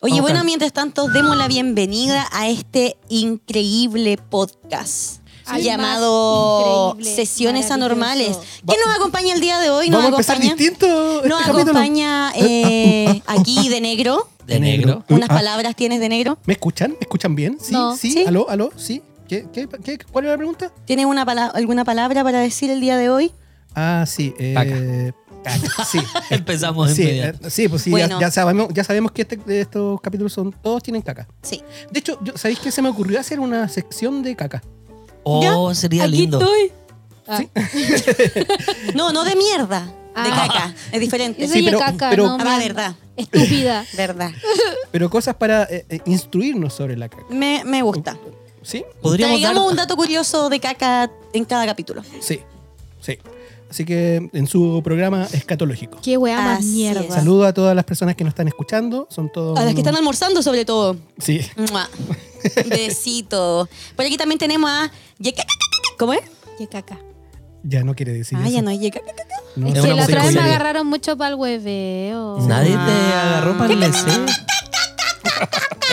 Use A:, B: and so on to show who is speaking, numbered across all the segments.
A: Oye,
B: Ok.
A: bueno, mientras tanto, demos la bienvenida a este increíble podcast.
C: Sí.
A: llamado
C: Increíble,
A: Sesiones Anormales.
C: maravilloso.
A: ¿Quién nos acompaña el día de hoy? Nos
B: Vamos a empezar
A: acompaña,
B: distinto este
A: nos
B: capítulo.
A: acompaña eh, aquí de negro.
B: De
D: De negro.
B: negro.
A: ¿Unas
B: Ah.
A: palabras tienes de negro?
B: ¿Me escuchan? ¿Me escuchan bien? ¿Sí?
C: No.
B: ¿Sí?
A: Sí.
B: ¿Aló? ¿Aló? ¿Sí? ¿Qué, qué, qué, ¿Cuál era la pregunta?
A: ¿Tienes una pala- alguna palabra para decir el día de hoy?
B: Ah, sí. Eh, taca, Sí.
D: Empezamos
B: Sí,
D: en
B: eh, sí, pues sí, ya-
A: Bueno.
B: ya, sabemos, ya sabemos que este- de estos capítulos son todos tienen caca.
A: Sí.
B: De hecho, yo- ¿sabéis que se me ocurrió hacer una sección de caca? eh,
D: Oh, sería
A: Aquí
D: lindo.
A: estoy.
C: Ah,
B: Sí.
A: No, no de mierda. De
C: Ah.
A: caca. Es diferente.
C: Yo
B: Sí,
C: soy
B: pero-
C: caca,
B: pero-
C: no,
A: Ah,
C: man.
A: verdad.
C: Estúpida.
A: Verdad.
B: Pero cosas para eh, eh, instruirnos sobre la caca.
A: Me, me gusta.
B: ¿Sí?
D: Podríamos dar
A: Traigamos un dato curioso de caca en cada capítulo.
B: Sí. Sí. Así que en su programa escatológico.
C: Qué weá más
A: Así
C: mierda.
A: es.
B: Saludo a todas las personas que nos están escuchando. Son todos.
A: A las que
B: unos-
A: están almorzando, sobre todo.
B: Sí.
A: Mua. Besito. Por aquí también tenemos a Yeka. ¿Cómo es?
C: Qué caca.
B: Ya no quiere decir.
A: ah,
B: eso.
A: ya no es Yeka.
B: No,
C: Es
D: Es
C: que
B: sí.
D: una
C: la otra
D: música
C: vez me
D: seria.
C: agarraron mucho para el hueveo.
D: Nadie te
A: Ah.
D: agarró para el deseo.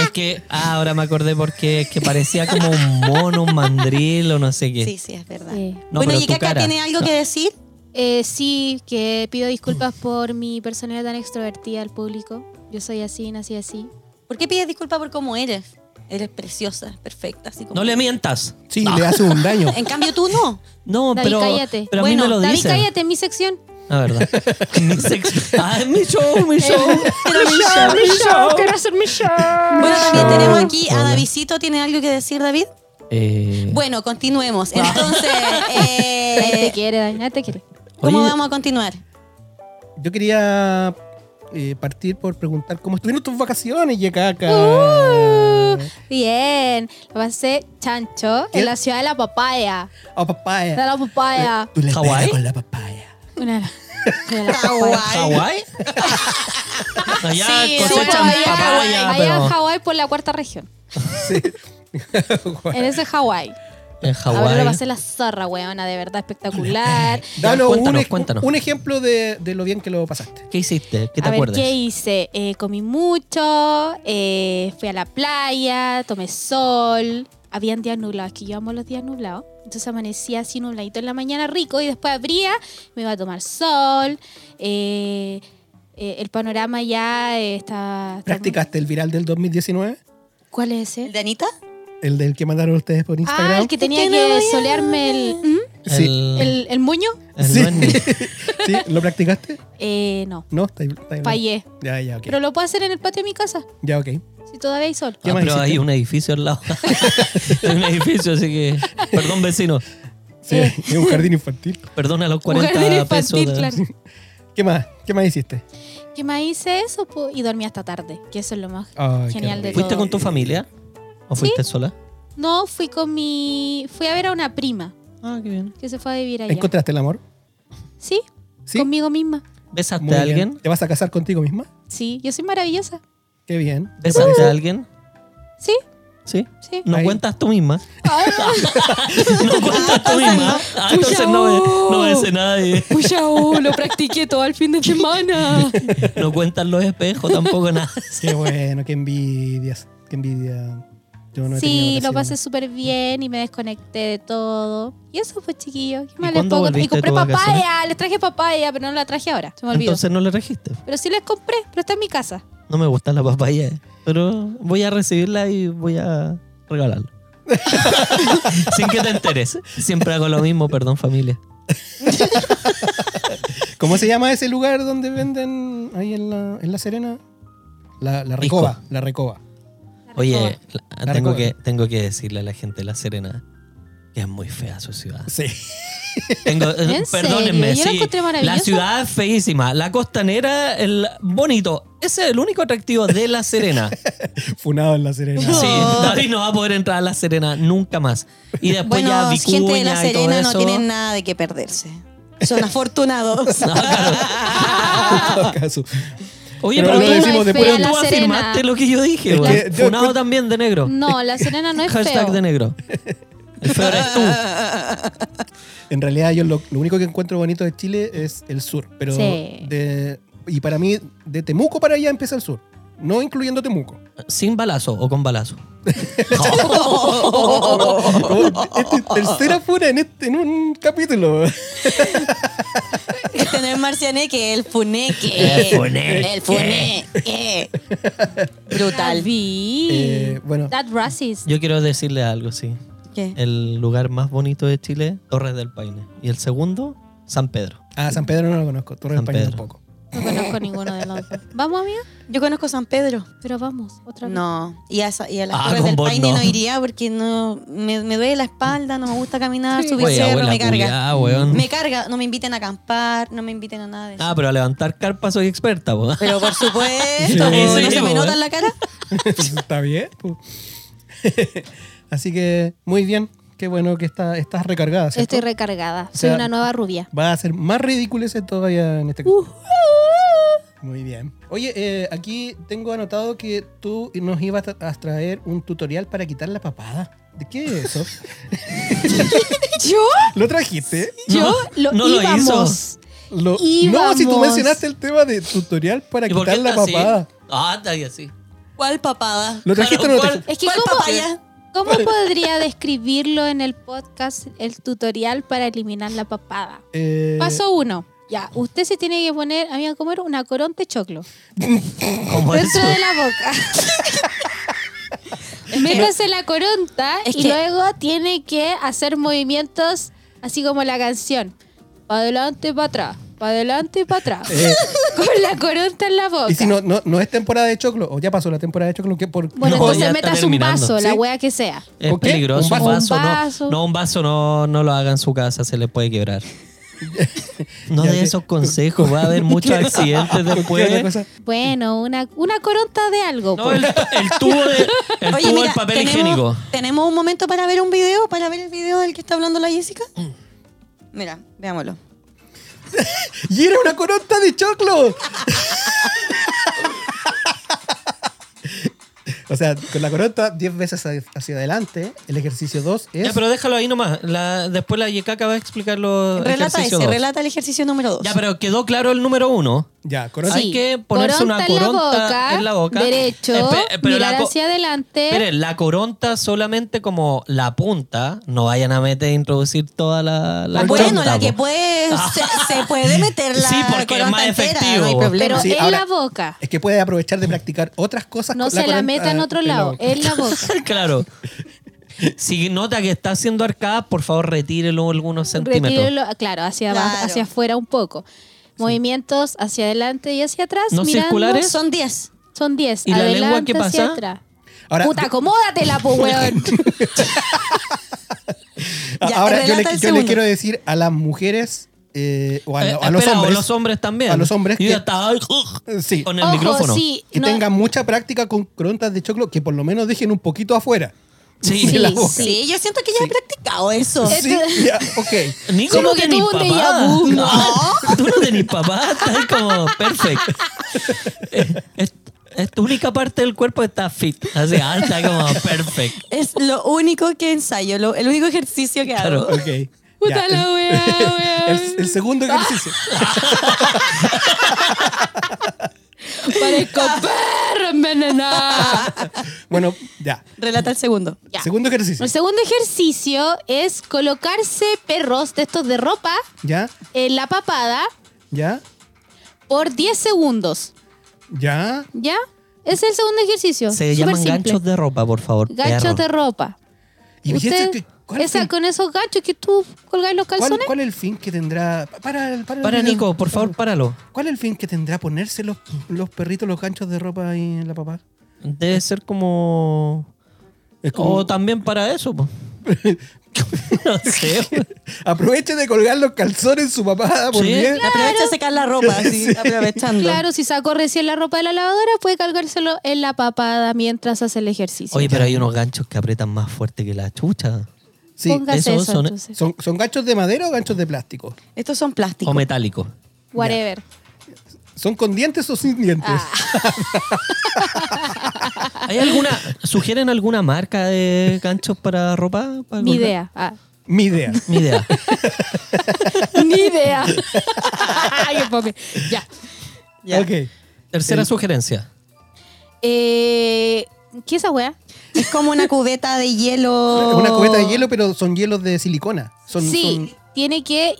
D: Es que ah, ahora me acordé porque es que parecía como un mono, un mandril o no sé qué.
A: Sí, sí, es verdad.
C: Sí.
D: No,
A: bueno,
D: pero
A: ¿y
D: tu
A: Kaka
D: cara.
A: tiene algo que decir?
C: Eh, sí, que pido disculpas por mi personalidad tan extrovertida al público. Yo soy así, nací así.
A: ¿Por qué pides disculpas por cómo eres? Eres preciosa, perfecta. Así como...
D: No le mientas.
B: Sí, le hace un daño.
A: En cambio tú no.
D: No,
C: David,
D: pero,
C: cállate.
D: pero a mí
A: Bueno,
D: me lo
C: David,
D: dicen.
C: cállate, mi sección.
D: La verdad. mi sexo. Ah, es mi show, mi show.
C: mi show, quiero hacer mi show.
A: Bueno, también
D: Show.
A: tenemos aquí a
D: Hola.
A: Davidcito. ¿Tiene algo que decir, David?
D: Eh,
A: Bueno, continuemos.
D: Ah.
A: Entonces,
C: Nadie te
A: eh,
C: quiere, David, nadie te quiere.
A: ¿cómo
D: Oye.
A: vamos a continuar?
B: Yo quería eh, partir por preguntar cómo estuvieron tus vacaciones, Yekaka.
C: Uh. Bien, lo pasé chancho
B: ¿Qué?
C: en la ciudad de la papaya.
B: Oh,
C: De
B: papaya. Eh,
C: la papaya.
B: Tú le pegas
D: ¿Hawái?
B: con la papaya.
C: Una de las- una de las papayas.
D: ¿Hawái? Allá
A: Sí,
D: cosechan
A: allá,
D: papaya,
C: Allá en
D: pero
C: Hawái por la cuarta región. En ese Hawái.
D: en
C: Ahora lo
D: Hawái.
C: pasé la zorra, weona, de verdad espectacular.
D: Ya,
B: Danos un,
D: cuéntanos,
B: ej-
D: cuéntanos.
B: un ejemplo de, de lo bien que lo pasaste.
D: ¿Qué hiciste? ¿Qué te
C: a ver,
D: acuerdas?
C: ¿qué hice? Eh, comí mucho, eh, fui a la playa, tomé sol. Habían días nublados, que yo amo los días nublados. Entonces amanecía así nubladito en la mañana, rico, y después abría, me iba a tomar sol. eh, eh, el panorama ya eh, está... está-
B: ¿Practicaste el viral del 2019?
C: ¿Cuál es ese?
A: ¿El de Anita?
B: ¿El del que mandaron ustedes por
C: Ah,
B: Instagram?
C: el que tenía
A: Tiene
C: que
A: varias.
C: solearme el... ¿Mm?
B: Sí.
D: El,
C: ¿El, el moño?
D: el
B: Sí.
D: duende.
B: ¿Sí? ¿Lo practicaste?
C: Eh, no,
B: No, está ahí- está ahí.
C: fallé.
B: Ya, ya, ok.
C: Pero lo puedo hacer en el patio de mi casa,
B: Ya, ok.
C: si todavía hay sol.
B: ¿Qué
D: Ah,
B: más
D: pero
B: hiciste?
D: hay un edificio al lado. hay un edificio, así que. Perdón, vecino.
B: Sí, es un jardín infantil.
D: Perdón a los
C: Un jardín
D: 40 pesos.
C: infantil,
D: de-
C: claro.
B: ¿Qué más? ¿Qué más hiciste?
C: Que me hice eso po, y dormí hasta tarde, que eso es lo más.
B: Ay, Ah, qué
C: Genial de
B: rico.
D: ¿Fuiste con tu familia? ¿O fuiste sola?
C: No, fui con mi. Fui a ver a una prima
D: Ah, qué bien.
C: que se fue a vivir allá.
B: ¿Encontraste el amor?
C: ¿Sí?
B: ¿Sí?
C: conmigo misma.
D: ¿Besaste
B: Muy
D: a
B: bien.
D: alguien?
B: ¿Te vas a casar contigo misma?
C: Sí, yo soy maravillosa.
B: Qué bien.
D: ¿Besaste a alguien?
C: Sí,
D: Sí.
C: sí.
D: No
B: Ahí.
D: cuentas tú misma.
C: Ay,
D: No cuentas tú misma. Ah, entonces no, ve-
C: oh.
D: no ves a nadie.
C: pucha, oh, lo practiqué todo el fin de semana.
D: No cuentas los espejos tampoco nada.
B: Qué bueno, qué envidias. Qué envidia. Yo no he
C: sí,
B: tenido
C: lo pasé
B: vacaciones.
C: súper bien y me desconecté de todo. Y eso fue chiquillo. ¿Qué más les
D: cuándo
C: puedo contar? Y
D: volviste de
C: compré
D: tus vacaciones?
C: papaya, les traje papaya, pero no la traje ahora. Se me olvidó.
D: Entonces no le registe.
C: Pero sí les compré, pero está en mi casa.
D: No me gusta la papaya. Pero voy a recibirla y voy a regalarla. Sin que te enteres. Siempre hago lo mismo, perdón familia.
B: ¿Cómo se llama ese lugar donde venden ahí en La, en la Serena? La, la
D: Pisco.
B: Recoba. La Recoba.
D: Oye, la-
B: La
D: tengo
B: recoba.
D: que, tengo que decirle a la gente de La Serena que es muy fea su ciudad.
B: Sí.
D: Tengo- eh,
C: ¿En
D: perdónenme,
C: serio? Yo la
D: sí,
C: encontré maravillosa.
D: la ciudad es feísima. La costanera, el bonito. Ese es el único atractivo de La Serena.
B: Funado en La Serena.
D: Sí, David no va a poder entrar a La Serena nunca más. Y después ya
A: Bueno,
D: Vicuña
A: gente de La Serena
D: y todo
A: no
D: eso.
A: tienen nada de qué perderse. Son afortunados.
B: En todo caso.
D: Oye,
B: Pero
D: pero,
B: lo
D: tú-
B: decimos
D: pero
B: después.
D: tú
C: La Serena.
D: afirmaste lo que yo dije.
B: Es
D: güey.
B: que yo
D: Funado
B: encuentro-
D: también de negro.
C: No, la Serena no es
D: Oh. Hashtag
C: feo.
D: de negro. El feo eres tú.
B: En realidad, yo lo, lo único que encuentro bonito de Chile es el sur. Pero
C: Sí.
B: de, y para mí, de Temuco para allá empieza el sur. No incluyendo Temuco.
D: sin balazo o con balazo.
B: Como este- tercera funa en, este- en un capítulo.
A: Este no es marcianeque, el funeque.
D: El funeque.
A: El funeque. Brutal.
C: Vi.
B: Eh, bueno.
C: That racist.
D: Yo quiero decirle algo, sí.
A: ¿Qué?
D: El lugar más bonito de Chile, Torres del Paine. Y el segundo, San Pedro.
B: Ah, San Pedro no lo conozco, Torre
D: San
B: del Paine
D: Pedro.
B: tampoco.
C: No conozco ninguno de los dos. ¿Vamos, amiga?
A: Yo conozco San Pedro.
C: Pero vamos, otra vez.
A: No, y a, esa- y a las
D: Ah,
A: torres
D: con
A: del
D: vos
A: paine no.
D: no.
A: iría porque no me, me duele la espalda, no me gusta caminar,
C: Sí.
A: subir
D: Oye,
A: cerro,
D: abuela
A: me carga.
D: culiá, weón.
A: Me carga, no me inviten a acampar, no me inviten a nada de eso.
D: Ah, pero a levantar carpa soy experta, po.
A: Pero por supuesto,
D: Sí,
A: ¿no
D: sí,
A: se me
D: weón.
A: nota en la cara?
B: Pues está bien. po. Así que muy bien. Qué bueno que está, estás recargada. ¿cierto?
C: Estoy recargada. Soy
B: sea-
C: una nueva rubia.
B: Va a ser más ridiculez todavía en este
C: Uh.
B: capítulo. Muy bien. Oye, eh, aquí tengo anotado que tú nos ibas a a traer un tutorial para quitar la papada. ¿De qué es eso?
C: ¿Yo?
B: ¿Lo trajiste?
C: Yo lo
D: no lo
C: íbamos.
B: Lo- No,
C: Íbamos.
B: si tú mencionaste el tema de tutorial para
D: ¿Y por
B: quitar
D: qué
B: la
D: está así?
B: papada.
D: Ah, está ahí así.
A: ¿Cuál papada?
B: ¿Lo trajiste o no
D: Claro, ¿cuál?
B: lo trajiste?
C: Es que
A: ¿Cuál
C: ¿cómo,
A: papaya?
C: ¿cómo podría describirlo en el podcast el tutorial para eliminar la papada?
B: Eh,
C: Paso uno. Ya, usted se tiene que poner, amiga, ¿cómo era? Una corón de choclo.
D: Como
C: Dentro
D: eso.
C: de la boca. Métase la coronta
A: Es
C: y
A: que-
C: luego tiene que hacer movimientos así como la canción. Para adelante y para atrás. Para adelante y para atrás.
B: eh,
C: Con la coronta en la boca.
B: y si no, no, no es temporada de choclo, o ya pasó la temporada de choclo, ¿qué por
C: bueno,
D: No, ya
C: entonces
D: está
C: metas un
D: terminando.
C: vaso, la
B: ¿Sí?
C: wea que sea.
D: Es
B: ¿Con qué?
D: peligroso.
B: ¿Un
D: Un vaso,
B: vaso?
C: Un
D: no-
C: vaso.
D: No, un vaso no, no lo haga en su casa, se le puede quebrar. No
B: Ya
D: de
B: que-
D: esos consejos, va a haber muchos accidentes
B: ¿Qué otra
D: después.
B: cosa?
C: Bueno, una, una coronta de algo.
D: No,
C: po.
D: el, el tubo, de, el tubo del papel
A: ¿tenemos,
D: higiénico.
A: ¿tenemos un momento para ver un video? ¿Para ver el video del que está hablando la Jessica?
D: Mm.
A: Mira, veámoslo.
B: ¡Y era una coronta de choclo! o sea, con la coronta 10 veces hacia hacia adelante, el ejercicio 2 es...
D: Ya, pero déjalo ahí nomás. La- después la Yekaka va a explicar los
A: Relata ese,
D: ejercicios dos.
A: relata el ejercicio número 2.
D: Ya, pero quedó claro el número uno.
B: Ya, coronta...
D: Hay que ponerse una coronta en la boca.
C: Derecho,
D: Eh, pe- eh, pero la
C: mirar
D: co-
C: hacia adelante.
D: Miren, la coronta solamente como la punta. No vayan a meter introducir toda la, la
A: Ah, bueno,
D: coronta,
A: la que
D: po.
A: puede, se, se puede meter la
D: Sí, porque es
A: coronta
D: más
A: entera,
D: efectivo.
A: no hay
C: pero
A: problema.
B: Sí,
C: en
B: ahora-
C: la boca.
B: Es que puedes aprovechar de practicar otras cosas
C: No
B: con
C: se la
B: coronta eh,
C: meta en otro
B: la
C: lado,
B: boca.
C: en la boca.
D: claro. Si nota que está haciendo arcadas, por favor retírelo algunos centímetros.
C: Retírelo, claro, hacia abajo,
A: Claro.
C: hacia afuera un poco. Movimientos hacia adelante y hacia atrás.
D: ¿No
C: mirando,
D: circulares?
A: eh, Son 10.
C: Son 10.
D: ¿Y la
C: adelante,
D: lengua qué
C: hacia
D: pasa?
C: atrás.
B: Ahora,
C: Puta, acomódatela, po, weón.
B: Ah,
A: Ya,
B: Ahora
A: relata
B: yo le,
A: el
B: yo le
A: segundo.
B: quiero decir a las mujeres eh, o a,
D: Eh,
B: a los
D: espera,
B: hombres.
D: O los hombres también.
B: A los hombres
D: Y
B: que-
D: ya está ay,
B: Sí.
D: con el
C: Ojo,
D: micrófono.
C: sí.
B: Que
C: no-
B: tengan mucha práctica con corontas de choclo, que por lo menos dejen un poquito afuera.
D: Sí.
C: Sí,
B: la boca.
A: Sí, yo siento que ya he practicado eso.
B: Sí, ya, ok.
D: Ni como
C: Como que
D: que ni
C: tuvo un déjà
D: papá.
C: vu, ¿no?
D: Ah, Tú no tenés papá, estás como perfecto. Es, es tu única parte del cuerpo que está fit. Así, ah, está como perfecto.
A: Es lo único que ensayo, lo- el único ejercicio que hago.
D: Claro.
B: Ok.
C: Puta
B: ya,
C: la
B: el-
C: weá,
B: el,
C: weón.
B: el segundo ejercicio.
C: Parezco perro envenenado.
B: Bueno, ya.
A: Relata el segundo.
C: Ya.
B: Segundo ejercicio.
C: El segundo ejercicio es colocarse perros de estos de ropa
B: Ya,
C: en la papada
B: ya,
C: por 10 segundos.
B: ya.
C: ¿Ya? Es el segundo ejercicio.
D: Se
C: Súper
D: llaman
C: simple.
D: ganchos de ropa, por favor.
C: Ganchos
D: perro.
C: de ropa.
B: Y fíjate
C: Usted,
B: que- ¿cuál, es
C: esa-
B: el,
C: con esos ganchos que tú colgas los
B: cuál,
C: calzones.
B: cuál es el fin que tendrá. Para, el- para, el
D: Para
B: video.
D: Nico, por favor, páralo.
B: ¿Cuál es el fin que tendrá ponerse los, los perritos, los ganchos de ropa ahí en la papá?
D: Debe ser como...
B: Es como-
D: O también para eso. po. no sé. po.
B: Aproveche de colgar los calzones su papá por
D: Sí.
B: bien.
A: Aprovecha a secar la ropa, así, aprovechando.
C: Claro, si sacó recién la ropa de la lavadora, puede cargárselo en la papada mientras hace el ejercicio.
D: Oye, pero hay unos ganchos que aprietan más fuerte que la chucha.
B: Sí.
C: Póngase
D: esos
C: eso,
D: son-
C: entonces.
B: ¿Son, ¿Son ganchos de madera o ganchos de plástico?
A: Estos son plásticos.
D: O metálicos.
C: Whatever. Ah,
B: ¿Son con dientes o sin dientes?
A: Ah.
D: ¿Hay alguna... ¿Sugieren alguna marca de ganchos para ropa? Para
C: Ni
D: colgar?
C: idea. Ah,
B: Mi idea.
D: Ni idea.
C: ni idea. Qué fome. ya.
A: Ya.
B: Ok.
D: Tercera sugerencia.
C: Eh, ¿Qué es esa weá?
A: Es como una cubeta de hielo.
B: Una cubeta de hielo, pero son hielos de silicona. Son,
C: sí,
B: son-
C: tiene que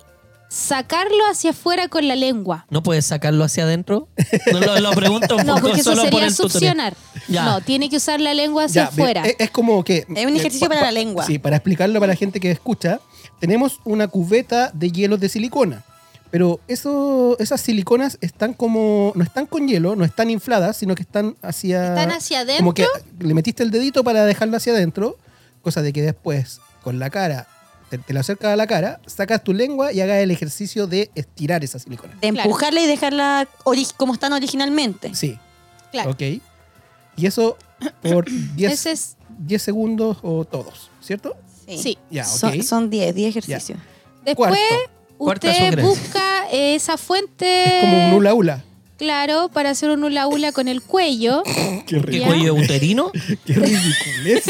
C: sacarlo hacia afuera con la lengua.
D: ¿No puedes sacarlo hacia adentro? No, lo, lo pregunto un
C: No,
D: poco
C: porque eso
D: solo por
C: sería
D: el tutorial.
C: succionar.
D: Ya.
C: No, tiene que usar la lengua hacia
B: Ya, ve, eh,
C: afuera.
B: Es, es como que.
A: Es un ejercicio
B: eh, pa-
A: para la
B: pa-
A: lengua.
B: Sí, para explicarlo para la gente que escucha, tenemos una cubeta de hielos de silicona. Pero eso, esas siliconas están como. No están con hielo, no están infladas, sino que están hacia.
C: Están hacia adentro.
B: ah, Como que le metiste el dedito para dejarlo hacia adentro, cosa de que después, con la cara, te, te lo acercas a la cara, sacas tu lengua y hagas el ejercicio de estirar esa silicona.
A: De empujarla y dejarla ori- como están originalmente.
B: Sí.
C: Claro.
B: Ok. Y eso por 10
C: Ese es.
B: 10 segundos o todos, ¿cierto?
C: Sí.
B: Ya, ok.
A: Son- Son 10, 10 ejercicios.
C: Después
B: Cuarto.
D: Cuarta
C: usted
D: sucrencia.
C: busca eh, esa fuente.
B: Es como un hula hula.
C: Claro, para hacer un hula hula con el cuello.
B: Qué,
D: ¿Qué
C: Ya.
D: cuello uterino?
B: ridículo es.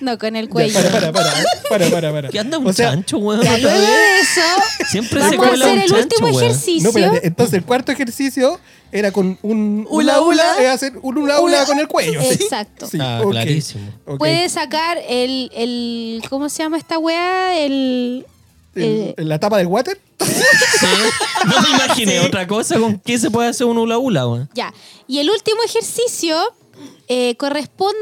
C: No, con el cuello.
B: para, para, para, para, para, para.
D: ¿Qué anda un
B: O sea,
D: chancho, weón?
C: Ya, luego de eso,
D: Siempre se
C: vamos a
D: cuela
C: hacer
D: un
C: el
D: chancho,
C: último
D: weón.
B: No,
C: ejercicio.
B: espérate, eh, entonces el cuarto ejercicio era con un
A: Hula
B: hula
A: hula.
B: hula, es hacer un hula hula
A: Hula-
B: con el cuello. ¿sí?
C: Exacto.
B: Sí,
D: Ah,
B: ok,
D: clarísimo.
B: ok.
C: Puede sacar el, el. ¿Cómo se llama esta weá? El. eh,
B: El- ¿La tapa del water?
D: Sí. No me imaginé otra cosa con qué se puede hacer un hula hula, weón.
C: Ya. Y el último ejercicio eh, corresponde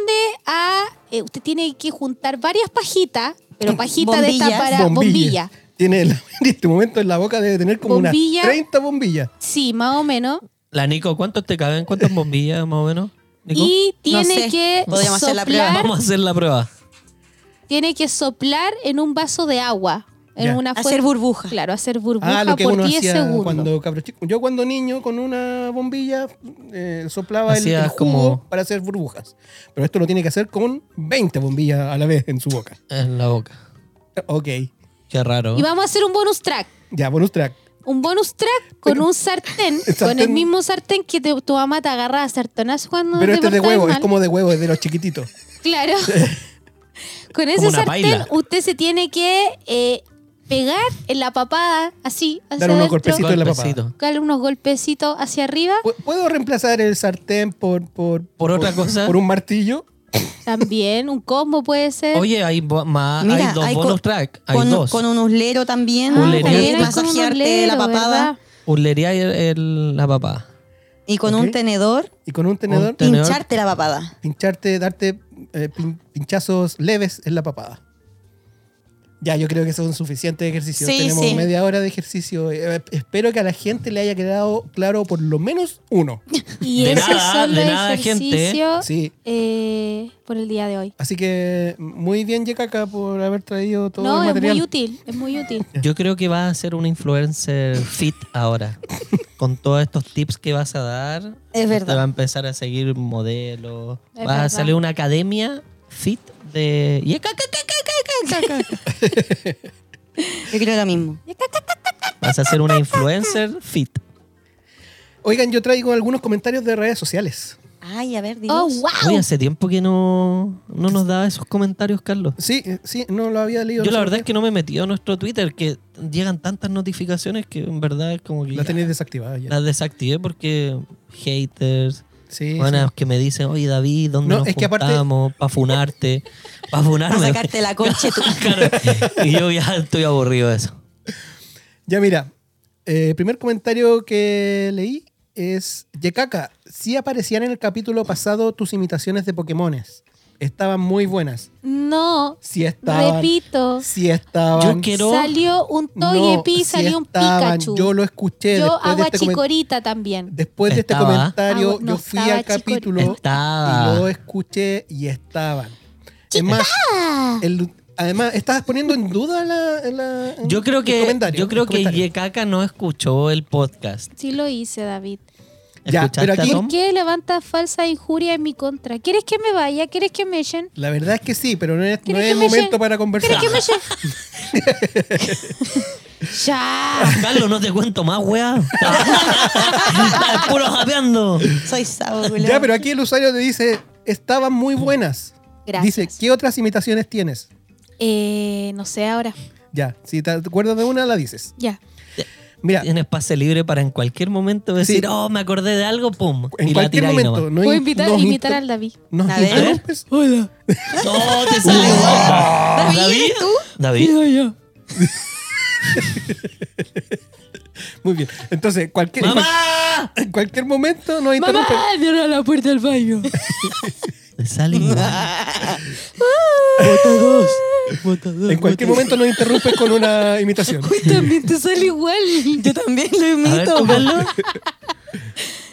C: a. eh, usted tiene que juntar varias pajitas, pero pajitas de esta
A: Bombillas.
C: para bombilla.
B: Tiene la- en este momento en la boca debe tener como
C: Bombilla.
B: unas 30 bombillas.
C: Sí, más o menos.
D: La Nico, ¿cuántos te caben? ¿Cuántas bombillas más o menos? Nico?
C: Y tiene
A: sé.
C: que
A: Podríamos hacer la prueba.
C: soplar.
D: Vamos a hacer la prueba.
C: Tiene que soplar en un vaso de agua. En
B: Ya.
C: una
A: Hacer
C: fuente-
A: burbuja.
C: Claro, hacer burbuja
B: Ah, lo que
C: por
B: uno
C: 10
B: hacía
C: segundos.
B: cuando cabro chico. Yo cuando niño con una bombilla eh, soplaba el,
D: Hacías
B: el jugo
D: como-
B: para hacer burbujas. Pero esto lo tiene que hacer con 20 bombillas a la vez en su boca.
D: En la boca.
B: Ok.
D: Qué raro.
C: Y vamos a hacer un bonus track.
B: Ya, bonus track.
C: Un bonus track con un sartén, con el
B: sartén-
C: mismo sartén que te- tu mamá te agarra a sartonazo cuando
B: Pero
C: te
B: este es de
C: portabas
B: huevo, es
C: mal.
B: como de huevo, es de los chiquititos.
C: Claro. Con ese
D: Como una
C: sartén
D: paila.
C: usted se tiene que eh, pegar en la papada, así, hacia
B: Dar unos
C: adentro,
B: golpecitos en la papada.
D: Golpecito.
C: darle unos golpecitos hacia arriba
B: Pu- ¿Puedo reemplazar el sartén por, por,
D: Por otra cosa.
B: Por un martillo.
C: también, un combo puede ser.
D: Oye, hay, bo- más,
A: Mira,
D: Ah, hay dos
A: hay
D: bonus
A: co-
D: track. Hay
A: Con,
D: dos.
A: con un uslero también.
D: Ah,
A: para
D: también
A: poder
D: hay con un
A: masajearte la papada.
D: Urlería el- el- la papada.
A: Y con un
B: Ok.
A: tenedor,
B: Y con un tenedor,
D: Un te- Tenedor.
A: pincharte la papada.
B: pincharte, darte eh, pin- pinchazos leves en la papada. Ya, yo creo que son suficientes ejercicios.
A: Sí,
B: Tenemos
A: sí.
B: media hora de ejercicio. Eh, espero que a la gente le haya quedado claro por lo menos uno.
C: Y
D: De
C: esos
D: nada,
C: son los
D: de nada, gente.
C: ejercicios,
B: Sí.
C: eh, por el día de hoy.
B: Así que muy bien, Yekaka, por haber traído todo
C: no,
B: el
C: es
B: material.
C: muy útil, es muy útil.
D: Yo creo que vas a ser un influencer fit ahora. con todos estos tips que vas a dar.
A: Es
D: Te va a
A: verdad.
D: empezar a seguir modelos.
C: Es
D: Vas a
C: verdad.
D: salir a una academia fit de. y- ca, ca, ca, ca, ca, ca, ca.
A: Yo creo lo mismo.
D: Vas a ser una influencer fit.
B: Oigan, yo traigo algunos comentarios de redes sociales.
A: Ay, a ver,
C: Oh,
A: Dios.
D: Oye,
C: wow.
D: hace tiempo que no, no nos daba esos comentarios, Carlos.
B: Sí, eh, sí, no lo había leído.
D: Yo
B: no
D: la
B: sé
D: verdad
B: por
D: es que no me he metido a nuestro Twitter, que llegan tantas notificaciones que en verdad como que
B: qué. La
D: ya
B: tenéis desactivada ya.
D: las desactivé porque haters,
B: Sí,
D: buenas que me dicen, oye David, ¿dónde
B: No,
D: nos
B: es que aparte-
D: juntamos? Para funarte, para
A: Para
D: funarme.
A: sacarte la concha tú.
D: Claro. Y yo ya estoy aburrido de eso.
B: sí. Ya mira, el primer comentario que leí es, Yekaka, sí aparecían en el capítulo pasado tus imitaciones de Pokémones. Estaban muy buenas.
C: No,
B: Sí estaban.
C: repito,
B: Sí estaban.
D: Yo quiero-
C: salió un Togepi,
B: sí
C: salió un
B: estaban.
C: Pikachu.
B: Yo lo escuché.
C: Yo
B: después de
C: agua
B: este comen-
C: chicorita también.
B: Después de este
D: Estaba.
B: comentario,
C: Agua- no
B: yo fui
C: estaba
B: al capítulo
D: Estaba.
B: y lo escuché y estaban. Es más,
C: Ah,
B: el- además, estabas poniendo en duda la, la-
D: Yo creo
B: el
D: que,
B: comentario,
D: yo creo
B: el
D: que
B: comentario.
D: Yekaka no escuchó el podcast.
C: sí lo hice, David.
B: Ya,
D: ¿Escuchaste
B: pero aquí-
D: a
C: ¿Por
D: Tom?
C: qué levanta falsa injuria en mi contra? ¿Quieres que me vaya? ¿Quieres que me echen?
B: La verdad es que sí, pero no es, no
C: ¿Quieres
B: es
C: que me
B: momento
C: lleve?
B: para conversar.
C: ¿Quieres que me echen? ya.
D: Carlos, no te cuento más, weá. Estás puro japeando.
A: Soy sabo, culiao.
B: Ya, pero aquí el usuario te dice, estaban muy buenas.
C: Gracias.
B: Dice, ¿qué otras imitaciones tienes?
C: Eh, no sé ahora.
B: Ya, si te acuerdas de una, la dices.
C: Ya.
B: Mira,
D: Tienes pase libre para en cualquier momento decir, oh, me acordé de algo, pum.
B: en
D: y la
B: cualquier
D: tiráis
B: momento.
D: nomás.
B: No
C: Puedo
B: in-
C: invitar,
B: nos
C: invitar
B: inter-
C: al David.
B: Nos
A: A ver.
B: interrumpes.
D: Hola. No, te sale.
A: David, ¿eres tú?
D: David.
B: Muy bien. Entonces, cualquier, en, cual-
D: ¡Mamá!
B: en cualquier momento nos interrumpen.
C: Cierra la puerta del baño.
D: Te sale igual.
B: En cualquier momento nos interrumpes con una imitación.
C: Uy, también te sale igual.
A: Yo también lo
D: A ver,
A: imito.
D: tú, Carlos.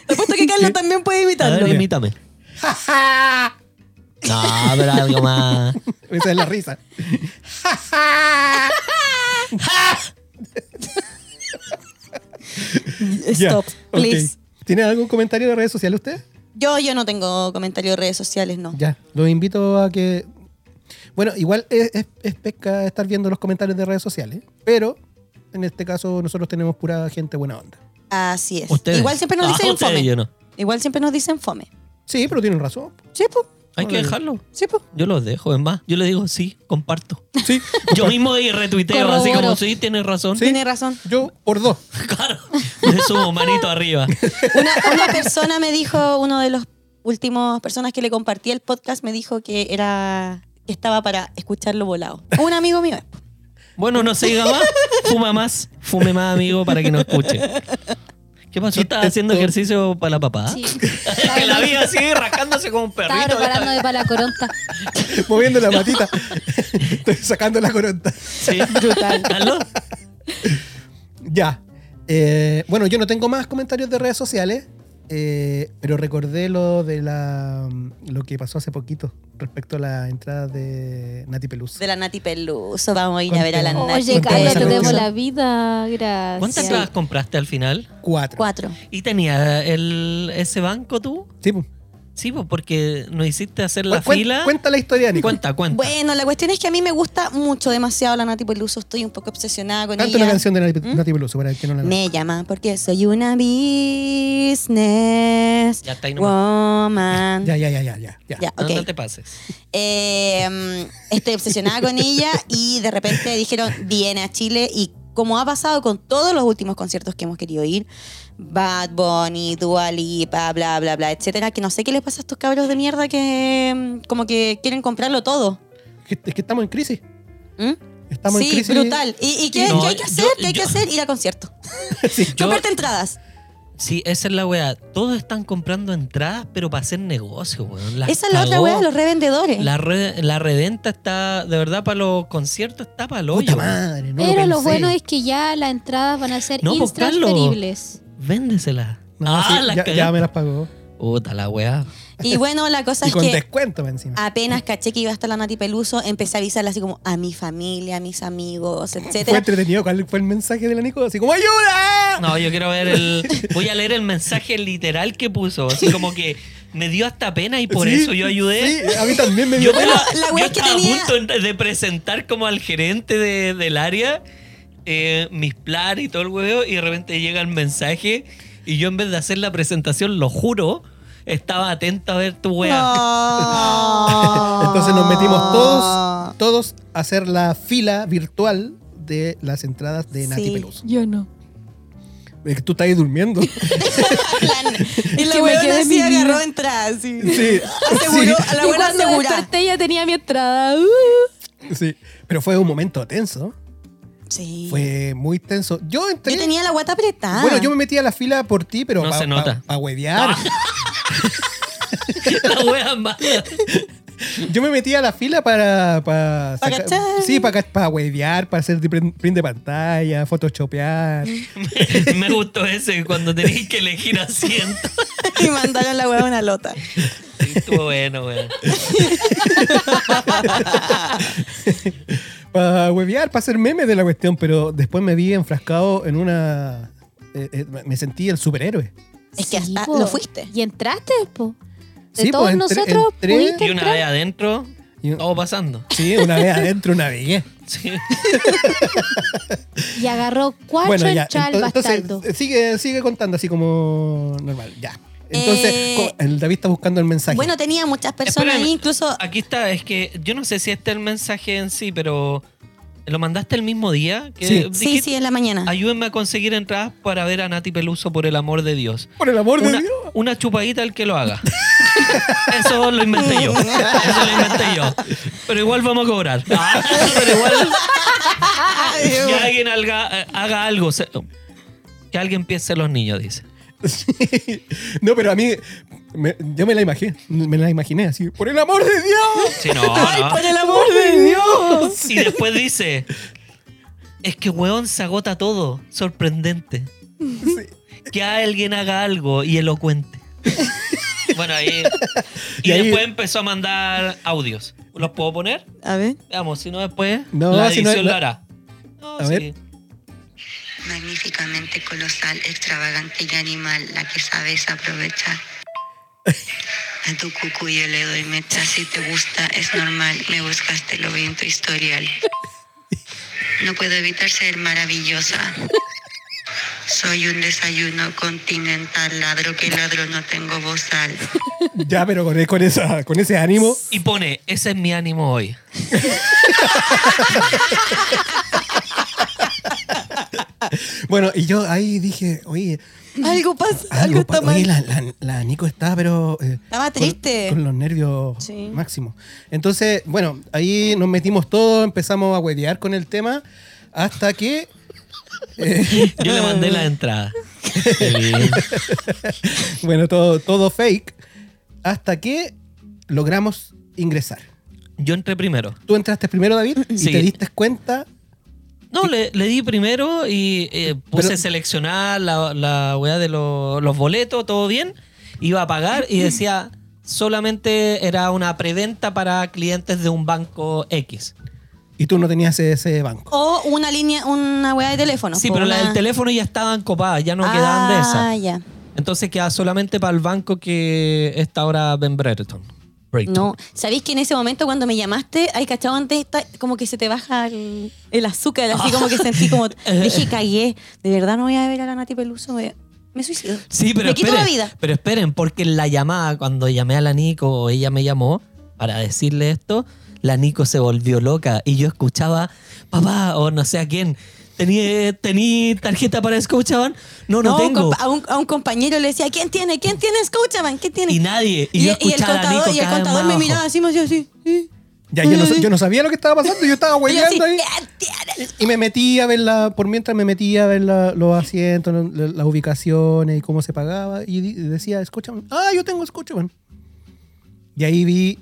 A: Te apuesto que Carlos también puede
D: A
A: imitarlo.
D: ver, imítame. No, pero algo más.
B: Esa es la risa. Ya,
A: Stop,
B: ok.
A: please.
B: ¿Tiene algún comentario de redes sociales usted?
A: Yo, yo no tengo comentario de redes sociales, no.
B: Ya, los invito a que. Bueno, igual es, es- es pesca estar viendo los comentarios de redes sociales, pero en este caso nosotros tenemos pura gente buena onda.
A: Así es.
D: Ustedes.
A: Igual siempre nos
D: Ah,
A: dicen
D: ustedes,
A: fome.
D: yo no.
A: Igual siempre nos dicen fome.
B: Sí, pero tienen razón.
A: Sí, po.
D: Hay que dejarlo.
A: Sí, po.
D: Yo los dejo, es más. Yo les digo, sí, comparto.
B: Sí,
D: Yo mismo ahí retuiteo,
C: Corroboro.
D: así como, sí, tienes razón.
B: Sí.
A: Tiene razón.
B: yo por dos.
D: Claro. Le subo manito arriba.
A: Una, una persona me dijo, uno de los últimos personas que le compartí el podcast me dijo que era que estaba para escucharlo volado. Un amigo mío.
D: Bueno, no se diga más. Fuma más. Fume más, amigo, para que no escuche. ¿Qué pasó? ¿Estás haciendo ejercicio para la papada?
C: Sí.
D: que la vi así, rascándose como un
C: Estaba
D: perrito.
C: preparando de para la coronta.
B: Moviendo la patita. Estoy sacando la coronta.
D: Sí. ¿Aló?
B: Ya. Eh, bueno, yo no tengo más comentarios de redes sociales, eh, pero recordé lo de la lo que pasó hace poquito respecto a la entrada de Nati Pelusa.
A: De la Nati Peluso. Vamos a ir a ver a la
B: Contigo.
A: Nati.
C: Oye, Carlos, te
B: Contigo.
C: debo la vida. Gracias.
D: ¿Cuántas entradas compraste al final?
B: Cuatro.
A: Cuatro.
D: ¿Y tenía el, ese banco tú?
B: Sí, pu.
D: Sí, pues porque nos hiciste hacer la
B: Cuen-
D: fila.
B: Cuenta la historia, Nico.
D: cuenta, cuenta.
A: Bueno, la cuestión es que a mí me gusta mucho, demasiado la Nati Peluso. Estoy un poco obsesionada con
B: Canta
A: ella. ¿Mm?
B: una canción de Nati, Nati Peluso para el que no la
A: Me llama porque soy una business
D: Ya está ahí nomás.
A: woman.
B: Ya, ya, ya, ya, ya. ya.
A: Ya,
D: No,
A: ok.
D: no te pases.
A: Eh, mm, estoy obsesionada con ella y de repente dijeron, viene a Chile y como ha pasado con todos los últimos conciertos que hemos querido ir, Bad Bunny, Dua Lipa, bla, bla, bla, etcétera, que no sé qué les pasa a estos cabros de mierda que mm, como que quieren comprarlo todo.
B: Es que- es que estamos en crisis.
A: ¿Mm?
B: Estamos en
A: sí,
B: crisis.
A: brutal. ¿Y, y qué,
D: No,
A: qué hay que
D: yo-
A: hacer? ¿Qué hay
D: yo-
A: que hacer? Ir a conciertos.
D: Yo-
A: Comprarte entradas.
D: sí, esa es la weá. Todos están comprando entradas, pero para hacer negocio, weón. Las
A: Esa es la otra
D: cagó.
A: weá de los revendedores.
D: La, re- la reventa está, de verdad, para los conciertos está para el
B: Puta
D: hoyo.
B: madre, no
C: Pero lo
B: pensé.
C: bueno es que ya las entradas van a ser
D: No, pues, Carlos.
C: intransferibles.
D: Véndesela.
B: No,
D: ah,
B: sí,
D: la
B: ya,
D: cagué.
B: ya me las pagó.
D: Puta la weá.
A: Y bueno, la cosa
B: Y
A: es
B: con
A: que
B: descuento va encima.
A: apenas caché que iba a estar la Nati Peluso, empecé a avisarle así como a mi familia, a mis amigos,
B: Fue
A: etcétera.
B: entretenido. ¿Cuál fue el mensaje de la Nico? Así como, ¡ayuda!
D: No, yo quiero ver el. Voy a leer el mensaje literal que puso. Así como que me dio hasta pena y por
B: Sí,
D: eso yo ayudé.
B: Sí, a mí también me dio
D: Yo,
A: Bueno,
B: pena.
D: estaba-
A: la
D: yo
A: wea es que
D: estaba
A: tenía-
D: a punto de presentar como al gerente de- del área eh, mis planes y todo el huevo. Y de repente llega el mensaje. Y yo en vez de hacer la presentación, lo juro, estaba atento a ver tu wea.
A: No.
B: Entonces nos metimos todos, todos a hacer la fila virtual de las entradas de Nati
A: Sí.
B: Peluso.
C: Yo no.
B: Es que tú estás ahí durmiendo.
A: Plan. Y
C: Que
A: la
C: me
A: weona
C: quede
A: así
C: mi vida.
A: agarró entrada, sí.
B: Sí.
A: Aseguró, a la
C: y
A: buena
C: cuando
A: asegura.
C: desperté ya tenía mi entrada. Uh.
B: Sí. Pero fue un momento tenso.
A: Sí.
B: Fue muy tenso. Yo entré.
A: Yo tenía la guata apretada.
B: Bueno, yo me metí a la fila por ti, pero
D: No
B: para
D: se nota.
B: huevear.
D: La wea mala.
B: Yo me metí a la fila para. Para
A: Pa'
B: saca-
A: cachar.
B: Sí, para pa huevear, para hacer print print de pantalla, photoshopear.
D: Me, me gustó ese cuando tenéis que elegir asiento.
A: Y mandaron la weá a una lota.
D: Sí, Estuvo bueno, weón.
B: para huevear, para hacer memes de la cuestión, pero después me vi enfrascado en una. eh, eh, me sentí el superhéroe.
A: Es que hasta
C: po.
A: lo fuiste.
C: Y entraste, po. De
B: Sí, po,
C: todos
B: entré-
C: nosotros
B: entré.
C: pudiste
D: Y una
C: entrar.
D: vez adentro,
B: Y-
D: todo pasando.
B: Sí, una vez adentro, una vez.
D: Sí.
C: Y agarró cuatro entradas al
B: ento-
C: bastardo.
B: entonces, eh, sigue, sigue contando así como normal, ya. Entonces,
A: Eh,
B: co- el David está buscando el mensaje.
A: Bueno, tenía
D: eh,
A: muchas personas
D: Espérame,
A: ahí, incluso
D: Aquí está, es que yo no sé si este es el mensaje en sí, pero ¿Lo mandaste el mismo día? Que
B: Sí.
A: Sí,
D: dijiste,
A: sí, en la mañana.
D: Ayúdenme a conseguir entradas para ver a Nati Peluso por el amor de Dios.
B: Por el amor
D: Una,
B: de Dios.
D: una chupadita al que lo haga. Eso lo inventé yo. Eso lo inventé yo. Pero igual vamos a cobrar. Ah, pero igual que alguien haga, haga algo. se- Que alguien piense en los niños, dice.
B: No, pero a mí, me- yo me la imaginé, me la imaginé así. Por el amor de Dios.
D: Sí, no, no.
A: el amor de Dios!
D: Y después dice: Es que weón se agota todo. Sorprendente. Que alguien haga algo y elocuente. Bueno, ahí. Y,
B: Y ahí-
D: después empezó a mandar audios. ¿Los puedo poner?
A: A ver.
D: Veamos, si no después.
B: No,
D: la
B: si
D: edición
B: no- no-
D: lo hará. No,
B: A ver.
E: magníficamente colosal, extravagante y animal, la que sabes aprovechar. A tu cucu yo le doy mecha, si te gusta es normal, me buscaste, lo vi en tu historial. No puedo evitar ser maravillosa. Soy un desayuno continental, ladro que ladro, no tengo bozal.
B: Ya, pero con, con esa, con ese ánimo.
D: Y pone, ese es mi ánimo hoy.
B: Bueno, y yo ahí dije, oye,
A: Algo pasa, algo,
B: algo,
A: está
B: pa-
A: mal.
B: oye, la, la- la Nico está, pero... eh,
A: Estaba
B: con-
A: triste.
B: Con, los nervios
A: Sí.
B: máximos. Entonces, bueno, ahí nos metimos todos, empezamos a huevear con el tema, hasta que...
D: Yo le mandé la entrada. Qué bien.
B: Bueno, todo, todo fake. Hasta que logramos ingresar.
D: Yo entré primero.
B: Tú entraste primero, David, y
D: Sí.
B: te diste cuenta.
D: No, le, le di primero y eh, puse
B: Pero-
D: seleccionar la, la weá de lo- los boletos, todo bien. Iba a pagar y decía, solamente era una preventa para clientes de un banco X.
B: Y tú no tenías ese banco.
A: O una línea, una weá de teléfono.
D: sí,
A: po,
D: pero
A: una-
D: las del teléfono ya estaban copadas, ya no quedaban de
A: Ah,
D: esas.
A: ya.
D: Entonces queda solamente para el banco que está ahora Ben Brereton. Brereton.
A: No, ¿sabéis que en ese momento cuando me llamaste, ay, cachado, antes está- como que se te baja el, el azúcar, así como que sentí como,
D: Eh.
A: dije, cagué, de verdad no voy a ver a la Nati Peluso, me, me suicido.
D: Sí, pero
A: me quito la
D: esperen,
A: vida.
D: pero esperen, porque en la llamada, cuando llamé a la Nico, ella me llamó para decirle esto, la Nico se volvió loca y yo escuchaba, papá, o no sé a quién, ¿tení, tení tarjeta para escuchaban? No, no, tengo.
A: compa- ah, A un, a un compañero le decía, ¿quién tiene? ¿Quién tiene? Scotiabank? ¿Quién tiene?
D: Y nadie. Y, yo
A: el
D: escuchaba a la
A: contador,
D: Nico
A: y el
D: cada vez
A: contador
D: más
A: me
D: abajo.
A: miraba así, me hacía así. sí.
B: Ya, yo, no, yo no sabía lo que estaba pasando, yo estaba
A: Y yo así,
B: hueveando ahí.
A: "¿Quién tiene?".
B: Y me metí a ver la, por mientras me metí a ver la- los asientos, la- la- las ubicaciones y cómo se pagaba. Y di- decía, escúchame. Ah, yo tengo escúchame. Y ahí vi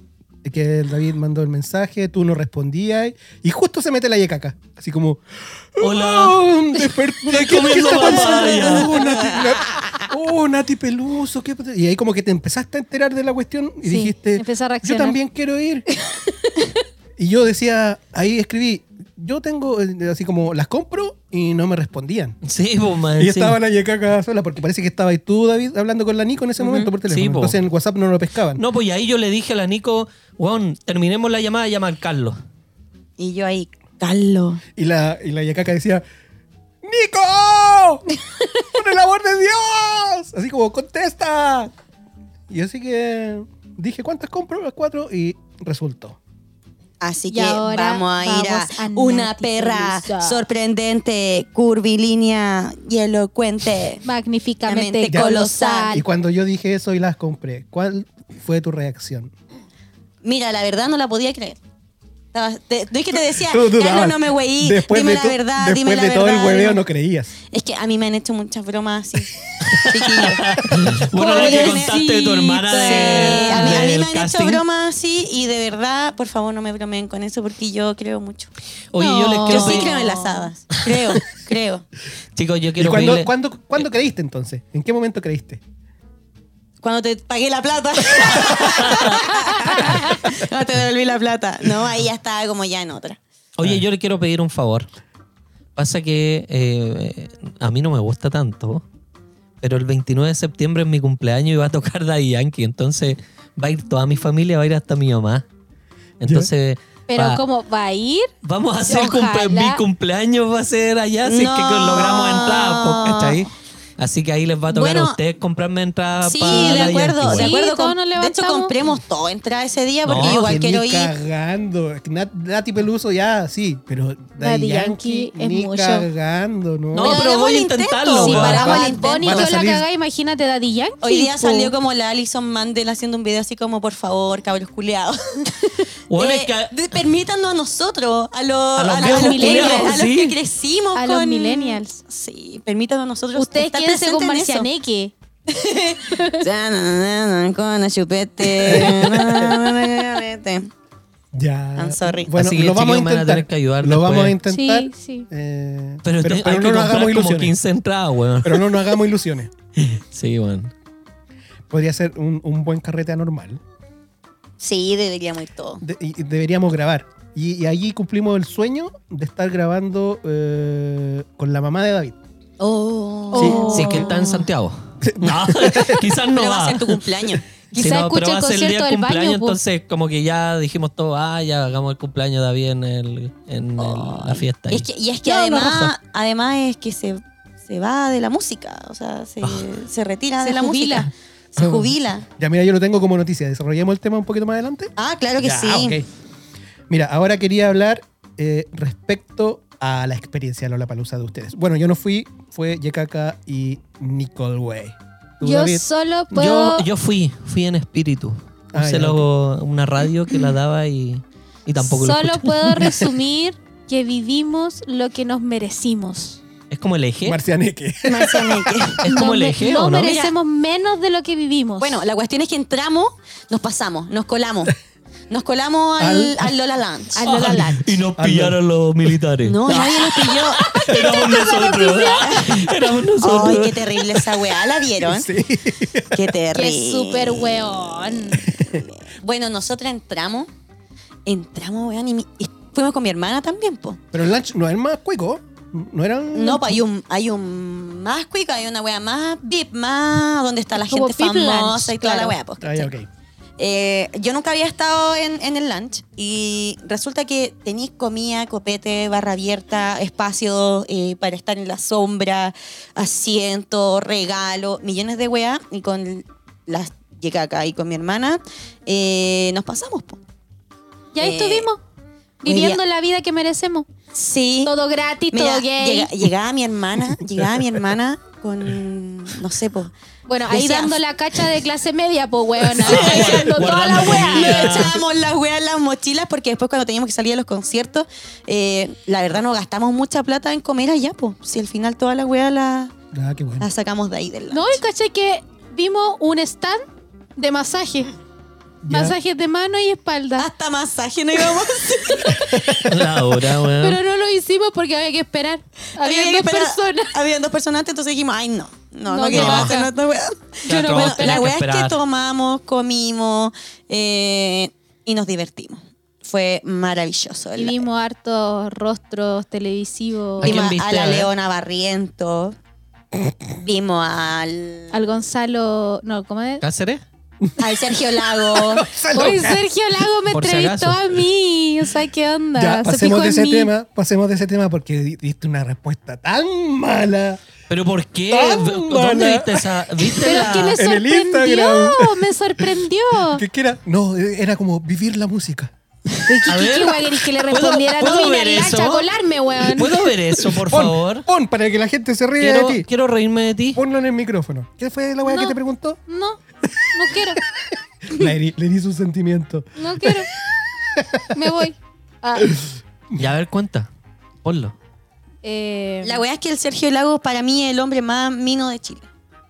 B: que el David mandó el mensaje, tú no respondías. Y justo se mete la yecaca. Así como,
D: Hola.
B: ¡Ah, desperté! ¿Qué,
D: comiendo
B: ¿qué está
D: papaya.
B: pasando? Oh, Nati, Na- oh, Nati Peluso. ¿qué pasa? y ahí como que te empezaste a enterar de la cuestión y
C: Sí,
B: dijiste,
C: empecé a
B: yo
C: reaccionar.
B: también quiero ir. y yo decía, ahí escribí, yo tengo, eh, así como, las compro y no me respondían.
D: Sí, pues, man,
B: Y
D: sí.
B: estaba la yecaca sola, porque parece que estaba ahí tú, David, hablando con la Nico en ese momento por teléfono.
D: Sí, po.
B: Entonces en el WhatsApp no lo pescaban.
D: No, pues y ahí yo le dije a la Nico, weón, terminemos la llamada, llama al Carlos.
A: Y yo ahí, Carlos.
B: Y, la, y la yecaca decía, ¡Nico! ¡Por el amor de Dios! Así como, ¡contesta! Y así que dije, ¿cuántas compro? Las cuatro y resultó.
A: Así
C: Y
A: que
C: ahora
A: vamos a ir a,
C: vamos a
A: una
C: Nati
A: perra
C: Peluso.
A: sorprendente, curvilínea y elocuente.
C: Magníficamente
A: Ya.
C: colosal.
B: Y cuando yo dije eso y las compré, ¿cuál fue tu reacción?
A: Mira, la verdad no la podía creer. Estaba- te- no es que te decía,
B: Tú dudabas.
A: Carlos, no me güey,
B: Después
A: dime
B: de
A: la
B: tu-
A: verdad,
B: Después
A: dime la
B: de
A: verdad.
B: todo el hueveo
A: dime-
B: no creías.
A: Es que a mí me han hecho muchas bromas así. chiquillo.
D: Bueno, ahora que
A: Pobrecita.
D: contaste de tu hermana de-
A: Sí, a mí, a mí
D: del
A: me han
D: casting.
A: hecho bromas así y de verdad, por favor, no me bromeen con eso porque yo creo mucho.
D: Oye, yo les
C: No.
D: quiero
A: Yo sí
D: pedir-
A: creo en las hadas. Creo, creo.
D: Chicos, yo
B: ¿Y
D: quiero
B: cuándo,
D: pedirle-
B: cuándo- cuándo creíste entonces? ¿En qué momento creíste?
A: Cuando te pagué la plata. no te devolví la plata. No, ahí ya estaba como ya en otra.
D: Oye, yo le quiero pedir un favor. Pasa que eh, a mí no me gusta tanto, pero el 29 de septiembre es mi cumpleaños y va a tocar Daddy Yankee. Entonces va a ir toda mi familia, va a ir hasta mi mamá. Entonces,
C: Pero
D: va-
C: ¿cómo va a ir?
D: vamos a hacer
C: Ojalá.
D: cumple- mi cumpleaños va a ser allá si es que
A: No.
D: logramos entrar, ¿cachai? Así que ahí les va a tocar
A: Bueno,
D: a ustedes comprarme entradas
A: Sí,
D: para
A: de
D: la
A: acuerdo,
D: Yankee
A: de
D: World.
C: Sí,
A: acuerdo.
C: todos
A: con-
C: nos
A: de hecho,
C: levantamos.
A: compremos todo, entrada ese día, porque
D: No,
A: yo igual
B: Ah, que
A: quiero
B: ni
A: ir.
B: cagando. Nat- Nati Peluso ya, sí, pero Daddy,
C: Daddy
B: Yankee,
C: Yankee es
B: ni
C: mucho.
B: cagando, ¿no?
D: No,
A: Pero
D: pero,
A: hagamos
D: voy a
A: el intento,
D: intentarlo.
A: sí,
D: weón.
A: para-
C: Paraba
A: Bad
C: el Bunny
B: Bunny.
C: toda
B: Van a
C: la
B: salir-
C: cagada, imagínate Daddy Yankee.
A: Hoy día
C: po.
A: salió como la Alison Mandel haciendo un video así como, por favor, cabros culeados.
D: Weón, es
A: Eh,
D: que-
A: de- permítanos a nosotros, a los,
D: A los
A: a
D: viejos
A: los millennials,
D: culiados,
A: a los
D: sí.
A: que crecimos
C: A
A: con...
C: los millennials.
A: Sí, permítanos a nosotros
C: Ustedes
A: estar
C: quédense con
A: presentes en eso.
C: Marcianeque.
A: Ya, na, na, na, con la chupete. na, na, na, na, chupete.
B: Ya.
A: I'm sorry.
B: Bueno,
D: Así que,
B: lo
D: chiquillos, me
B: vamos a
D: van a
B: intentar.
D: tener que ayudar
B: lo
D: después.
B: vamos a intentar.
C: Sí, sí.
B: eh,
D: Pero, te- hay
B: no
D: que
B: nos
D: comprar
B: hagamos
D: como
B: ilusiones.
D: 15 entradas, weón.
B: Pero no nos hagamos ilusiones.
D: Sí, weón.
B: Podría ser un, un buen carrete anormal.
A: Sí, deberíamos ir todos.
B: De- y- y deberíamos grabar. Y, y allí cumplimos el sueño de estar grabando eh, con la mamá de David.
A: Oh.
B: Sí.
D: Si es que está en Santiago. No, quizás no
A: Pero va
D: va.
A: a ser tu cumpleaños.
D: Sí,
C: Quizás
D: no,
C: escuche
D: pero
C: el
D: va a ser día
C: concierto
D: del
C: del
D: cumpleaños,
C: baño. pues. po.
D: entonces como que ya dijimos todo, ah, ya hagamos el cumpleaños de David en, el, en el- la fiesta.
A: Es que, y es que
D: Ya, una
A: además, además es que se, se va de la música, o sea, se,
D: Ah.
A: se retira
C: Se
A: de la
C: jubila.
A: música. Se jubila.
B: Ya, mira, yo lo tengo como noticia. Desarrollemos el tema un poquito más adelante.
A: Ah, claro que
B: Ya,
A: sí.
B: ok. Mira, ahora quería hablar eh, respecto a la experiencia de Lollapalooza de ustedes. Bueno, yo no fui, fue Yekaka y Nicole Way. ¿Tú,
C: Yo
B: David?
C: solo puedo...
D: yo, yo fui, fui en espíritu.
B: Ah,
D: Puse
B: ya,
D: lo- una radio que la daba y, y tampoco lo
C: Solo
D: escuché.
C: puedo resumir que vivimos lo que nos merecimos.
D: Es como el eje.
B: Marcianeque.
A: Marcianeque.
D: es como
C: Nos
D: el
C: me-
D: eje,
C: no
D: ¿o no?
C: merecemos menos de lo que vivimos.
A: Bueno, la cuestión es que entramos, nos pasamos, nos colamos. Nos colamos al,
B: Al-
A: al Lola Lunch.
C: Al Lola
D: Ay,
C: Lunch.
D: Y nos
B: Al-
D: pillaron los militares.
A: No, nadie nos pilló.
D: Éramos nosotros. Éramos
A: Ay,
D: nosotros.
A: qué terrible esa weá, ¿la vieron?
B: Sí.
A: Qué terrible.
C: Qué súper weón.
A: Bueno, nosotras entramos, entramos, weón, y, mi- y fuimos con mi hermana también, po.
B: Pero el lunch no era más cuico. No era. un-
C: Mm.
A: No, pues hay un, hay un más cuico, hay una wea más VIP, más donde está la
C: Como
A: gente
C: VIP lunch,
A: famosa y toda
C: claro.
A: la wea. Pues,
B: Ah,
A: ¿cachai?
B: ya, ok.
A: Eh, yo nunca había estado en, en el lunch y resulta que tenéis comida, copete, barra abierta, espacio eh, para estar en la sombra, asiento, regalo, millones de weas. Y con las llega acá y con mi hermana eh, nos pasamos. po.
C: Y ahí
A: Eh,
C: estuvimos,
A: muy
C: viviendo la vida que merecemos.
A: Sí.
C: Todo gratis,
A: Mira,
C: todo gay.
A: llega- llegaba mi hermana, llegaba mi hermana con, no sé, pues.
C: Bueno, ahí
A: Decía-
C: dando la cacha de clase media, pues weón.
D: Sí.
C: haciendo toda la
D: Guardando
C: wea.
A: Le
D: Ya.
A: echábamos las weas en las mochilas porque después cuando teníamos que salir a los conciertos, eh, la verdad no gastamos mucha plata en comer allá, pues. Si al final toda la wea la,
B: Ah, qué bueno.
A: la sacamos de ahí del lado.
C: No, y caché que vimos un stand de masaje.
B: Ya.
C: Masajes de mano y espalda.
A: Hasta masaje no íbamos.
D: La hora, weón.
C: Pero no lo hicimos porque había que esperar. Había,
A: que
C: dos
A: esperar-
C: personas.
A: Habían dos personas antes, entonces dijimos, ay no, no, no,
C: No,
A: queremos
D: no.
A: hacer otra wea.
D: Yo
A: Bueno,
D: no puedo
A: la
D: esperar.
A: wea es que
D: Esperar.
A: tomamos, comimos eh, y nos divertimos. Fue maravilloso.
C: Y
A: la-
C: vimos hartos rostros televisivos.
D: ¿A quién
A: Vimos a,
D: viste?
A: la
D: A ver.
A: Leona Barriento. Vimos al,
C: Al Gonzalo. No, ¿cómo es?
D: ¿Cáceres?
A: al Sergio Lago.
C: Hoy Sergio Lago me
D: Por si
C: entrevistó
D: acaso.
C: a mí. O sea, ¿qué onda?
B: Ya,
C: Se
B: pasemos
C: fijó
B: de
C: en
B: ese
C: mí.
B: tema, pasemos de ese tema porque di- diste una respuesta tan mala.
D: ¿Pero por qué?
B: Tan
D: ¿Dónde
B: mala.
D: viste esa? ¿Viste
C: Pero es
D: la-
C: que me
B: En el
C: sorprendió.
B: Instagram.
C: Me sorprendió.
B: ¿Qué que era? No, eh, era como vivir la música.
D: A
C: ¿Qué
D: ver,
C: guay querés que le
D: ¿puedo-
C: respondiera?
D: puedo
C: No, mira,
D: ver eso?
C: lacha, colarme, weón.
D: ¿Puedo ver eso, por
B: Pon,
D: favor?
B: Pon para que la gente se ría
D: Quiero,
B: de ti.
D: quiero reírme de ti.
B: Ponlo en el micrófono. ¿Qué fue la weá
C: No.
B: que te preguntó?
C: No, no quiero.
B: Le herí, le herí su sentimiento.
C: No quiero. Me voy. Ah,
D: Ya, a ver, cuenta. Ponlo.
C: eh,
A: La weá es que el Sergio Lago para mí es el hombre más mino de Chile.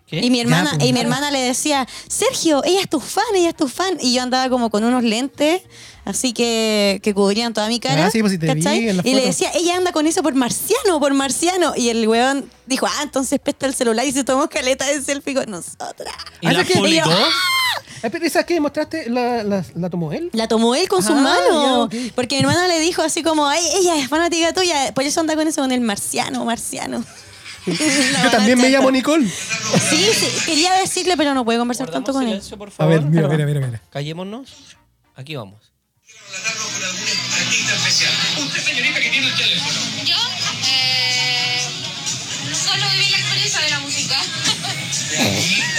D: ¿Qué?
A: Y mi hermana,
B: pues,
A: y mi
B: claro.
A: hermana le decía, Sergio, ella es tu fan, ella es tu fan. Y yo andaba como con unos lentes, así que, que cubrían toda mi cara.
B: Ah, sí, pues, sí te vi en las
A: y le
B: fotos.
A: decía, ella anda con eso por marciano, por marciano. Y el weón dijo, ah, entonces pesta el celular y se tomó caleta de selfie con nosotras.
D: ¿Y
B: Ah,
D: la
B: es que-
D: publicó?
B: Ah, pero esa que mostraste la, la- la tomó él.
A: La tomó él con su
B: Ah, ya,
A: mano.
B: ok.
A: Porque mi hermana le dijo así como, Ay, ella es fanática tuya, por eso anda con eso, con el marciano, marciano.
B: Yo también me llamo Nicole.
A: Sí, sí, quería decirle, pero no puede conversar tanto con él.
D: por
B: A ver, mira, mira, mira, mira.
D: Callémonos. Aquí vamos.
F: Yo, eh, soy bueno vivir la experiencia de la música.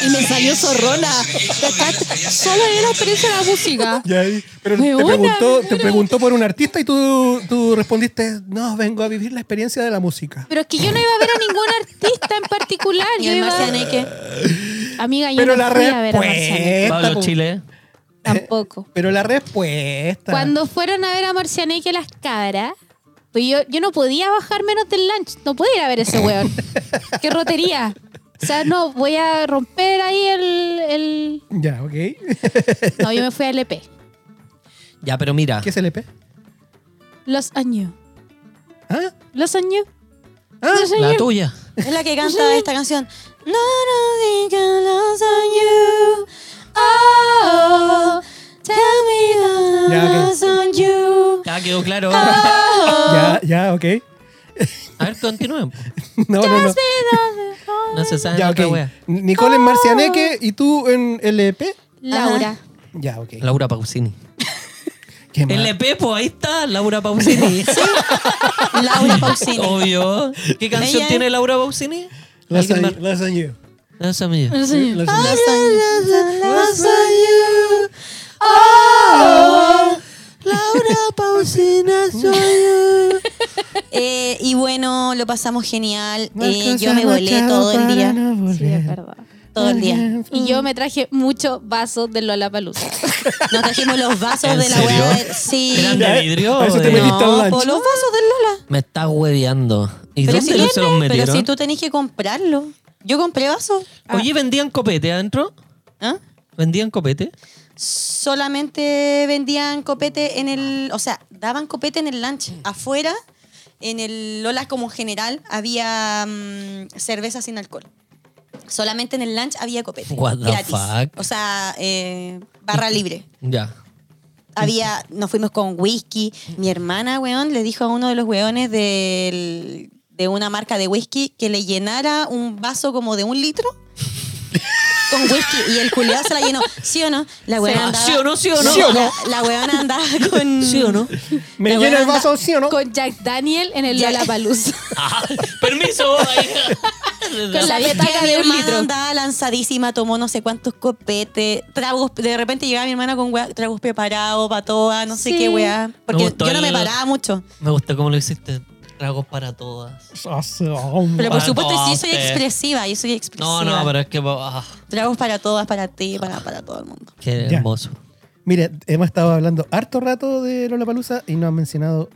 G: Y me salió zorrona. ¿Cachaste? Solo es la experiencia de la música.
B: Ya, y- pero te
G: Weona,
B: preguntó, te
G: pero-
B: preguntó por un artista y tú, tú respondiste, no, vengo a vivir la experiencia de la música.
C: Pero es que yo no iba a ver a ningún artista en particular.
A: Y
C: Yo
A: el
C: iba
A: Marcianeque.
C: Amiga, yo
B: Pero
C: no
B: la
C: fui a ver a Marcianeque.
B: respuesta,
D: Pablo
B: po-
D: Chile.
C: Tampoco.
B: Pero la respuesta.
C: Cuando fueron a ver a Marcianeque las cabras, pues yo, yo no podía bajar menos del lunch. No podía ir a ver ese weón. ¡Qué rotería! O sea, no, voy a romper ahí el... el-
B: Ya, ok.
C: No, yo me fui al E EP.
D: Ya, pero mira.
B: ¿Qué es el EP?
C: Los años.
B: ¿Ah?
C: Los años.
B: ¿Ah?
C: Los
D: La
C: años.
D: tuya.
A: Es la que canta esta canción. No, no, think I lost on you. Oh, tell me
B: Ya,
A: I
B: ok.
A: lost on you.
D: Ya quedó claro.
A: Ah.
B: Ya, ya, ok.
D: A ver, continúen. po.
B: No, no, no.
D: No se sabe
B: Ya,
D: otra
B: ok.
D: wea.
B: Nicole en Marcianeque
A: ¡Oh!
B: y tú en LP.
C: Laura.
A: Ajá.
B: Ya, ok.
D: Laura Pausini.
B: Qué mal.
D: LP, pues ahí está, Laura Pausini.
A: Laura Pausini.
D: Obvio. ¿Qué canción
A: Ella-
D: tiene Laura Pausini?
B: Las
D: ¿Alguien
B: on-
D: más?
B: las on you.
D: No sé, amigo.
C: Los años.
B: Las on you.
A: Lost on you. Oh, Laura Pausini, soy yo. Eh, y bueno, lo pasamos genial. Eh, yo me volé todo el día.
C: Sí, es verdad.
A: Todo el día.
C: Y yo me traje muchos vasos de Lola Palusa.
A: Nos trajimos los vasos
D: ¿En
A: de la
D: serio?
A: weá. de- Sí.
D: ¿Eran
A: No,
D: de vidrio?
B: a
D: o
B: eso te
D: de-
B: metí. Pediste un lunch.
A: po, los vasos de Lola.
D: Me estás hueveando. ¿Y
A: Pero
D: dónde
A: si,
D: se los metieron?
A: pero si tú tenés que comprarlo. Yo compré vasos.
D: Oye, ¿vendían copete adentro?
A: ¿Ah?
D: ¿Vendían copete?
A: Solamente vendían copete en el. O sea, daban copete en el lunch. Afuera, en el Lola, como en general, había mm, cerveza sin alcohol. Solamente en el lunch había copete.
D: What the
A: gratis.
D: fuck?
A: O sea, eh, barra libre.
D: Ya.
A: había, nos fuimos con whisky. Mi hermana, weón, le dijo a uno de los weones del- de una marca de whisky que le llenara un vaso como de un litro con whisky. Y el culiado se la llenó. ¿Sí o no? La weona
D: Ah,
A: andaba-
D: ¿sí o no? ¿Sí o no?
B: ¿Sí o no?
A: La, la weona andaba con...
D: ¿Sí o no?
B: ¿Me
A: La
B: llena el
A: weona
B: vaso, ¿Oh, sí o no?
C: Con Jack Daniel en el
A: Ya.
C: Lola Palusa.
D: Ah, permiso. Ay.
C: Con la
A: ¿Sabéis
C: petaca
A: qué? mi
C: de un
A: hermana
C: litro.
A: andaba lanzadísima, tomó no sé cuántos copetes, tragos, de repente llegaba mi hermana con wea- tragos preparados, patoa, no sé
C: Sí.
A: qué weá.
D: Me
A: Porque
D: gustó
A: yo no me
D: el-
A: paraba mucho.
D: Me gusta cómo lo hiciste. Tragos para todas.
A: Pero por
D: Ah,
A: supuesto, sí,
D: no,
A: soy
D: pe-
A: expresiva, yo soy
D: No,
A: expresiva.
D: no, pero es que... ah,
A: Tragos para todas, para ti, para, para todo el mundo.
D: qué
B: Ya.
D: hermoso.
B: Mira, hemos estado hablando harto rato de Lola Palusa y no han mencionado.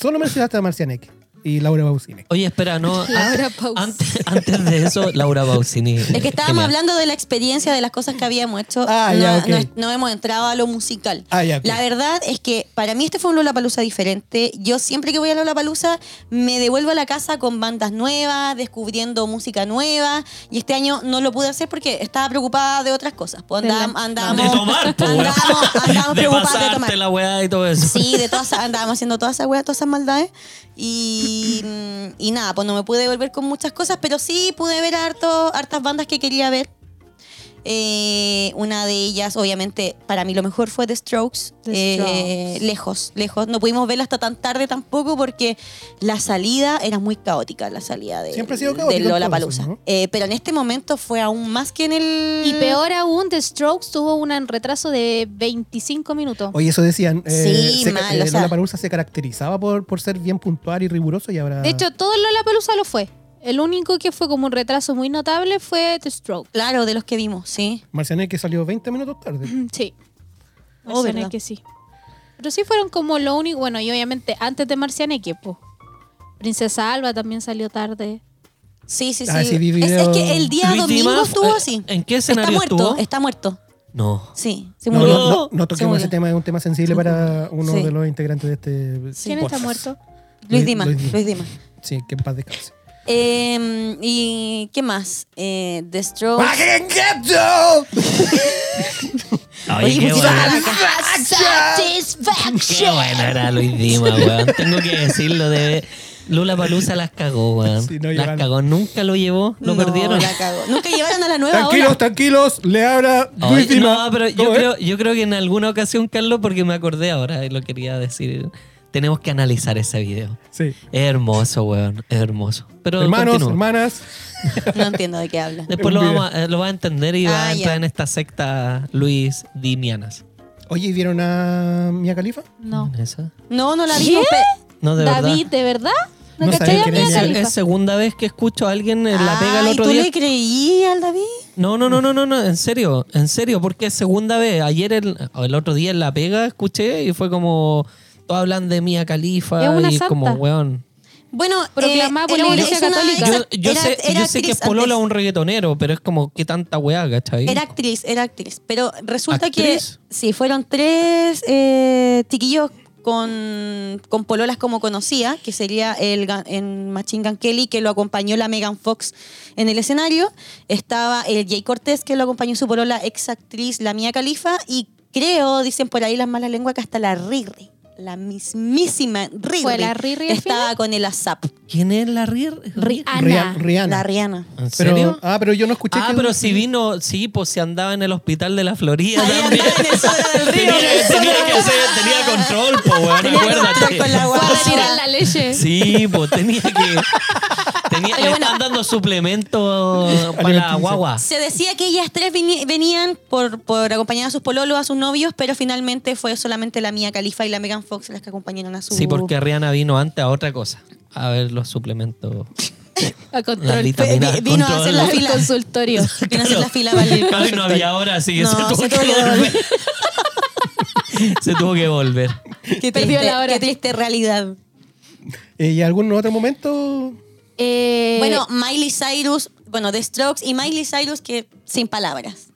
B: Solo mencionaste a Marcianek y Laura Bausini.
D: Oye, espera, no.
C: Laura
D: an-
C: Pausini.
D: Antes, antes de eso, Laura Pausini.
A: Es que estábamos
D: Genial.
A: hablando de la experiencia, de las cosas que habíamos hecho.
B: Ah,
A: no,
B: ya, ok.
A: no- no hemos entrado a lo musical.
B: Ah, ya, ok.
A: La verdad es que para mí este fue un Lollapalooza diferente. Yo siempre que voy a Lollapalooza me devuelvo a la casa con bandas nuevas, descubriendo música nueva. Y este año no lo pude hacer porque estaba preocupada de otras cosas. Pues
C: De la-
A: andam- andamos,
D: De tomar, po, weón.
A: andamos, andamos
D: de
A: preocupadas de
D: pasarte
A: tomar.
D: la weá y todo eso.
A: Sí, de todas, andábamos haciendo todas esas weas, todas esas maldades. Y, mm, y nada, pues no me pude volver con muchas cosas, pero sí pude ver harto, hartas bandas que quería ver. Eh, una de ellas, obviamente, para mí lo mejor fue The Strokes.
C: The
A: Eh, Lejos, lejos. No pudimos verla hasta tan tarde tampoco porque la salida era muy caótica, la salida de,
B: Siempre ha sido caótico en
A: Lola
B: todo
A: Palusa.
B: eso, ¿no?
A: pero en este momento fue aún más que en el.
C: Y peor aún, The Strokes tuvo un retraso de 25 minutos.
B: Oye, eso decían. Eh,
A: Sí,
B: se,
A: mal, o sea.
B: Lola Palusa se caracterizaba por, por ser bien puntual y riguroso y ahora.
C: De hecho, todo el Lollapalooza lo fue. El único que fue como un retraso muy notable fue The Stroke.
A: Claro, de los que vimos, sí.
B: Marcianek que salió 20 minutos tarde.
C: Mm, Sí.
A: Oh,
C: Marcianeque
A: verdad.
C: que sí. Pero sí fueron como lo único, bueno, y obviamente antes de Marcianeque, po. Princesa Alba también salió tarde.
A: Sí, sí, sí.
B: Ah, sí, vi
A: es, es
B: video.
A: que el día
D: Luis
A: domingo
D: Dimas,
A: estuvo
D: eh,
A: así.
D: ¿en qué
A: Está
D: escenario
A: muerto,
D: estuvo?
A: está muerto.
D: No.
A: Sí, se
B: No, no,
A: murió.
B: no, no
A: Se
B: toquemos
A: murió.
B: ese tema, es un tema sensible para uno
A: Sí.
B: de los integrantes de este.
A: Sí.
C: ¿Quién está
B: podcast.
C: muerto?
A: Luis Dimas,
B: Luis Dimas.
A: Luis Dimas.
B: Sí, que en paz descanse.
A: Eh, ¿Y qué más? Eh, The Strokes.
D: Oye, qué
A: pusiste
D: buena,
A: la ca-
D: qué buena era Luis Dima, weón. Tengo que decirlo de... Lula Palusa las cagó, weón.
B: Sí, no
D: las
B: llegaron.
D: cagó. Nunca lo llevó. Lo
A: No,
D: perdieron.
A: la cagó. Nunca llevaron a la nueva
B: Tranquilos,
A: ola.
B: tranquilos, le habla
D: Oye,
B: Luis Dimas.
D: Ah, no, pero yo
B: ¿Cómo es?
D: creo, yo creo que en alguna ocasión, Carlos, porque me acordé ahora y lo eh, quería decir. Tenemos que analizar ese video.
B: Sí.
D: Es hermoso, weón. Es hermoso. Pero
B: Hermanos,
D: continúa.
B: hermanas.
A: No entiendo de qué habla.
D: Después lo, vamos a, eh, lo va a entender y va
A: Ah,
D: a entrar
A: ya.
D: en esta secta Luis Dimianas.
B: Oye, ¿vieron a Mia Khalifa?
C: No.
D: ¿Esa?
A: No, no la vimos.
C: ¿Qué?
A: pe-
D: No, de
C: David,
D: verdad.
C: ¿de verdad? ¿No,
B: No
C: cachai
B: sabía
C: a
B: quién
C: Mia
B: es
D: Es,
B: Mia
C: Khalifa?
D: es segunda vez que escucho a alguien en la pega el
A: Ay,
D: otro
A: ¿tú
D: día.
A: le creí al David?
D: No, no, no, no, no, no, en serio, en serio, porque es segunda vez. Ayer el, o el otro día en la pega escuché y fue como todos hablan de Mia Khalifa
C: Es una
D: y
C: santa.
D: como weón.
A: Bueno,
C: Proclamada
A: eh,
C: por la
A: era una-
C: Iglesia
A: es una
C: Católica.
D: Yo,
A: exa-
D: yo
A: era-
D: sé,
A: era
D: yo sé que es
A: actriz
D: Polola
A: antes.
D: un reggaetonero, pero es como qué tanta weá, ¿cachai?
A: Era actriz, era actriz. Pero resulta
D: ¿Actriz?
A: que sí, fueron tres eh, chiquillos con, con pololas como conocía, que sería el, Ga- en Machine Gun Kelly, que lo acompañó la Megan Fox en el escenario. Estaba el Jay Cortés, que lo acompañó en su polola ex actriz, la Mía Califa. Y creo, dicen por ahí las malas lenguas, que hasta la Riri, la mismísima Riri,
C: ¿Fue la Riri al
A: estaba
C: final?
A: con el ASAP,
D: ¿Quién es la Rier?
C: Rihanna.
B: Ria- Rihanna.
A: la Rihanna.
D: ¿En
B: Pero-
D: serio?
B: ah, pero yo no escuché
D: ah,
B: que-
D: pero si vino, sí, pues si andaba en el hospital de la Florida.
A: Ahí
D: también.
A: andaba en el sur del río.
D: Tenía, tenía que hacer, tenía control, po, weón,
A: Tenía
D: acuérdate.
A: contacto con la
C: Fue a
A: guagua.
C: retirar la leche.
D: Sí, pues tenía que. Tenía, le están dando suplementos para la
B: Alimenticio.
D: guagua.
A: Se decía que ellas tres vini- venían por, por acompañar a sus pololos, a sus novios, pero finalmente fue solamente la Mia Califa y la Megan Fox las que acompañaron a su...
D: Sí, porque Rihanna vino antes a otra cosa. A ver los suplementos.
C: A
D: Las
C: control.
A: Ve-
D: vitaminas.
A: ve- vino a hacer la
C: Al
A: fila.
C: consultorio.
A: Vino a hacer la fila para el
D: Claro, y no había hora, así que
A: No,
D: se tuvo
A: se
D: que
A: tuvo que
D: volver. se tuvo que volver.
A: Qué
C: Perdió
A: triste,
C: la hora.
A: qué triste realidad.
B: Eh, ¿Y algún otro momento?
C: Eh,
A: bueno, Miley Cyrus, bueno, The Strokes y Miley Cyrus que sin palabras,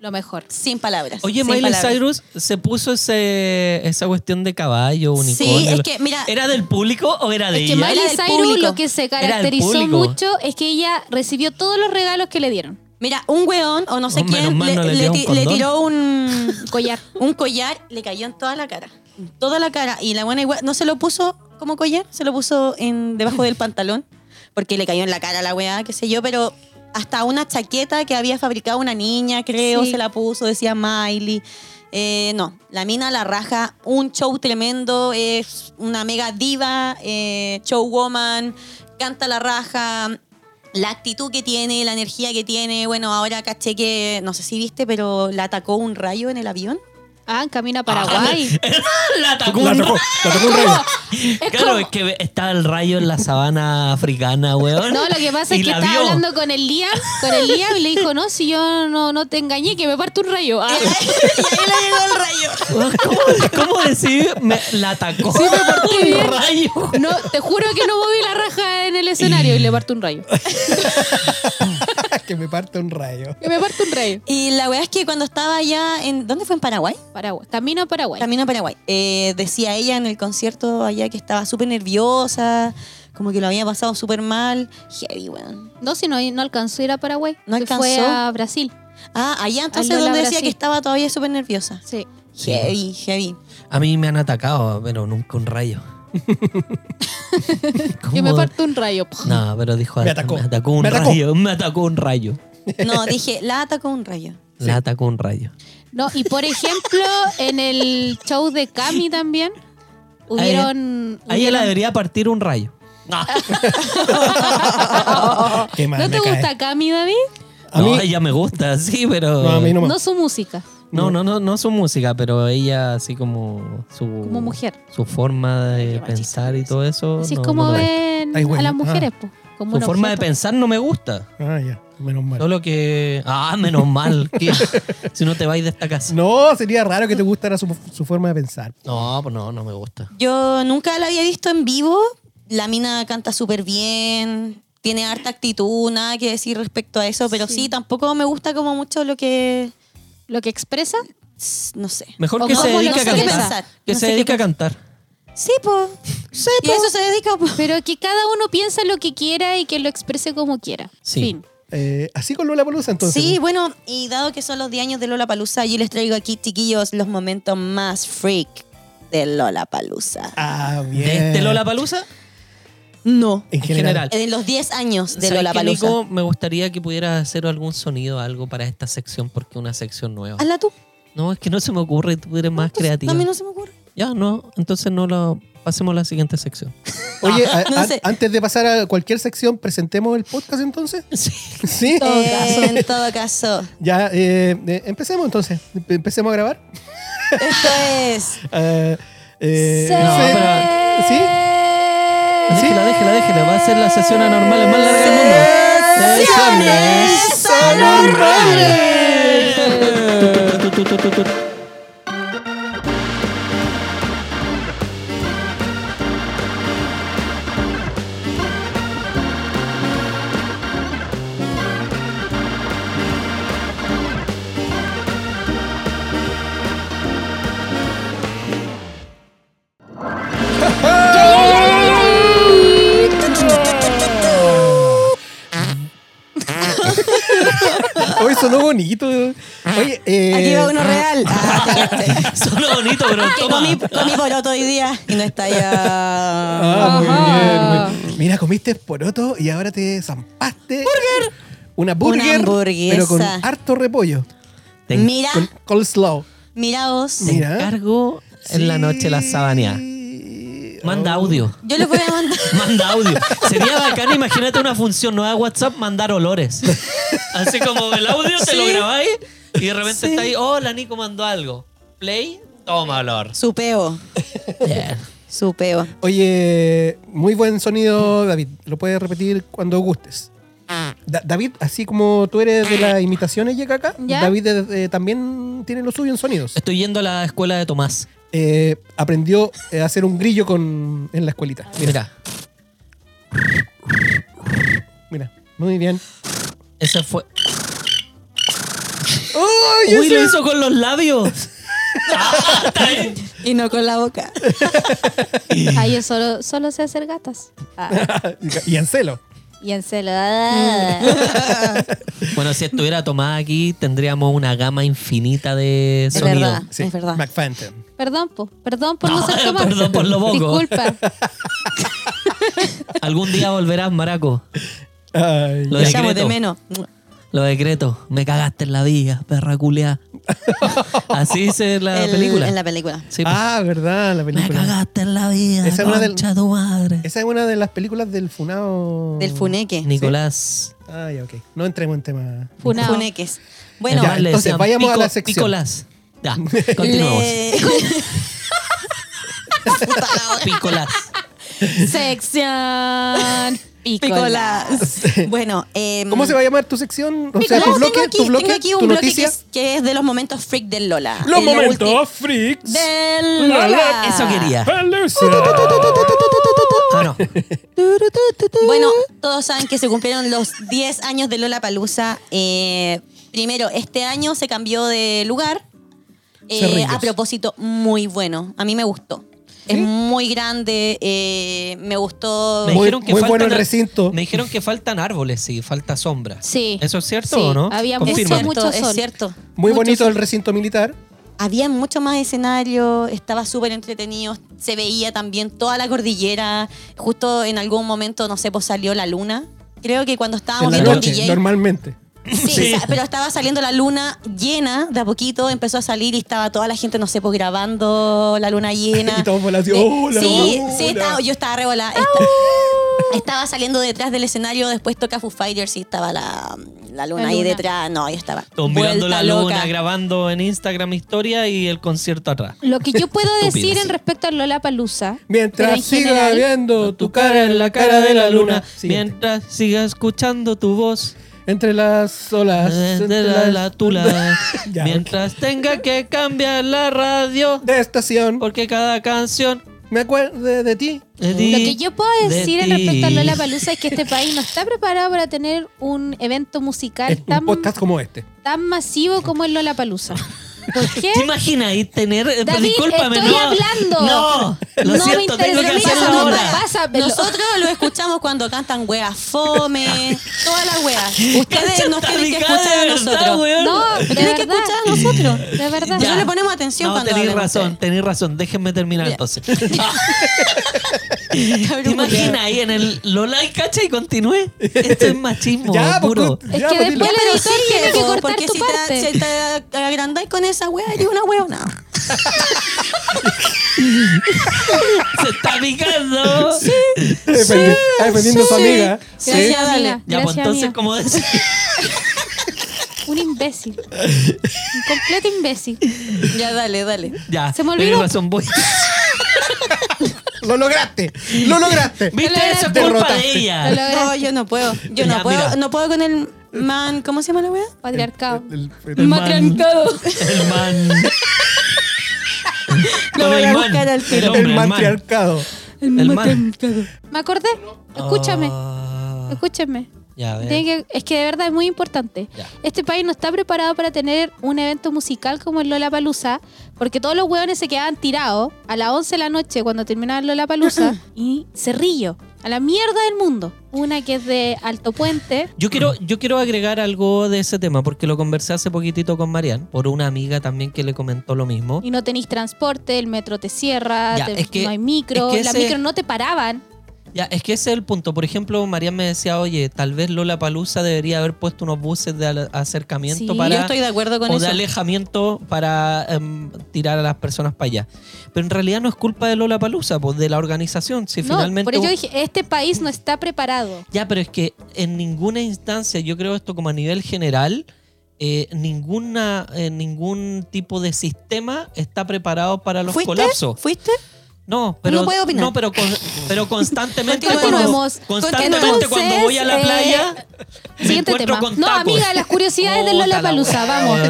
C: lo mejor.
A: sin palabras.
D: Oye,
A: sin
D: Miley
A: palabras.
D: Cyrus se puso ese, esa cuestión de caballo,
A: Sí,
D: unicornio.
A: es que, mira-
D: ¿Era del público o era de
A: Es que
D: ella?
A: Miley-
C: Miley
A: Era del
C: Cyrus
A: público.
C: lo que se
D: Era del
C: caracterizó
D: público.
C: mucho es que ella recibió todos los regalos que le dieron.
A: Mira, un weón o no sé
D: Oh, menos
A: quién
D: mal
A: le,
D: no le
A: le
D: dio un
A: ti- le
D: condón.
A: tiró un...
C: Collar.
A: un collar le cayó en toda la cara. En toda la cara. Y la buena igual no se lo puso como collar, se lo puso en, debajo del pantalón. Porque le cayó en la cara a la weá, qué sé yo, pero hasta una chaqueta que había fabricado una niña, creo,
C: Sí.
A: se la puso, decía Miley. Eh, no, la mina la raja, un show tremendo, es una mega diva, eh, showwoman, canta la raja, la actitud que tiene, la energía que tiene. Bueno, ahora caché que, no sé si viste, pero la atacó un rayo en el avión.
C: Ah, en camino a Paraguay.
D: la atacó
B: La
D: un
B: tocó, la tocó un
C: ¿Cómo?
B: rayo.
C: Es
D: Claro,
C: como-
D: es que está el rayo en la sabana africana, weón.
C: No, lo que pasa
D: Y
C: es que
D: la
C: estaba
D: vio.
C: hablando con el Liam, con el Liam y le dijo, no, si yo no, no te engañé, que me parte un rayo. Ah,
A: y ahí le llegó el rayo.
D: ¿Cómo, cómo decir me- la atacó
C: Sí, me porté
D: un
C: bien.
D: rayo?
C: no, te juro que no moví la raja en el escenario y le parte un rayo.
B: que me parte un rayo.
C: Que me parte un rayo.
A: Y la weá es que cuando estaba allá en. ¿Dónde fue? ¿En Paraguay?
C: Paraguay. Camino a Paraguay.
A: Camino a Paraguay. Eh, decía ella en el concierto allá que estaba súper nerviosa, como que lo había pasado súper mal. Heavy, weón.
C: No, si no, no alcanzó a ir a Paraguay.
A: No
C: se
A: alcanzó.
C: fue a Brasil.
A: Ah, allá entonces
C: Lola,
A: donde decía
C: Brasil.
A: que estaba todavía súper nerviosa.
C: Sí.
D: Sí.
A: Heavy, heavy.
D: A mí me han atacado, pero nunca un rayo.
C: Que me
D: ¿Cómo?
C: parte un rayo.
D: No, pero dijo
B: Me atacó.
D: Me atacó un
B: Me atacó.
D: rayo. Me atacó un rayo.
A: No, dije, la atacó un rayo.
D: La atacó un rayo.
C: No, y por ejemplo, en el show de Cami también, hubieron...
D: A ella la debería partir un rayo.
A: Oh.
B: Qué mal
C: Oh, ¿No
B: me
C: te
B: cae.
C: gusta Cami, David?
B: A
D: no,
B: mí-
D: ella me gusta, sí, pero.
B: No, a mí no me
C: No su música.
D: No, no, no, no su música, pero ella así como su
C: Como mujer.
D: su forma de
A: Qué machista
D: pensar y todo eso.
C: Así
D: no-
C: es como
D: no me gusta.
C: ven
B: Ay,
C: a
B: bueno,
C: las
B: ah.
C: mujeres, po, como
D: Su
C: un
D: forma de
C: objeto.
D: pensar no me gusta.
B: Ah, ya. Menos mal.
D: Solo que ah, menos mal que si no te vais de esta casa.
B: No, sería raro que te gustara su, su forma de pensar.
D: No, pues no, no me gusta.
A: Yo nunca la había visto en vivo. La mina canta súper bien, tiene harta actitud, nada que decir respecto a eso, pero sí,
C: Sí.
A: tampoco me gusta como mucho lo que...
C: Lo que expresa,
A: No sé.
D: Mejor
C: O
D: que se
C: cómo lo
D: dedique a
C: sé qué
D: cantar.
A: pensar.
D: Que
A: No
D: se
A: sé qué
D: dedique a cantar.
A: Sí, po.
C: Sí,
A: Y a eso se dedica, po.
C: pero que cada uno piensa lo que quiera y que lo exprese como quiera.
D: Sí.
C: Fin.
B: Eh, así con Lola Palusa, entonces.
A: Sí, bueno, y dado que son los 10 años de Lola Palusa, yo les traigo aquí, chiquillos, los momentos más freak de Lola Palusa.
B: Ah, bien.
D: ¿De este Lola Palusa?
A: No.
B: En
D: En
B: general.
D: general.
A: En Eh, los 10 años de Lola Palusa.
D: me gustaría que pudieras hacer algún sonido, algo para esta sección, porque es una sección nueva.
A: Hazla tú.
D: No, es que no se me ocurre, tú eres más
A: Entonces,
D: creativa.
A: A mí no se me ocurre.
D: Ya, no, entonces no lo Pasemos a la siguiente sección.
B: Oye, a-
A: Ah, no
B: a-
A: sé.
B: antes de pasar a cualquier sección, presentemos el podcast entonces. Sí.
A: Eh, en todo caso,
B: Ya, eh, eh, empecemos entonces. Empe- Empecemos a grabar.
A: esto es.
B: Eh, eh,
C: Se-
B: no sé.
D: pero-
B: ¿Sí?
D: Déjela, déjela, déjela. Va a ser la sesión anormal es más larga
A: Sesiones
D: del mundo. anormales. Tu, tu, tu, tu, tu, tu.
B: Hoy sonó bonito. Oye, eh,
A: Aquí va uno real. Ah,
D: Suena bonito, pero
A: que
D: toma.
A: comí, comí poloto hoy día y no está ya.
B: Ah, muy
C: Ajá.
B: bien, muy bien. Mira, comiste poroto y ahora te zampaste. ¡Burger! Una burger.
A: hamburguesa.
B: Pero con harto repollo.
D: Te
A: Mira,
B: Con coleslaw.
A: mira vos.
B: Mira.
D: encargo en la noche la sabanea.
B: Sí.
D: Manda audio.
A: Yo les voy a mandar.
D: Manda audio. Sería bacán, imagínate una función nueva de WhatsApp, mandar olores. Así como el audio te lo grabáis y de repente está ahí, hola Nico mandó algo. Play, toma olor.
A: Su peo. Su peo.
B: Oye, muy buen sonido, David. Lo puedes repetir cuando gustes. Da- David, así como tú eres de las imitaciones, llega acá.
C: ¿Ya?
B: David eh, también tiene lo suyo en sonidos.
D: Estoy yendo a la escuela de Tomás.
B: Eh, aprendió eh, a hacer un grillo con, en la escuelita. Mira,
D: Mira,
B: mira. Muy bien.
D: ese fue.
B: ¡Ay,
D: Uy,
B: ese-
D: lo hizo con los labios. Ah, está ahí.
A: Y no con la boca.
C: Ay, yo solo, solo sé hacer gatas. Ah,
B: y Anselo.
C: y en celo. ah.
D: bueno, si estuviera Tomás aquí, tendríamos una gama infinita de
A: Es
D: sonido.
A: verdad. Es verdad.
B: McFantom.
C: Perdón, po. Perdón por no,
D: No,
C: ser tomar.
D: perdón por lo poco.
C: Disculpa.
D: Algún día volverás, Maraco.
B: Ay,
D: Lo
A: Te
D: de-
A: llamo de
D: Secreto.
A: menos.
D: Lo decreto. Me cagaste en la vida, perra culiá. Así dice la
A: El-
D: película.
A: En la película.
D: Sí, pues.
B: ah, verdad, la
D: me
B: película.
D: cagaste en la vida,
B: Esa es una
D: concha
B: del-
D: de tu madre.
B: Esa es una de las películas del Funao.
A: Del funeque.
D: Nicolás.
B: Ah, ya, ok. No entremos en tema.
C: Funao.
A: Funeques. Bueno,
B: Ya,
D: le
B: entonces,
D: decían
B: vayamos a la sección. Eh.
D: Picolás. Ya, continuamos.
A: le-
D: Picolás.
C: Sección. Picola.
A: Picolas. Bueno, em,
B: ¿Cómo se va a llamar tu sección? O sea,
A: Nicolás,
B: tu bloque,
A: tengo aquí,
B: tu bloque,
A: tengo aquí
B: tu
A: un bloque que
B: noticia.
A: es, que es de los momentos freak del Lola.
B: Los
A: Es lo ulti-
B: momentos freaks.
A: del Lola.
D: Eso quería. Ah, no.
A: Bueno, todos saben que se cumplieron los 10 años de Lola Palusa. primero, este año se cambió de lugar. Eh,
B: Cerrillos.
A: a propósito, muy bueno. A mí me gustó. Es muy grande. eh, me gustó.
D: Me
B: Muy-
D: dijeron que
B: muy bueno
D: faltan
B: el
D: ar-
B: recinto.
D: Me dijeron que faltan árboles, sí, falta sombra.
C: Sí.
D: ¿Eso es cierto
A: Sí,
D: o no?
C: había
A: Es
D: Confírmame.
C: mucho-
A: cierto, es
C: sol.
A: cierto.
B: Muy
C: Mucho
B: bonito el recinto militar.
A: Había mucho más escenario, estaba súper entretenido, se veía también toda la cordillera. Justo en algún momento, no sé, pues salió la luna. Creo que cuando estábamos
B: En la
A: viendo el
B: noche,
A: DJ.
B: normalmente.
A: Sí, o sea, pero estaba saliendo la luna llena, de a poquito empezó a salir y estaba toda la gente, no sé, pues grabando la luna llena.
B: Y todos por la ciudad,
A: Eh,
B: "Oh, la
A: sí,
B: luna".
A: sí, estaba- yo estaba revolada. estaba saliendo detrás del escenario, después toca Foo Fighters y estaba la, la luna
C: La
A: ahí
C: luna.
A: detrás. No, yo estaba
D: Todos mirando
A: vuelta
D: la luna,
A: loca.
D: grabando en Instagram historia y el concierto atrás.
C: Lo que yo puedo decir
D: Estúpidas.
C: en respecto a Lola Palusa.
B: Mientras siga viendo tu cara en la cara de la luna. Siguiente.
D: mientras siga escuchando tu voz eh,
B: Entre las olas.
D: de
B: entre
D: la,
B: las-
D: la tula,
B: Ya, ok.
D: mientras tenga que cambiar la radio,
B: De estación.
D: porque cada canción
B: Me acuerdo de ti.
D: es
C: Lo que yo puedo
D: de
C: decir en
D: ti.
C: respecto a Lola Palusa es que este país no está preparado para tener un evento musical
B: Un
C: tan,
B: podcast como este.
C: tan masivo como el Lola Palusa. ¿Por qué?
D: ¿Te imaginas ahí tener? eh,
C: David,
D: discúlpame,
C: estoy
D: no.
C: hablando.
D: No, lo
C: No me
D: siento, tengo que
C: interesa,
D: hacerlo
C: no
D: ahora.
C: me pasa, pero-
A: Nosotros lo escuchamos cuando cantan weas fome, todas las weas. Ustedes
D: Cacha,
A: nos
D: está
A: tienen que
D: picada
A: escuchar a
D: de verdad,
A: nosotros.
D: weón.
C: No, de
A: Nos tienen que
C: verdad.
A: escuchar a nosotros.
C: De verdad.
A: Ya.
C: Yo le
A: le ponemos atención
D: no,
A: cuando
D: tenéis
A: hablen
D: razón,
A: ustedes.
D: tenéis razón. Déjenme terminar entonces. ¿Te
A: Cabrón,
D: imaginas ahí en el Lola y cacha y continúe? Esto es machismo
B: Ya, pues,
D: puro.
B: cu-
C: Es
B: ya,
C: que
B: pues,
C: después
B: dilo.
C: el
A: Pero
C: editor
A: sí,
C: tiene que
A: po,
C: cortar
A: porque
C: tu
A: si
C: parte.
A: te, si te agrandáis con esa wea, eres una weona.
D: Se está picando.
B: Defendi- ah, Defendiendo a su amiga.
C: Gracias,
B: Sí.
C: amiga.
D: Ya, pues
C: Gracias,
D: entonces,
C: amiga.
D: como decía,
C: Un imbécil. Un completo imbécil.
A: Ya, dale, dale.
D: ya.
C: Se me
D: tenés
C: olvidó.
D: razón, voy.
B: Lo lograste. Lo lograste.
D: ¿Viste? Eso es culpa
B: Derrotaste.
D: de
C: Lo
D: ella.
C: lograste.
A: No, yo no puedo. Yo no
D: Ya,
A: puedo.
D: mira.
A: No puedo con el man. ¿Cómo se llama la wea?
C: Patriarcado.
B: El- el-
D: El man.
C: Matriarcado.
D: El man.
A: Lo
D: Con
A: voy
D: el
A: a
D: man,
A: buscar al tiro.
D: el hombre,
B: El
D: el man.
B: matriarcado.
D: El man.
C: ¿Me acordé? Escúchame.
D: Ah,
C: Escúchame.
D: ya, a ver.
C: Tiene que- es que de verdad es muy importante.
D: Ya.
C: Este país no está preparado para tener un evento musical como el Lola Palusa, porque todos los hueones se quedaban tirados a las 11 de la noche cuando terminaba el Lola Palusa y cerrillo, a la mierda del mundo. Una que es de Alto Puente.
D: Yo quiero, yo quiero agregar algo de ese tema, porque lo conversé hace poquitito con Marian, por una amiga también que le comentó lo mismo.
C: Y no tenéis transporte, el metro te cierra,
D: Ya,
C: te-
D: es que-
C: no hay micro,
D: es que
C: las
D: ese-
C: micros no te paraban.
D: Ya, es que ese es el punto. Por ejemplo, Marian me decía, oye, tal vez Lola Palusa debería haber puesto unos buses de al- acercamiento
C: Sí.
D: para.
A: Yo estoy de acuerdo con
D: o
A: eso.
D: de alejamiento para em, tirar a las personas para allá. Pero en realidad no es culpa de Lola Palusa, pues de la organización. Si
C: No,
D: finalmente.
C: por ello dije, este país no está preparado.
D: Ya, pero es que en ninguna instancia, yo creo esto como a nivel general, eh, ninguna, eh, ningún tipo de sistema está preparado para los
A: ¿Fuiste?
D: colapsos.
A: ¿Fuiste?
D: No, pero
A: No puedo opinar.
D: no, pero, con- pero constantemente cuando,
C: Continuemos.
D: constantemente
C: Entonces,
D: cuando voy a la
C: eh,
D: playa me
C: Siguiente
D: encuentro
C: tema.
D: con
C: No,
D: tacos.
C: amiga, las curiosidades del
D: Puta
C: Lola
D: la
C: Palusa,
D: wea.
C: vamos.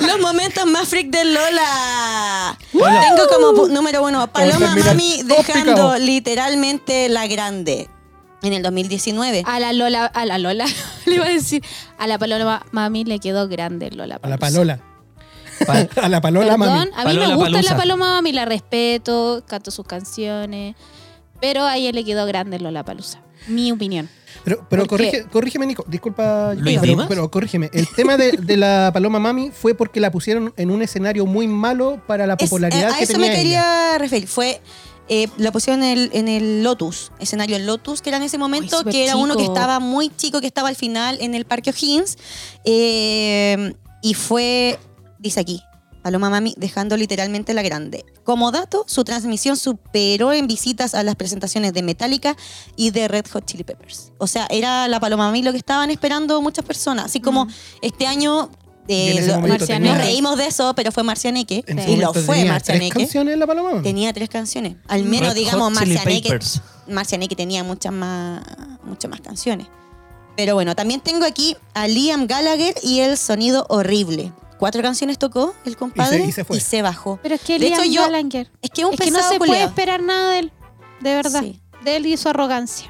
A: Los momentos más freak de Lola. Tengo como pu- número uno Paloma
B: termina el
A: Mami
B: tópico.
A: dejando literalmente la grande en el 2019.
C: A la Lola, a la Lola, le iba a decir, a la Paloma Mami le quedó grande el Lola
B: A la palola.
D: Pa-
B: A la palola,
C: Perdón,
B: mami.
C: a mí
D: Palola
C: me gusta
D: Palusa.
C: la Paloma Mami, la respeto, canto sus canciones, pero a ella le quedó grande el Lola Palusa. Mi opinión.
B: Pero, pero
C: ¿Por qué?
B: corrige- corrígeme, Nico. Disculpa,
D: ¿Luis
B: pero,
D: Dimas?
B: pero corrígeme. El tema de, de la paloma mami fue porque la pusieron en un escenario muy malo para la
A: Es- eh,
B: popularidad
A: a
B: que
A: eso
B: tenía.
A: me
B: ella.
A: quería referir. Fue. eh, la pusieron en el, en el Lotus, escenario el Lotus, que era en ese momento,
C: súper
A: que era uno que
C: chico.
A: estaba muy chico, que estaba al final en el Parque O'Higgins. eh, y fue, dice aquí, Paloma Mami dejando literalmente la grande. Como dato, su transmisión superó en visitas a las presentaciones de Metallica y de Red Hot Chili Peppers. O sea, era la Paloma Mami lo que estaban esperando muchas personas. Así como este año...
B: Y
A: eh,
B: en ese
A: lo-
B: momento
C: Marcianeque.
B: tenía-
A: nos reímos de eso, pero fue Marcianeque.
B: en ese
A: Y lo
B: momento
A: fue
B: tenía tres
A: Marcianeque.
B: canciones la paloma mami.
A: Tenía tres canciones. Al menos,
D: Red
A: digamos,
D: Hot Chili
A: Marcianeque,
D: Peppers.
A: Marcianeque tenía muchas más, muchas más canciones. Pero bueno, también tengo aquí a Liam Gallagher y el sonido horrible. Cuatro canciones tocó el compadre
B: y se fue.
A: bajó.
C: Pero es que
A: De
C: Liam
A: hecho, yo-
C: Gallagher,
A: Es que es un
C: es que no
A: pesado
C: se puede
A: culiao.
C: esperar nada de él, de verdad,
A: Sí. Uh.
C: de él y su arrogancia.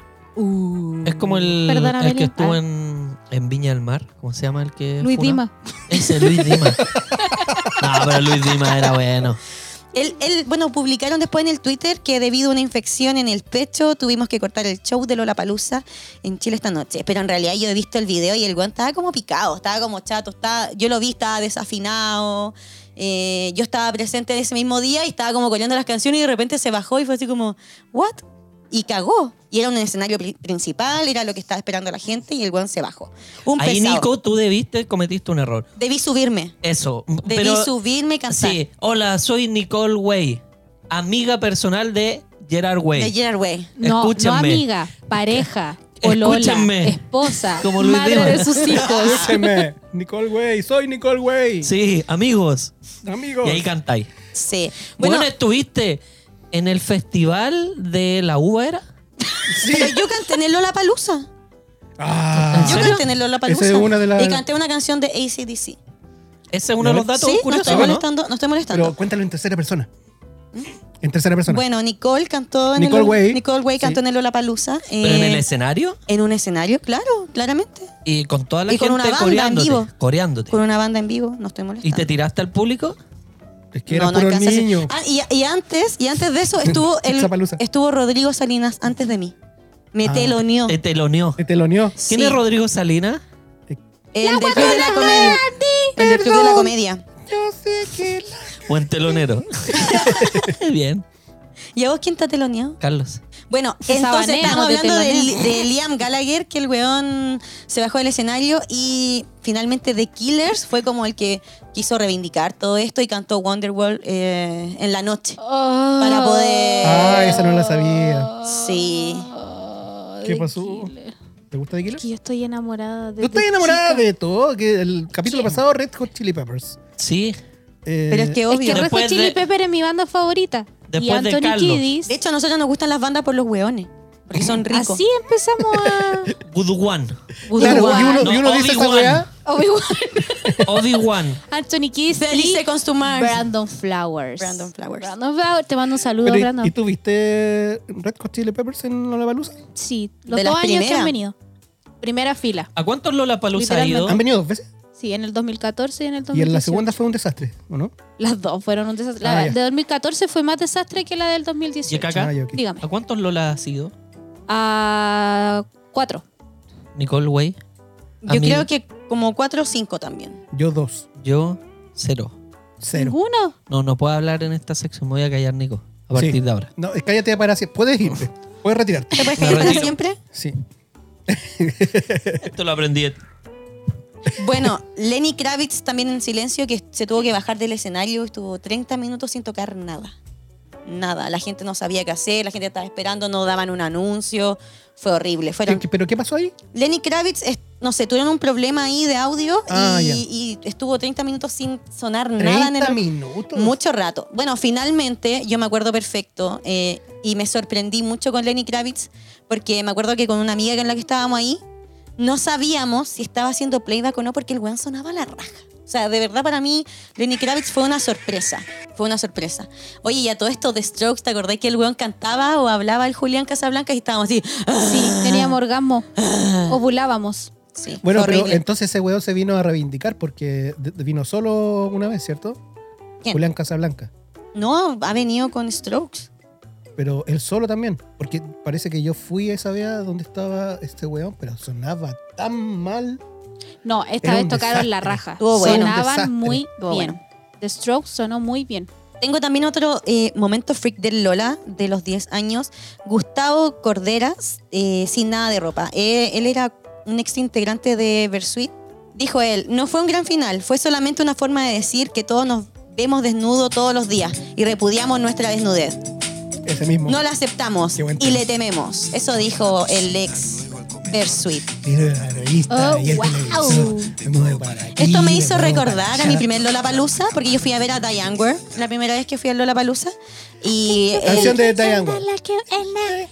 D: Es como el,
C: Perdóname,
D: el que
C: Lin-
D: estuvo
C: ah.
D: en, en Viña del Mar. ¿Cómo se llama el que.?
C: Luis
D: funa?
C: Dima.
D: Ese, Luis Dima. no, pero Luis Dima era bueno.
A: Él, él- bueno, publicaron después en el Twitter que debido a una infección en el pecho tuvimos que cortar el show de Lollapalooza en Chile esta noche. Pero en realidad yo he visto el video y el guan estaba como picado, estaba como chato, estaba, yo lo vi, estaba desafinado. Eh, yo estaba presente ese mismo día y estaba como coleando las canciones y de repente se bajó y fue así como, ¿what? Y cagó. Y era un escenario pri- principal, era lo que estaba esperando la gente y el guan se bajó. Un
D: Ahí,
A: pesado.
D: Nico, tú debiste, cometiste un error.
A: Debí subirme.
D: Eso.
A: Debí
D: pero,
A: subirme y cantar.
D: Sí, hola, soy Nicole Way, amiga personal de Gerard Way.
A: De Gerard Way.
C: No, no
D: Escúchame.
C: amiga, pareja, polola,
D: Escúchame.
C: esposa,
D: Como Luis
C: madre
D: Dima.
C: de sus hijos.
B: Escúcheme, Nicole Way, soy Nicole Way.
D: sí, amigos.
B: Amigos.
D: Y ahí cantáis.
A: Sí.
D: Bueno,
A: Bueno,
D: estuviste en el festival de la uva, ¿era?
A: Pero yo canté en el Lola Palusa.
B: Ah.
A: Yo canté en el Lola Palusa.
B: Esa es una de las-
A: Y canté una canción de ACDC.
D: Ese es uno de los datos
A: Sí, no
D: curiosos,
A: estoy
D: ¿no?
A: molestando. No estoy
B: Pero
A: molestando.
B: cuéntalo en tercera persona. En tercera persona.
A: ¿Mm? Bueno, Nicole cantó en
B: Nicole
A: el Lola-
B: Way.
A: Nicole Way cantó
B: Sí.
A: en el Lola Palusa.
D: Pero en el escenario
A: en un escenario, claro, claramente.
D: y con toda la
A: Y con
D: gente
A: una banda en
D: coreándote.
A: vivo.
D: coreándote.
A: Con una banda en vivo, no estoy
D: ¿Y
A: molestando.
D: te tiraste al público?
B: es que era
A: no, no
B: puro
A: alcancé a hacer-
B: niño.
A: Ah, y, y antes, y antes de eso estuvo el
B: Chapalooza.
A: estuvo Rodrigo Salinas antes de mí. Me
B: Ah.
A: teloneó.
D: Te teloneó.
B: Te teloneó.
D: ¿Quién es
A: Sí.
D: Rodrigo Salinas?
A: El del Club de la Comedia. El del Club de la Comedia.
B: Yo sé que
D: Buen telonero. Bien,
A: ¿Y a vos quién te ha teloneado?
D: Carlos.
A: Bueno,
C: Se
A: entonces
C: sabanea,
A: estamos
C: no te
A: hablando ¿eh? de,
C: telonea.
A: de Liam Gallagher, que el weón se bajó del escenario y finalmente The Killers fue como el que quiso reivindicar todo esto y cantó Wonderwall eh, en la noche.
C: Oh.
A: Para poder-
B: Ah, esa no la sabía.
A: Ah. Sí.
C: Oh,
B: ¿Qué
C: de
B: pasó?
C: Killer.
B: ¿Te gusta de Killer?
C: Que yo estoy enamorada de.
B: Tú estás
C: tu
B: enamorada
C: chica.
B: de todo. Que el capítulo pasado, Red Hot Chili Peppers.
D: Sí.
B: Eh,
A: Pero es que
C: Es que
A: obvio.
C: Red Hot
D: Después
C: Chili
D: de-
C: Pepper es mi banda favorita. Y
D: Después de
C: Anthony
D: Carlos.
C: Kiddis.
A: De hecho, a nosotros nos gustan las bandas por los weones. Porque son ricos.
C: Así empezamos a.
D: Obi-Wan.
B: Claro, y uno,
D: No,
B: y uno dice esa
D: Obi-Wan.
B: weá.
C: Obi-Wan.
D: Obi-Wan.
C: Anthony Kiddis. y
A: Felice Seconds to Mars.
C: Brandon Flowers.
A: Brandon Flowers.
C: Brandon Flowers. Te mando un saludo,
B: Pero, ¿y-
C: Brandon.
B: ¿Y tú viste Red Hot Chili Peppers en Lollapalooza?
C: Sí, los
A: De
C: dos
A: las
C: años que han
A: primeras.
C: venido. Primera fila.
D: ¿A cuántos Lola Palusa ha ido?
B: ¿Han venido dos veces?
C: Sí, en el 2014 y en el 2015.
B: Y en la segunda fue un desastre, ¿o no?
C: Las dos fueron un desastre.
B: Ah,
C: La
B: ya.
C: de 2014 fue más desastre que la del
D: ¿Y
C: 2018.
D: acá?
B: Ah, ya, ok.
C: Dígame.
D: ¿A cuántos Lola ha sido?
C: A cuatro.
D: Nicole Way.
A: Yo
D: A mí-
A: creo que como cuatro o cinco también.
B: Yo dos,
D: Yo, cero.
B: cero.
C: ¿Ninguno?
D: No, no puedo hablar en esta sección. Me voy a callar, Nico. A partir
B: Sí.
D: de ahora.
B: No, cállate para siempre. Puedes irte, puedes retirarte.
A: ¿Te puedes
D: Me
A: callar para
D: retiro.
A: siempre?
B: Sí.
D: Esto lo aprendí.
A: Bueno, Lenny Kravitz también en silencio, que se tuvo que bajar del escenario, estuvo 30 minutos sin tocar nada. Nada, la gente no sabía qué hacer, la gente estaba esperando, no daban un anuncio, fue horrible. Fueron...
B: ¿Qué- ¿Pero qué pasó ahí?
A: Lenny Kravitz, es- no sé, tuvieron un problema ahí de audio
B: Ah,
A: y,
B: ya.
A: y estuvo 30 minutos sin sonar nada en
B: 30
A: el...
B: minutos.
A: Mucho rato. Bueno, finalmente, yo me acuerdo perfecto eh, y me sorprendí mucho con Lenny Kravitz porque me acuerdo que con una amiga con la que estábamos ahí, no sabíamos si estaba haciendo playback o no porque el weón sonaba a la raja. O sea, de verdad para mí, Lenny Kravitz fue una sorpresa. Fue una sorpresa. Oye, y a todo esto de Strokes, ¿te acordás que el weón cantaba o hablaba el Julián Casablanca y estábamos así? ¡ah!
C: Sí, teníamos orgasmo.
D: Ah.
C: Ovulábamos.
A: Sí,
B: Bueno,
A: fue
B: pero
A: horrible.
B: entonces ese weón se vino a reivindicar porque de- de- vino solo una vez, ¿cierto?
A: ¿Quién?
B: Julián Casablanca.
A: No, ha venido con Strokes.
B: Pero él solo también. Porque parece que yo fui a esa vea donde estaba este weón, pero sonaba tan mal.
C: No, esta
B: Era
C: vez
B: un
C: tocaron la
B: desastre.
C: raja.
A: Estuvo bueno.
B: Era un
C: Sonaban
B: desastre.
C: muy
A: Estuvo
C: bien.
A: bueno.
C: The Strokes sonó muy bien.
A: Tengo también otro eh, momento freak del Lola de los 10 años. Gustavo Corderas, eh, sin nada de ropa. Eh, él era un ex integrante de Versuit. Dijo él, no fue un gran final, fue solamente una forma de decir que todos nos vemos desnudos todos los días y repudiamos nuestra desnudez.
B: Ese mismo.
A: No la aceptamos
B: Qué buen
A: y
B: tema.
A: le tememos. Eso dijo el ex Versuit.
B: Mira la revista
C: Oh,
B: y el
C: wow.
B: televisor. Me mueve para aquí,
A: Esto me
B: me
A: hizo
B: mueve
A: recordar
B: para
A: a mi
B: allá.
A: primer Lola Palusa, porque yo fui a ver a Diane Ware, la primera vez que fui a Lola Palusa. Y eh, el-
B: Canción de Diane Warren. Eh,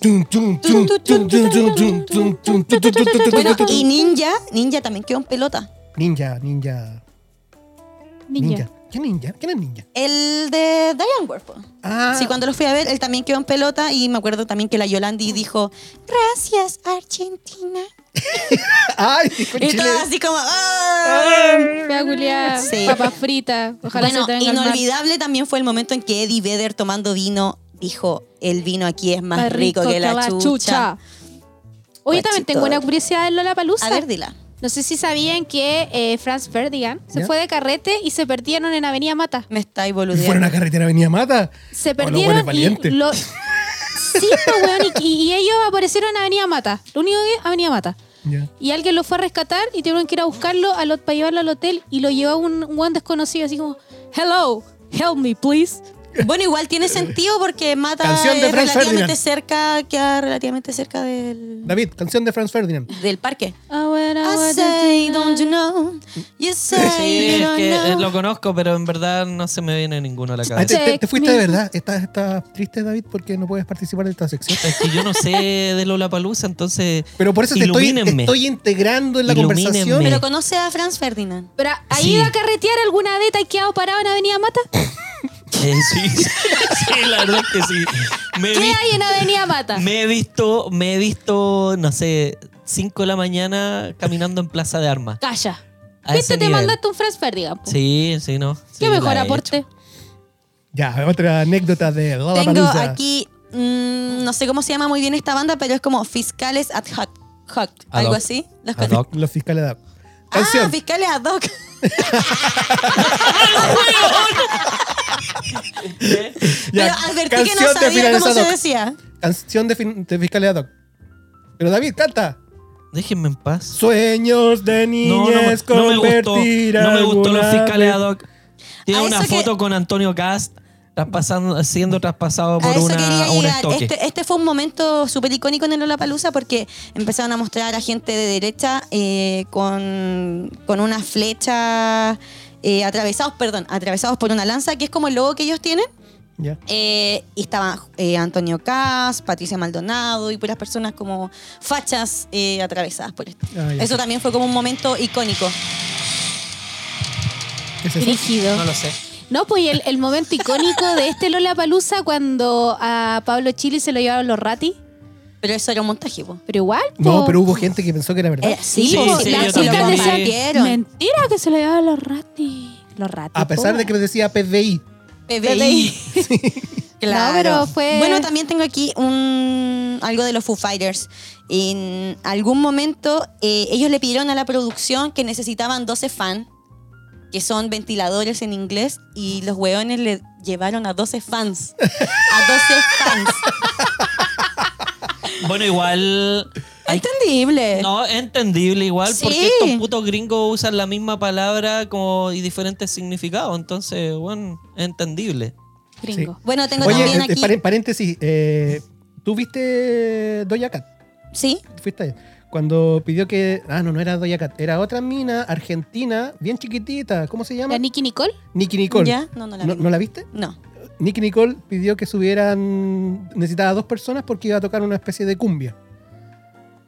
B: Tum, tum, tum, tum, tum, tum, tum, tum, tum, tum, tum, tum, tum,
A: Bueno,
B: tum, tum,
A: y
B: tum.
A: Ninja, Ninja también quedó en pelota.
B: Ninja, ninja, ninja.
C: Ninja.
B: ¿Qué ninja? ¿Quién es ninja?
A: El de Diane Warren. po.
B: Ah,
A: Sí, cuando lo fui a ver, él también quedó en pelota y me acuerdo también que la Yolandi dijo, gracias Argentina.
B: ay, dijo
A: Y
B: Chile. Em.
A: todo así como... "Ah".
C: Fea culiá,
A: Sí.
C: Papa frita. Ojalá
A: Bueno,
C: se te venga el mar.
A: inolvidable también fue el momento en que Eddie Vedder tomando vino dijo, el vino aquí es más, rico, que la, chucha.
C: Hoy
A: La
C: también
A: chucha.
C: tengo una curiosidad de Lola Palusa.
A: A ver, dila.
C: No sé si sabían que eh, Franz Ferdinand se
B: ¿Ya?
C: fue de carrete y se perdieron en Avenida Mata.
A: Me estáis
B: Y Fueron a
A: boludeando.
B: carretera Avenida Mata.
C: Se
B: Oh, los
C: perdieron
B: buenos valientes.
C: y lo- Sí, pues, weón, y, y ellos aparecieron en Avenida Mata. Lo único que Avenida Mata.
B: Ya.
C: Y alguien lo fue a rescatar y tuvieron que ir a buscarlo a lo- para llevarlo al hotel y lo llevó un un weón desconocido así como, hello, help me please.
A: Bueno, igual tiene sentido porque Mata
B: Canción de
A: es
B: Franz
A: relativamente
B: Ferdinand.
A: cerca, queda relativamente cerca del,
B: David, canción de Franz Ferdinand.
A: del parque.
C: Ah, bueno,
A: I
C: bueno,
A: say,
C: bueno.
A: don't you know? You say
D: Sí,
A: you
D: es
A: don't
D: que eh,
A: know.
D: lo conozco, pero en verdad no se me viene ninguno a la
B: Ay,
D: cabeza.
B: te, te- te fuiste de
C: Check me.
B: verdad. ¿Estás, estás triste, David, porque no puedes participar de esta sección.
D: Es que yo no sé de Lola Palusa, entonces.
B: Pero por eso te estoy, te
D: ilumínenme.
B: estoy integrando en la
D: Ilumínenme.
B: conversación.
A: Pero conoce a Franz Ferdinand.
C: Pero ¿ha
D: Sí.
C: ido a carretear alguna vez y quedado parado en Avenida Mata?
D: Eh, sí, sí, la verdad es que sí. Me he
C: ¿Qué
D: visto-
C: hay en Avenida Mata?
D: Me he visto, me he visto, no sé, 5 de la mañana caminando en Plaza de Armas.
C: Calla.
D: A
C: ¿Viste?
D: ese
C: Te
D: nivel.
C: mandaste un Franz Ferdinand. po.
D: Sí, sí, no. sí,
C: Qué
D: la
C: mejor
D: he
C: aporte.
D: hecho.
B: Ya, otra anécdota de Lola
A: Tengo aquí, mm, no sé cómo se llama muy bien esta banda, pero es como Fiscales ad hoc. hoc,
D: Ad
A: algo
D: hoc.
A: así. Los
D: Ad
A: con-
D: hoc.
B: Los fiscales de
A: Ah,
B: Canción.
A: Fiscales ad hoc. Pero advertí que no sabía cómo se decía.
B: Canción de, fin- de Fiscalía Doc. Pero David, canta.
D: Déjenme en paz.
B: Sueños de
D: No, no, me-
B: niñez
D: no me gustó.
B: convertir
D: No me gustó los
B: alguna
D: fiscales
B: vez.
D: ad hoc. Tiene
A: A
D: una
A: eso que-
D: foto con Antonio Cast traspasando, siendo traspasado
A: A
D: por
A: eso
D: una,
A: quería
D: un
A: llegar.
D: estoque.
A: Este, este fue un momento súper icónico en el Lollapalooza porque empezaron a mostrar a gente de derecha eh, con, con una flecha eh, atravesados, perdón, atravesados por una lanza, que es como el logo que ellos tienen.
B: Ya.
A: Eh, y estaban eh, Antonio Cas, Patricia Maldonado y puras personas como fachas eh, atravesadas por esto.
B: Ah, ya.
A: Eso también fue como un momento icónico.
B: ¿Qué es eso?
C: Brígido.
D: No lo sé.
C: No, pues y el, el momento icónico de este Lola Palusa cuando a Pablo Chile se lo llevaron los ratis.
A: Pero eso era un montaje, po.
C: Pero igual.
B: No,
C: po.
B: pero hubo gente que pensó que era verdad.
A: Eh, sí,
D: Sí,
C: po,
A: sí,
C: las
A: yo
C: chicas
A: también.
C: decían,
A: Compartieron.
C: Mentira que se lo llevaron los ratis. Los ratis.
B: A pesar
C: po.
B: de que me decía PDI.
A: PBI. Claro.
C: No, pero fue-
A: Bueno, también tengo aquí un, algo de los Foo Fighters. En algún momento eh, ellos le pidieron a la producción que necesitaban 12 fans, que son ventiladores en inglés, y los hueones le llevaron a 12 fans. A 12 fans.
D: Bueno, igual. hay-
A: Entendible.
D: no, es entendible igual,
A: Sí.
D: porque estos putos gringos usan la misma palabra como y diferentes significados. Entonces, bueno, es entendible.
C: Gringo.
A: Bueno, tengo
B: Oye,
A: también
B: eh,
A: aquí.
B: paren- paréntesis. eh, ¿Tú viste Doja Cat?
A: Sí,
B: Fuiste ahí. Cuando pidió que. Ah, no, no era Doja Cat. Era otra mina argentina, bien chiquitita. ¿Cómo se llama?
C: La Nicky Nicole.
B: Nicky Nicole.
A: ya. No, no la
B: ¿No,
A: vi.
B: no la viste?
A: No.
B: Nicky Nicole pidió que subieran. Necesitaba dos personas porque iba a tocar una especie de cumbia.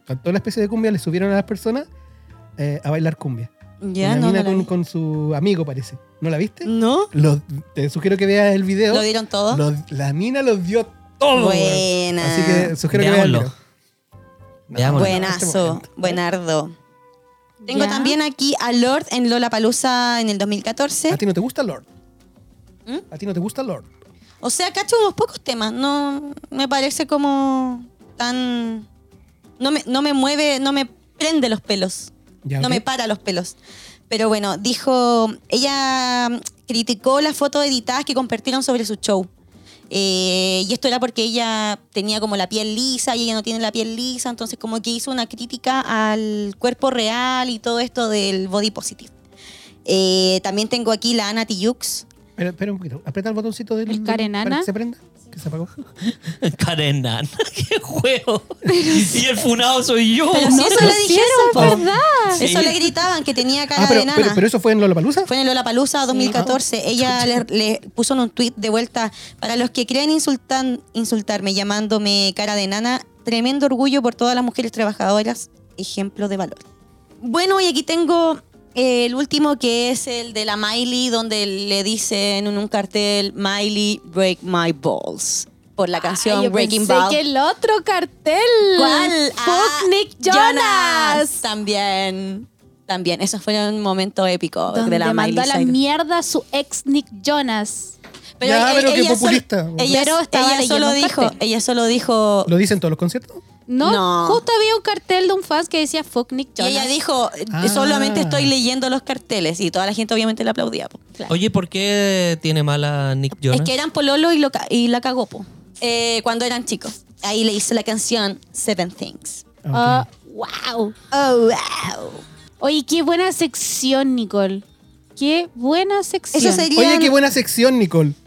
B: Cantó la especie de cumbia, le subieron a las personas eh, a bailar cumbia.
A: Ya,
B: una
A: no,
B: mina
A: no la
B: con,
A: vi.
B: con su amigo, parece. ¿No la viste?
A: ¿No?
B: Lo- te sugiero que veas el video.
A: ¿Lo dieron todo?
B: Lo- la mina los dio todo. weón.
A: Buena.
B: Así que sugiero
D: Veámoslo.
B: que veas el video.
D: Veámoslo.
B: en este
A: Buenazo,
B: momento.
A: buenardo. Tengo
C: Ya.
A: también aquí a Lord en Lola Palusa en el
B: ¿A
A: 2014.
B: ti no Ah, te gusta Lord?
A: ¿Mm?
B: ¿A ti no te gusta Lord?
A: O sea, cacho unos pocos temas. No me parece como tan. No me, no me mueve, no me prende los pelos.
B: Ya,
A: No
B: ok.
A: me para los pelos. Pero bueno, dijo. Ella mm, criticó las fotos editadas que compartieron sobre su show. Eh, y esto era porque ella tenía como la piel lisa y ella no tiene la piel lisa, entonces como que hizo una crítica al cuerpo real y todo esto del body positive. Eh, también tengo aquí la Ana Tijoux.
B: Espera, espera un poquito. Aprieta el botoncito del.
C: ¿El Karenana?
B: para que se prenda. Que se apagó.
D: Karen Nan. ¡Qué juego! y el funado soy yo.
A: Pero si eso le
C: sí,
A: dijeron,
C: eso
A: po.
C: es verdad.
D: Sí.
A: Eso le gritaban que tenía cara
B: Ah, pero,
A: de
B: pero,
A: nana.
B: pero eso fue en Lollapalooza.
A: Fue en el Lollapalooza 2014. Ella le, le puso en un tweet de vuelta, para los que creen insultan, insultarme llamándome cara de nana, tremendo orgullo por todas las mujeres trabajadoras, ejemplo de valor. Bueno, y aquí tengo eh, el último que es el de la Miley, donde le dicen en un cartel, Miley, break my balls, por la canción
C: Ay, yo
A: Breaking
C: pensé
A: Ball.
C: que el otro cartel.
A: ¿Cuál?
C: Fuck
A: Ah,
C: Nick Jonas.
A: También. También. Eso fue un momento épico de
C: Donde
A: la Miley
C: mandó a la
A: Cyrus.
C: mierda a su ex Nick Jonas.
B: Ya,
A: e-
B: pero qué
A: solo-
B: populista.
A: ella,
C: Pero estaba
A: ella
C: leyendo
A: solo
C: un
A: dijo,
C: cartel.
A: ella solo dijo
B: ¿Lo dicen todos los conciertos?
C: No,
A: No.
C: justo había un cartel de un fan que decía Fuck Nick
A: y
C: Jonas.
A: ella dijo,
B: Ah.
A: solamente estoy leyendo los carteles y toda la gente obviamente le aplaudía. po.
D: Oye, ¿por qué tiene mala Nick Jonas?
A: Es que eran pololo y, lo ca- y la cagó po. Eh, cuando eran chicos. Ahí le hizo la canción Seven Things.
C: Ah, wow.
A: Oh wow.
C: Oye, qué buena sección, Nicole. Qué buena sección.
A: Eso sería
B: Oye, qué buena sección, Nicole.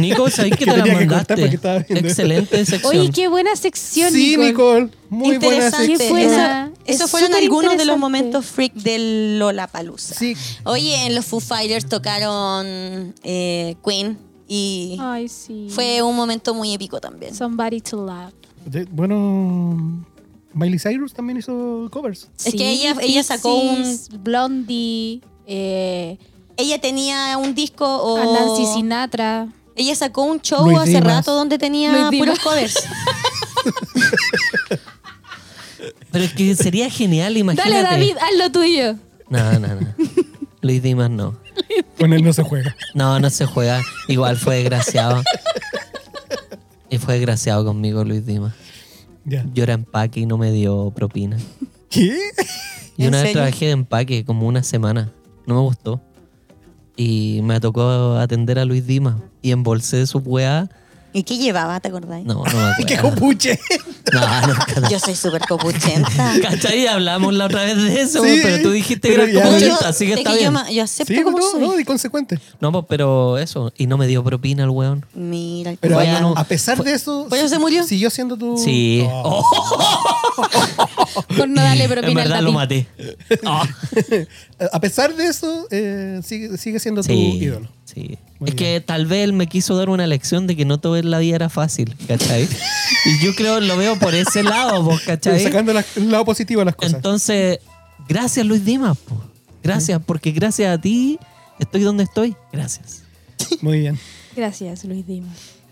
D: Nico, sabes que
B: Que
D: te la
B: tenía que cortar
D: mandaste.
B: porque estaba viendo.
D: Excelente sección.
C: Oye, qué buena sección,
B: sí,
C: Nicole.
B: Nicole. Muy buena
A: interesante.
B: sección.
C: Qué buena.
A: Eso- Esos
C: Es
A: fueron
C: súper
A: algunos de los
C: interesante.
A: momentos freak del Lollapalooza.
B: Sí.
A: Oye, en los Foo Fighters tocaron eh, Queen y
C: Ay, sí.
A: fue un momento muy épico también.
C: Somebody to Love.
B: De- Bueno, Miley Cyrus también hizo covers.
A: Es que ella- ella sacó
C: Pixies, Blondie, eh,
A: Ella tenía un disco
C: a
A: o
C: Nancy Sinatra.
A: ella sacó un show
B: Luis
A: hace
B: Dimas.
A: rato donde tenía
C: Luis
A: puros
C: Dimas.
A: covers.
D: Pero es que sería genial, imagínate.
C: Dale, David, haz lo tuyo.
D: No, no, no. Luis Dimas no.
B: Con él no se juega.
D: No, no se juega. Igual fue desgraciado. Y fue desgraciado conmigo Luis Dimas.
B: Ya.
D: Yo era empaque y no me dio propina.
B: ¿Qué?
D: Y
A: ¿En
D: una vez
A: serio?
D: trabajé de empaque como una semana. No me gustó. y me tocó atender a Luis Dimas y embolsé su weá.
A: ¿Y qué llevaba, te acordás?
D: No, no me
B: ¡Qué
D: acuerdo.
B: copuche!
D: No, nunca.
A: Yo soy súper copuchenta.
D: ¿Cachai? Hablamos la otra vez de eso,
B: Sí,
D: güey, pero tú dijiste que
B: pero
D: era
B: ya
D: como
B: no-
D: 80, así que
A: es
D: está
A: que yo
D: bien.
A: ma- Yo, acepto
B: Sí, pues
A: como
B: no,
A: soy.
B: no, y consecuente.
D: No, pues, pero eso. Y no me dio propina el weón.
A: Mira, el
B: Pero
A: culiao.
D: bueno,
B: a pesar de eso,
A: Pues ya se murió.
B: siguió siendo tu.
D: Sí.
B: Oh.
C: Por no darle
D: Oh. en
C: propina al
D: verdad lo
C: papi.
D: maté. Oh.
B: A pesar de eso, eh, sigue, sigue siendo tu
D: Sí.
B: ídolo.
D: sí.
B: Muy
D: Es que tal vez él me quiso dar una lección de que no todo en la vida era fácil, ¿cachai? y yo creo, lo veo por ese lado, vos, ¿cachai?
B: Sacando las- el lado positivo de las cosas.
D: Entonces, gracias Luis Dimas. po. Gracias, porque gracias a ti estoy donde estoy. Gracias.
B: Muy bien.
C: Gracias, Luis Dimas.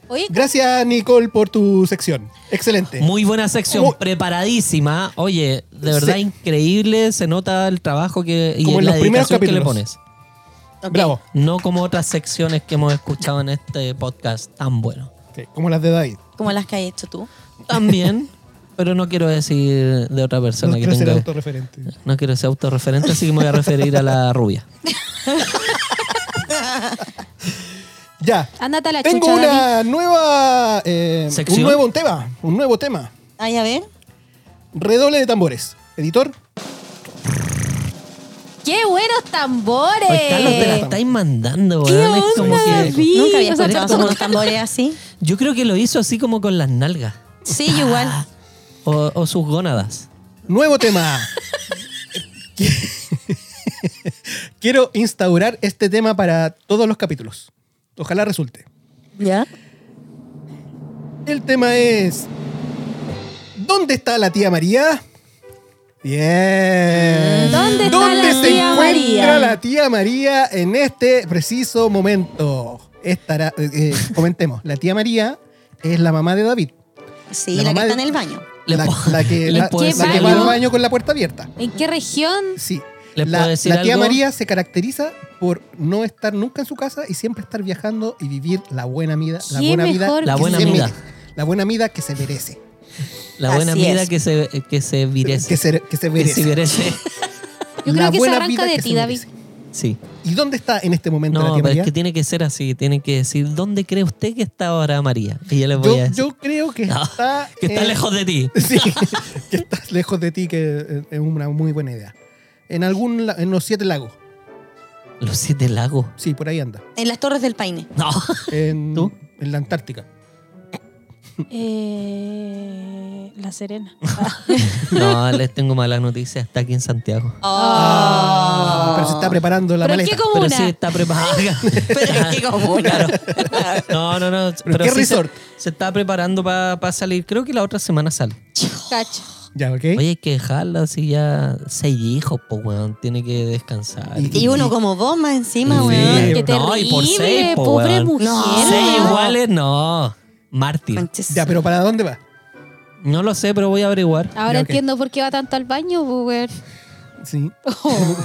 C: Oye,
B: Gracias, Nicole, por tu sección. Excelente.
D: Muy buena sección,
B: Como-
D: preparadísima. Oye, de verdad
B: Sí.
D: increíble. Se nota el trabajo que, y
B: Como en
D: la
B: los primeros
D: dedicación que le
B: capítulos.
D: pones.
A: Ok.
B: Bravo.
D: No como otras secciones que hemos escuchado en este podcast tan bueno.
B: Sí, como las de David.
A: Como las que has hecho tú.
D: También, pero no quiero decir de otra persona
B: No
D: que
B: quiero ser
D: tenga.
B: autorreferente.
D: No quiero ser autorreferente, así que me voy a referir a la rubia.
B: Ya.
C: ándate a la
B: Tengo
C: chucha, David.
B: una nueva. eh,
D: ¿Sección?
B: un nuevo tema. Un nuevo tema.
A: Ay, a ver.
B: Redoble de tambores. Editor.
C: ¡Qué buenos tambores!
D: Oye, Carlos, te la estáis mandando,
C: ¿Qué
D: weón. Es
C: onda,
D: como que.
C: David? Sí,
A: Nunca había
C: o sea,
A: escuchado
D: parece-
A: como unos tambores así.
D: Yo creo que lo hizo así como con las nalgas
A: Sí, yo igual.
D: o, o sus gónadas.
B: Nuevo tema. Quiero instaurar este tema para todos los capítulos. Ojalá resulte.
A: ¿Ya?
B: El tema es. ¿Dónde está la tía María? Bien.
C: ¿Dónde está la
B: se
C: tía María?
B: encuentra la tía María en este preciso momento? Estará, eh, eh, comentemos. La tía María es la mamá de David.
A: Sí,
B: La
A: la, que
B: mamá
A: está
B: de-
A: en el baño.
D: Le
B: La,
D: puedo-
B: la que,
D: le
B: la-
D: puedo
B: la
C: decir
B: que va al
C: algo.
B: baño con la puerta abierta.
C: ¿En qué región?
B: Sí.
D: ¿Le
B: La,
D: puedo decir
B: la tía
D: algo?
B: María se caracteriza por no estar nunca en su casa y siempre estar viajando y vivir la buena vida. La
C: Qué
B: buena vida.
C: mejor
B: que
D: La buena
B: se
D: vida.
B: mere- La buena vida que se merece.
D: La buena
A: Así
D: mira
A: es.
D: que se, que se virece.
B: Que se, que se
D: Que
B: merece.
D: se virece.
C: Yo
B: La
C: creo que se
B: buena
C: arranca
B: vida
C: de
B: que
C: ti,
B: se
C: David.
B: merece.
D: Sí.
B: ¿Y dónde está en este momento la
D: No,
B: tía
D: pero
B: María?
D: es que tiene que ser así. Tiene que decir, ¿dónde cree usted que está ahora María? Y yo le voy a
B: yo,
D: decir.
B: yo creo que
D: No,
B: está.
D: que está
B: en-
D: lejos de ti.
B: Sí, que estás lejos de ti, que eh, es una muy buena idea. En algún. la- En los siete lagos.
D: Los siete lagos.
B: Sí, por ahí anda.
A: En las torres del paine.
D: No.
B: En,
D: ¿Tú?
B: En la Antártica.
C: Eh, la Serena.
D: No, les tengo malas noticias. Está aquí en Santiago. Ah.
B: Pero se está preparando la
C: ¿Pero en
B: maleta.
C: qué comuna?
D: Pero sí está preparada.
A: Pero es que como una.
D: No, no, no.
B: qué
D: sí
B: resort?
D: Se, se está preparando para salir. Creo que la otra semana sale.
C: Cacho.
B: Ya, ¿ok?
D: Oye, hay que dejarla así ya. Seis hijos, pues, weón. Tiene que descansar.
B: Y-
A: Y uno como vos más encima,
D: Sí.
A: weón.
C: Qué
D: No, y por
C: terrible,
D: seis, po,
C: pobre
D: weón.
C: mujer.
A: No.
D: Seis
A: igual.
D: iguales, no. Mártir.
A: Manches.
B: Ya, pero ¿para dónde va?
D: No lo sé, pero voy a averiguar.
C: Ahora
B: Ya, ok.
C: entiendo por qué va tanto al baño, po, weón.
B: Sí.
C: Oh.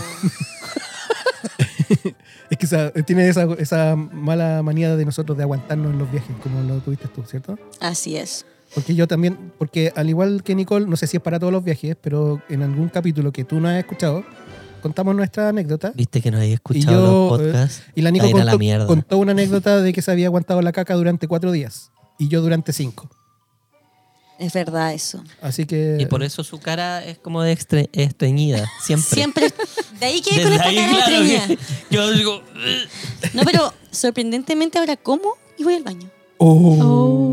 B: Es que esa- tiene esa, esa mala manía de nosotros de aguantarnos en los viajes, como lo tuviste tú, ¿cierto?
A: Así es.
B: Porque yo también, porque al igual que Nicole, no sé si es para todos los viajes, pero en algún capítulo que tú no has escuchado, contamos nuestra anécdota.
D: Viste que no había
B: Y
D: escuchado
B: yo,
D: los podcasts.
B: eh, y la Nico
D: Ahí era
B: contó,
D: la mierda.
B: contó una anécdota de que se había aguantado la caca durante cuatro días y yo durante cinco.
A: Es verdad eso.
B: Así que.
D: Y por eso su cara es como de extre- estreñida. Siempre.
A: Siempre. De ahí quedé con
D: Desde
A: esta
D: ahí,
A: cara
D: claro,
A: estreñida.
D: que- Yo digo.
A: No, pero sorprendentemente ahora como y voy al baño.
B: Oh.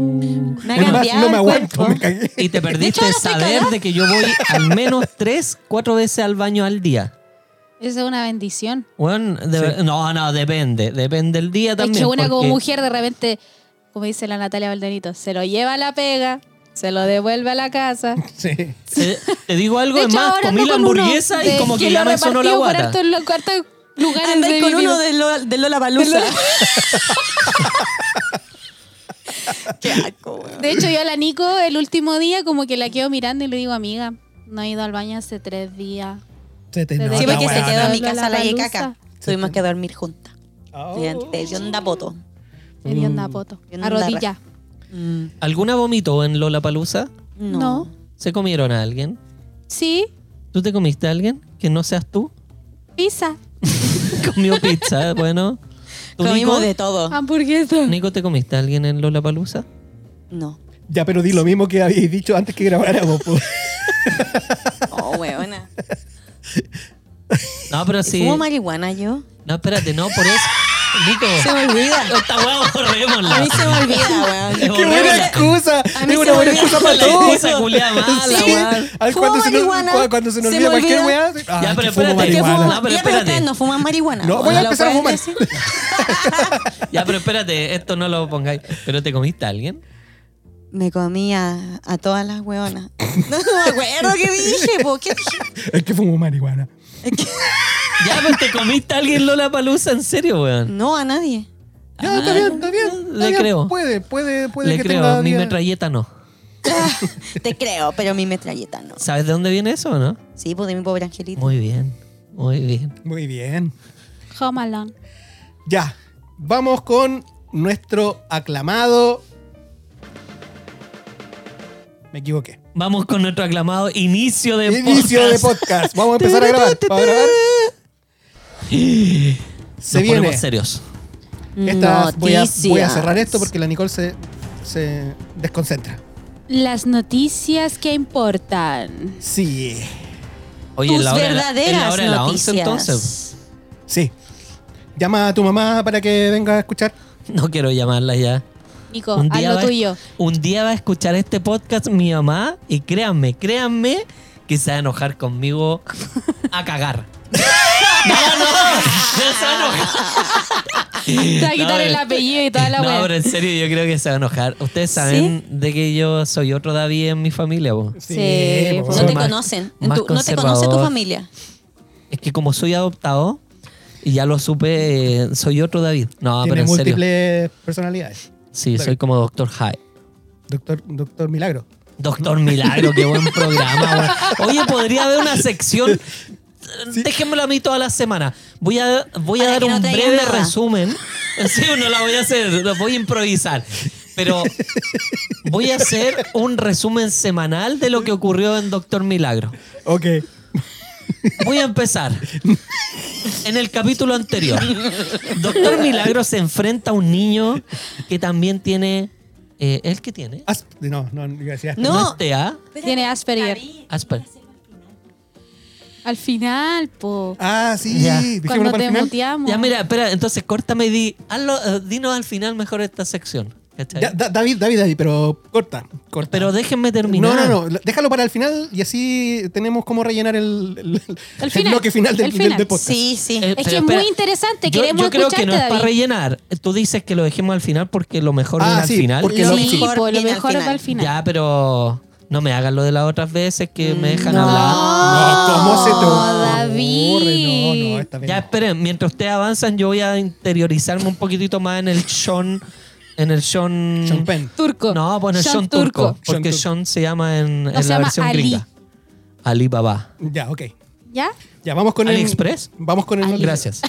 A: Me ha
B: Es más,
A: cambiado
B: no me
A: el
B: aguanto,
A: cuerpo.
B: me cagué.
D: Y te
A: hecho,
D: perdiste
A: ahora estoy
D: saber
A: cagada.
D: de que yo voy al menos tres, cuatro veces al baño al día.
C: Esa es una bendición.
D: Bueno, de- no, no, depende. Depende del día también.
C: es que una como
D: porque-
C: mujer de repente, como dice la Natalia Valdenito, se lo lleva a la pega, se lo devuelve a la casa.
B: Sí.
D: Te, te digo algo,
C: De
D: es
C: hecho,
D: más,
C: ahora
D: comí
C: ando
D: la
C: con uno
D: hamburguesa y
C: de
D: como que
C: lo
D: ya me sonó la
C: repartió por
D: guata.
C: hartos lo- hartos lugares de
A: Andáis con
C: mi vida.
A: uno de, Lola- de Lola Palusa. Qué asco, weón.
C: De hecho, yo a la Nico el último día como que la quedo mirando y le digo, amiga, no he ido al baño hace tres días.
B: Se te
C: Desde
B: nota,
A: Sí, porque se
B: weona. Ah.
A: quedó en mi
C: Lola
A: casa la
C: Palusa.
A: caca. Tuvimos que dormir juntas.
B: Oh.
A: Te dio un dapoto.
D: Mm.
C: Hedionda poto.
A: Hedionda
C: A rodilla.
D: ¿Alguna vomitó en Lola Palusa?
A: Mm. No.
C: No.
D: ¿Se comieron a alguien?
C: Sí,
D: ¿Tú te comiste a alguien que no seas tú?
C: pizza.
D: comió pizza, bueno. ¿Tú,
A: Comimos
D: Nico?
A: de todo.
C: Hamburguesa.
D: Nico, ¿te comiste a alguien en Lola Palusa?
A: No.
B: Ya, pero di lo mismo que habéis dicho antes que grabáramos. po.
A: Oh, weona.
D: No, pero sí.
A: ¿Fumo marihuana yo?
D: No, espérate, no, por eso. Nico.
A: Se me olvida.
D: Esta hueá borrémosla.
A: A mí se me olvida, weón.
D: Qué
B: ¡Qué buena excusa!
A: mí
B: ¡Es
A: se
B: una
A: me
B: buena
A: olvidó
B: excusa para
D: la
B: todo!
D: excusa culiá mala,
B: Sí.
A: weón.
B: Ay, cuando,
A: Fumo
B: se nos,
A: marihuana,
B: cu- cuando se nos
A: se
B: olvida
A: me
B: cualquier
A: olvida.
B: weá. ah,
D: Ya,
B: que
D: pero
B: fumo
D: espérate,
A: Es que
D: marihuana.
A: fuman- ya,
D: No, pero
A: pero
D: espérate.
A: ustedes no fuman marihuana.
B: No,
A: weón,
B: voy a
A: lo
B: empezar a
A: pueden
B: fumar.
A: decir.
D: Ya, pero espérate, esto no lo pongáis. ¿Pero te comiste a alguien?
A: Me comía a todas las hueonas. No me acuerdo qué dije, po. ¿Qué dije?
B: Es que fumo marihuana.
D: Ya, pero te comiste a alguien Lola Palusa, en serio, weón.
A: No, a nadie.
B: Ya, está bien, está bien. está
D: Ah, le
B: bien.
D: creo.
B: Puede, puede, puede
D: Le
B: que
D: creo,
B: tenga...
D: mi
B: vida.
D: metralleta no.
A: Te creo, pero mi metralleta no.
D: ¿Sabes de dónde viene eso o no?
A: Sí, pues de mi pobre angelito.
D: Muy bien, muy bien.
B: Muy bien.
C: Home Alone.
B: Ya, vamos con nuestro aclamado... Me equivoqué.
D: Vamos con nuestro aclamado inicio de
B: Inicio
D: podcast.
B: de podcast. Vamos a empezar a grabar. Vamos a grabar. Se
D: Nos
B: viene.
D: ponemos serios.
B: Esta, voy, a, voy a
A: Noticias.
B: cerrar esto porque la Nicole se, se desconcentra.
C: Las noticias que importan.
B: Sí,
D: Oye,
A: Tus
D: en la hora de la- en la
A: verdaderas
D: hora de la once,
A: noticias.
D: entonces.
B: sí. Llama a tu mamá para que venga a escuchar.
D: No quiero llamarla ya.
C: Nico, haz lo
D: va a-
C: tuyo.
D: un día va a escuchar este podcast mi mamá y créanme, créanme que se va a enojar conmigo a cagar. no, no, no se va a enojar.
C: Te va a quitar
D: No,
C: el
D: eh.
C: apellido y toda la
D: No,
C: wea.
D: pero en serio, yo creo que se va a enojar. Ustedes saben de que yo soy otro David en mi familia, vos.
C: Sí,
B: po.
A: No te
D: Más-
A: conocen. En
D: más
A: tu- no te conoce tu
D: conservador.
A: familia.
D: Es que como soy adoptado, y ya lo supe, eh, soy otro David. No, pero
B: Tiene
D: en serio.
B: múltiples personalidades.
D: Sí, soy como Doctor Hyde.
B: Doctor, doctor Milagro.
D: Doctor Milagro, qué buen programa. weón. Oye, podría haber una sección. Déjenmelo a mí toda la semana. Voy a, voy a
A: Para
D: dar
A: que no
D: un
A: traigan
D: breve
A: nada.
D: resumen. Sí, no la voy a hacer, lo voy a improvisar. Pero voy a hacer un resumen semanal de lo que ocurrió en Doctor Milagro.
B: Ok.
D: Voy a empezar. En el capítulo anterior, Doctor Milagro se enfrenta a un niño que también tiene. eh, ¿El que tiene?
B: Asp- Ah, no, no, iba a decir Asp-
A: No.
D: es Ah, TEA.
C: Tiene Asperger.
D: Asper.
C: Al final, po.
B: Ah, sí.
D: Ya.
B: Dijimos
C: Cuando
B: para
C: te
B: el final.
C: muteamos.
D: Ya, mira, espera, entonces córtame y di, hazlo, eh, dinos al final mejor esta sección. ¿cachai?
B: Ya, da- David, David, David, pero corta, corta.
D: Pero déjenme terminar.
B: no, no, no, lo- déjalo para el final y así tenemos cómo rellenar el, el, el
C: final,
B: bloque final del,
C: el
B: del-
C: final.
B: del podcast.
A: Sí, sí.
D: Eh, pero
C: Es que es
D: espera,
C: muy interesante,
D: Yo,
C: queremos
D: yo creo que no es
C: escucharte,
D: para
C: David.
D: rellenar. Tú dices que lo dejemos al final porque lo mejor
B: Ah,
D: viene al
B: sí,
D: final.
B: porque
A: Lo
B: no-
C: sí,
A: mejor
C: po, lo
A: viene al
C: mejor va
A: final.
C: al final.
D: Ya, pero no me hagan lo de las otras veces que me dejan
A: No.
D: hablar.
B: No, ¿cómo se te ocurre?
C: Oh, David.
B: No, no, esta vez
D: Ya,
B: no.
D: esperen, mientras ustedes avanzan, yo voy a interiorizarme un poquitito más en el Sean. En el Sean.
B: Sean Penn.
C: Turco.
D: No, bueno, el
C: Sean
D: Sean turco.
C: Turco.
D: Porque Sean
B: Sean
D: se llama en, en la
C: se llama
D: versión
C: Ali.
D: gringa. Ali Baba.
B: Ya, ok.
C: ¿Ya?
B: Ya, vamos con el...
D: ¿AliExpress?
B: Vamos con el...
D: Gracias.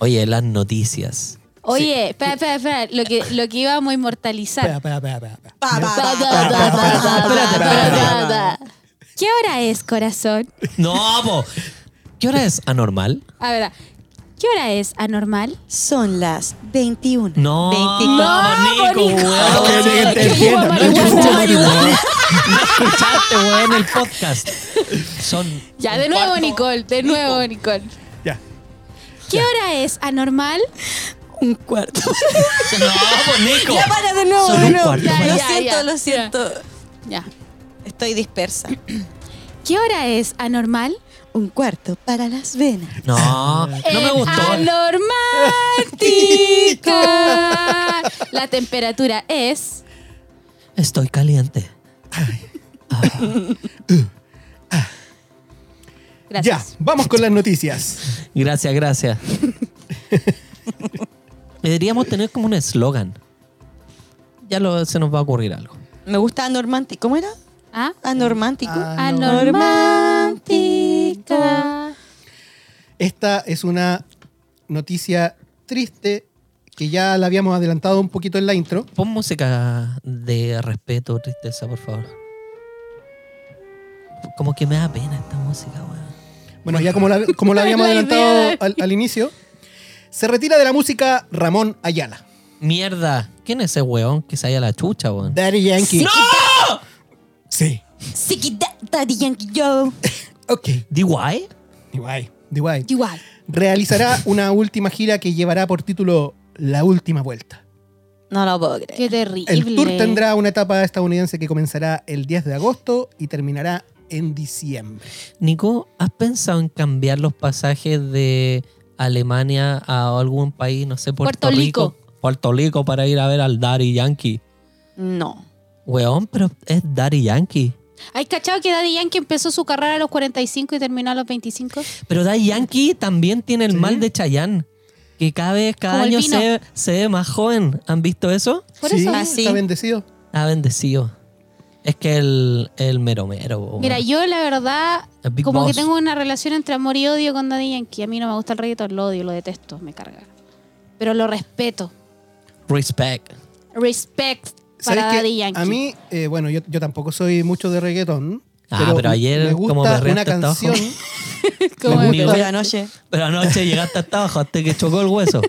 D: Oye, las noticias.
C: Oye, espera, espera, espera. Lo que, lo que íbamos a
B: Espera,
C: inmortalizar.
B: espera, espera, espera, espera.
A: Pa, pa, pa,
C: Ba,
A: pa,
C: ba,
A: pa,
C: ba,
A: pa, pa,
C: ba, ba,
A: pa,
C: ba,
A: pa,
C: ba. ¿Qué hora es, corazón?
D: No, po. ¿Qué hora es? ¿Anormal?
C: A ver, ¿qué hora es anormal? Ah,
A: Son las 21.
D: No.
A: 24.
D: No, Nico,
C: Nico.
D: weón.
B: Ah, ok,
C: Ay,
B: te
C: que
B: entiendo.
C: lleva
B: No, yo
C: marihuana.
B: fumo marihuana.
D: No escuchaste, weón, el podcast. Son.
C: Ya, de nuevo, Nicole. De nuevo, Nicole.
B: Ya.
C: ¿Qué hora es anormal?
A: Un cuarto.
D: No, po, Nico.
A: Ya para de nuevo,
D: Son
A: de
D: un
A: nuevo.
D: cuarto.
A: Lo
C: Ya, ya,
A: siento,
C: ya.
A: lo siento.
C: Ya.
A: Estoy dispersa.
C: ¿Qué hora es anormal?
A: Un cuarto para las venas.
D: No, no me
C: Es
D: gustó.
C: Anormática. La temperatura es.
D: Estoy caliente.
C: Gracias.
B: Ya, vamos con las noticias.
D: Gracias, gracias. Deberíamos tener como un eslogan. Ya lo- se nos va a ocurrir algo.
A: Me gusta anormántico. ¿Cómo era?
C: ¿Ah?
A: Anormántico.
C: Anormántica.
B: Esta es una noticia triste que ya la habíamos adelantado un poquito en la intro.
D: Pon música de respeto, tristeza, por favor. Como que me da pena esta música, weón.
B: Bueno, ya como la, como la habíamos
C: La
B: adelantado
C: idea.
B: al, al inicio, se retira de la música Ramón Ayala.
D: Mierda. ¿Quién es ese weón que se haya la chucha, weón?
B: Daddy Yankee.
A: ¡No!
B: Sí.
A: Siquita, Daddy Yankee Joe.
B: Ok.
D: ¿DY?
B: DY. DY.
C: Igual.
B: Realizará una última gira que llevará por título La Última Vuelta.
A: No lo puedo creer.
C: Qué terrible.
B: El tour tendrá una etapa estadounidense que comenzará el 10 de agosto y terminará en diciembre.
D: Nico, ¿has pensado en cambiar los pasajes de Alemania a algún país, no sé, Puerto,
C: Puerto
D: Rico? Puerto Rico para ir a ver al Daddy Yankee.
A: No.
D: Weón, pero es Daddy Yankee.
C: ¿Hay cachado que Daddy Yankee empezó su carrera a los 45 y terminó a los 25?
D: Pero Daddy Yankee también tiene el mal de Chayanne. Que cada vez, cada
C: Como el
D: año
C: vino.
D: se, se ve más joven. ¿Han visto eso?
C: Por
B: Sí,
C: eso.
A: Ah, sí.
B: Está bendecido.
D: Ah, bendecido. Es que el, el mero mero. weón.
C: Mira, yo la verdad,
D: El Big
C: como
D: Boss.
C: que tengo una relación entre amor y odio con Daddy Yankee. A mí no me gusta el reggaetón, lo odio, lo detesto, me carga. Pero lo respeto.
D: Respect.
C: Respect
B: ¿Sabes
C: para
B: qué?
C: Daddy Yankee.
B: A mí, eh, bueno, yo, yo tampoco soy mucho de reggaetón.
D: Ah, pero ayer
B: me gusta
D: como berreaste
B: una
D: hasta abajo.
B: canción.
C: Como
D: Me
C: el-
D: gusta.
A: Pero anoche.
D: Pero anoche llegaste hasta abajo, hasta que chocó el hueso.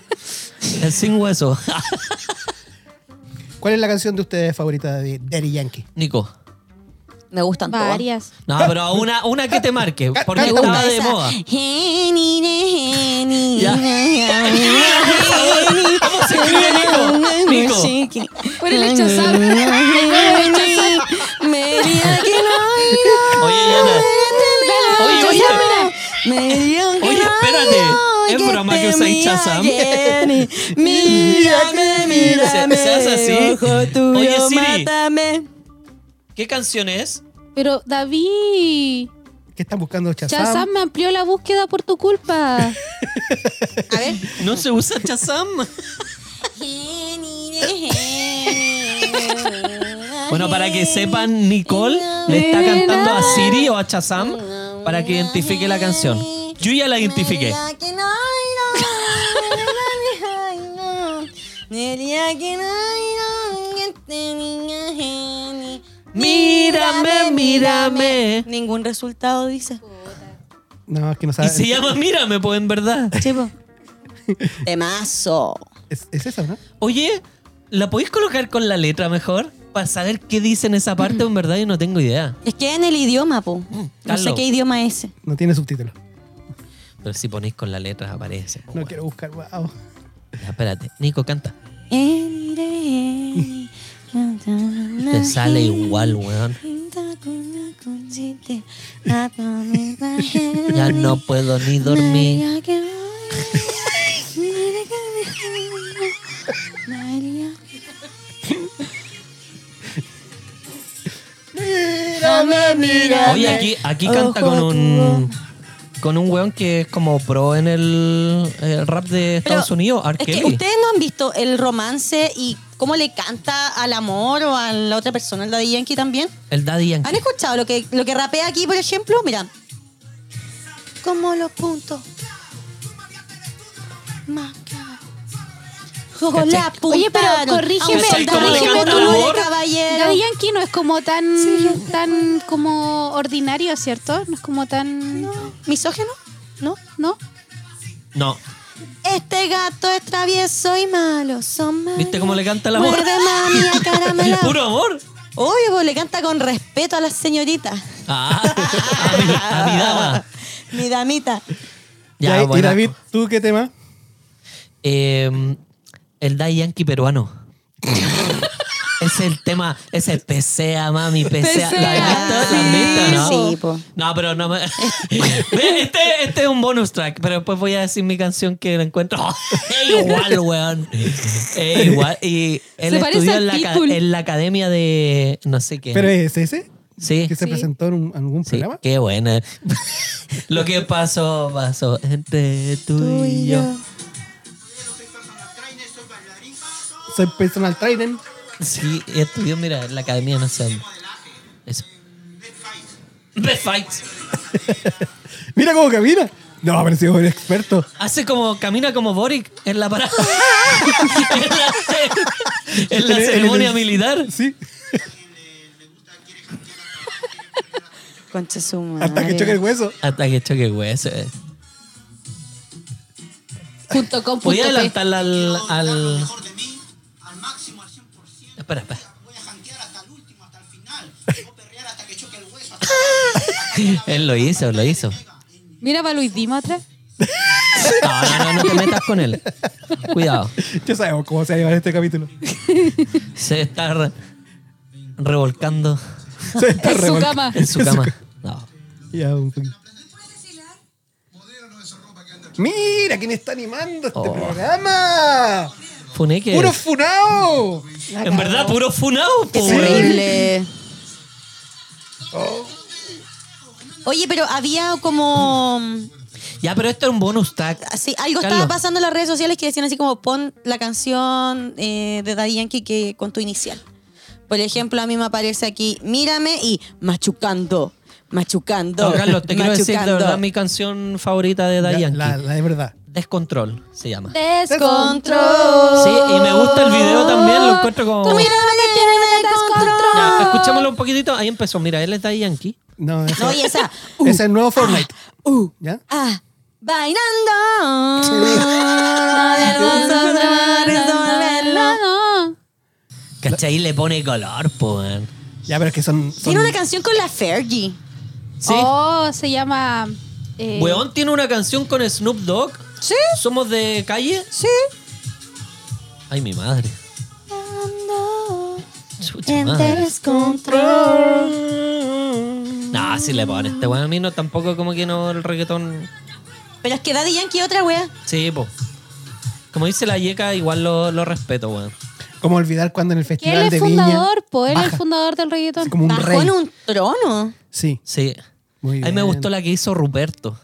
D: El sin hueso.
B: ¿Cuál es la canción de ustedes favorita de Daddy Yankee?
D: Nico.
A: Me gustan todas.
C: varias.
D: No, pero una, una que te marque, porque
B: canta
D: estaba
B: una.
D: de moda. Ya. ¿Cómo se escribe Nico? Nico.
C: Por el hecho, ¿sabes?
A: Media que
D: Oye, Yana.
A: no
D: Oye, oye.
A: Media que
D: Oye,
A: no
D: espérate. Es
A: que
D: broma
A: te
D: que usáis
A: mira,
D: Shazam.
A: Jenny. Mírame, mírame.
D: Se- se hace así.
A: Ojo tuyo,
D: Oye, Siri.
A: mátame.
D: ¿Qué canción es?
C: Pero David,
B: ¿Qué están buscando Chazam?
C: Chazam me amplió la búsqueda por tu culpa.
A: A ver.
D: No se usa Chazam. Bueno, para que sepan, Nicole le está cantando a Siri o a Chazam para que identifique la canción. Yo ya la identifiqué.
A: este
D: Mírame, mírame.
A: Ningún resultado dice.
B: No, es que no
D: Y
B: saben.
D: se llama Mírame, pues en verdad.
A: Chivo. Temazo.
B: Es, es esa, ¿no?
D: Oye, ¿la podéis colocar con la letra mejor? Para saber qué dice en esa parte, en verdad yo no tengo idea.
A: Es que en el idioma, po. No sé
D: Mm, Carlos.
A: qué idioma es ese.
B: No tiene subtítulo.
D: Pero si ponéis con la letra aparece. po,
B: No
D: weón.
B: quiero buscar. Wow.
D: Ya, espérate, Nico, canta. Te
A: Te
D: sale igual, weón.
A: Ah,
D: Ya no puedo ni dormir. Oye, aquí, aquí canta con un. Con un weón que es como pro en el, el rap de
A: Pero
D: Estados Unidos, R.
A: Es que
D: Kelly.
A: ustedes no han visto el romance y cómo le canta al amor o a la otra persona, el Daddy Yankee también.
D: El Daddy Yankee.
A: ¿Han escuchado lo que, lo que rapea aquí, por ejemplo? Mira. Como los puntos. Más que abajo. Ojo,
D: ¿Cachai?
A: le apuntaron
C: Oye, pero
A: a un
C: corrígeme,
A: soldado
D: ¿cómo le
A: como
D: canta
A: tú
D: al
A: de
D: amor?
A: caballero.
C: Daddy Yankee no es como tan, tan como ordinario, ¿cierto? No es como tan...
A: ¿Misógeno?
C: ¿No? ¿No?
D: No.
A: Este gato es travieso y malo. Son malos.
D: ¿Viste cómo le canta el amor?
A: Muerde, mami, a caramelo.
D: Puro amor.
A: Oye, pues le canta con respeto a las señoritas.
D: Ah, a, mi, a mi dama.
A: Mi damita.
D: Ya,
B: Ya, y
D: bueno.
B: David, ¿tú qué tema?
D: Eh, el Daddy Yankee peruano. es el tema, es el pesea, mami, pesea. ¿La has visto? ¿La has visto, no?
A: Sí, po.
D: No, pero no me. Ve, este, este es un bonus track, pero después voy a decir mi canción que la encuentro. Es igual, weón. Es igual. Y él
C: Se parece
D: estudió en
C: al
D: la, aca-
C: Pitbull.
D: en la academia de. No sé qué.
B: ¿Pero es ese?
D: sí.
B: ¿Que se
C: Sí.
B: presentó en un- algún
D: Sí,
B: programa?
D: qué buena. Lo que pasó, pasó entre tú, y yo.
B: Soy personal trainer.
D: Sí, estudió, mira, en la academia, no sé. dónde. Eso. Best Fight.
B: Mira cómo camina. No, pero sí, es un experto.
D: Hace como, camina como Boric en la parada. en la, ce- en la
B: En el-
D: ceremonia militar.
B: Sí.
A: Concha su madre.
B: Hasta que choque el hueso.
D: Hasta que choque hueso. eh.
C: Punto com,
D: Voy
C: punto
D: a
C: P.
D: adelantarla al, al. Espera, espera. Él lo hizo, lo hizo.
C: Mira, va Luis Dima atrás.
D: No, no, no, no te metas con él. Cuidado.
B: Ya sabemos cómo se va a llevar este capítulo.
D: Se está re- revolcando
B: Se está
C: En su
B: revolcando.
C: cama.
D: en su cama. No.
B: Ya, un poquito. Mira quién está animando este
D: Oh.
B: programa.
D: Funé que.
B: Puro funao.
D: En verdad, puro funao.
A: Qué
D: po, weón.
A: terrible.
B: Oh.
A: Oye, pero había como.
D: Ya, pero esto es un bonus tag.
A: así algo
D: Carlos.
A: estaba pasando en las redes sociales que decían así como pon la canción eh, de Daddy Yankee que, con tu inicial. Por ejemplo, a mí me aparece aquí Mírame y Machucando. Machucando.
D: No, Oh, Carlos, te quiero decir de
A: machucando.
D: verdad mi canción favorita de
B: Ya,
D: Dayan.
B: La, la de verdad.
D: Descontrol se llama.
C: Descontrol.
D: Sí, y me gusta el video también, lo encuentro como.
C: Tú mírame, me tienes descontrol.
D: Ya, escuchémoslo un poquitito. Ahí empezó. Mira, él es Daddy Yankee.
B: No, esa,
A: No, y Ah. esa.
B: ese es el nuevo Fortnite.
A: Uh,
B: ¿Ya?
A: ah, bailando.
D: ¿Cachai? Le pone color, po. weón.
B: Ya, pero es que son. son-
A: Tiene una canción con la Fergie.
D: Sí.
C: Oh, se llama. eh,
D: Weón tiene una canción con Snoop Dogg.
C: Sí,
D: ¿Somos de calle?
C: sí.
D: Ay, mi madre. Chucha
A: En
D: madre.
A: descontrol.
D: No, sí le pone este weón. A mí no, tampoco como que no el reggaetón.
A: Pero es que Daddy Yankee otra wea.
D: Sí, po. Como dice la yeca, igual lo, lo respeto, weón.
B: Como olvidar cuando en el
C: Que él
B: festival de
C: es
B: Viña.
C: fundador, po. Él es el
B: baja.
C: fundador del reggaetón.
B: Así como un
A: Bajó
B: rey.
A: en un trono.
B: Sí.
D: Sí.
B: Muy
D: A mí me
B: bien.
D: gustó la que hizo Ruperto.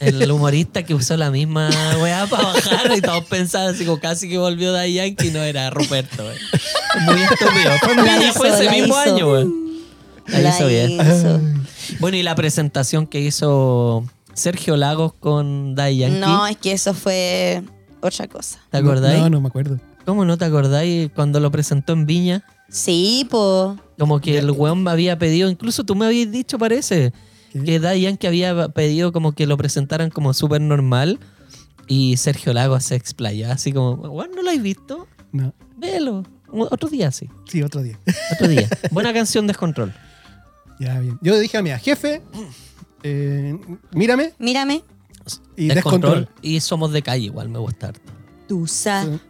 D: El humorista que usó la misma weá para bajar y todos pensaban así como casi que volvió Daddy Yankee no era Ruperto, weón. Muy estúpido. Fue en
A: La
D: Viña,
A: hizo,
D: fue ese
A: la
D: mismo
A: hizo.
D: año, weón. La hizo bien.
A: hizo.
D: Bueno, y la presentación que hizo Sergio Lagos con Daddy Yankee.
A: No, es que eso fue otra cosa.
D: ¿Te acordáis?
B: No, no me acuerdo.
D: ¿Cómo no te acordáis cuando lo presentó en Viña?
A: Sí, po.
D: Como que el weón me había pedido, incluso tú me habías dicho, parece,
B: ¿Qué?
D: que Daddy Yankee había pedido como que lo presentaran como súper normal. Y Sergio Lagos se explayó así como, weón, ¿no lo has visto?
B: No.
D: Velo. U- Otro día, sí.
B: Sí, otro día.
D: Otro día. Buena canción Descontrol.
B: Ya, bien. Yo dije a mi jefe, eh, mírame
A: Mírame.
B: y descontrol.
D: Y somos de calle, igual me gusta harto.
A: Tú
D: Es
A: sabes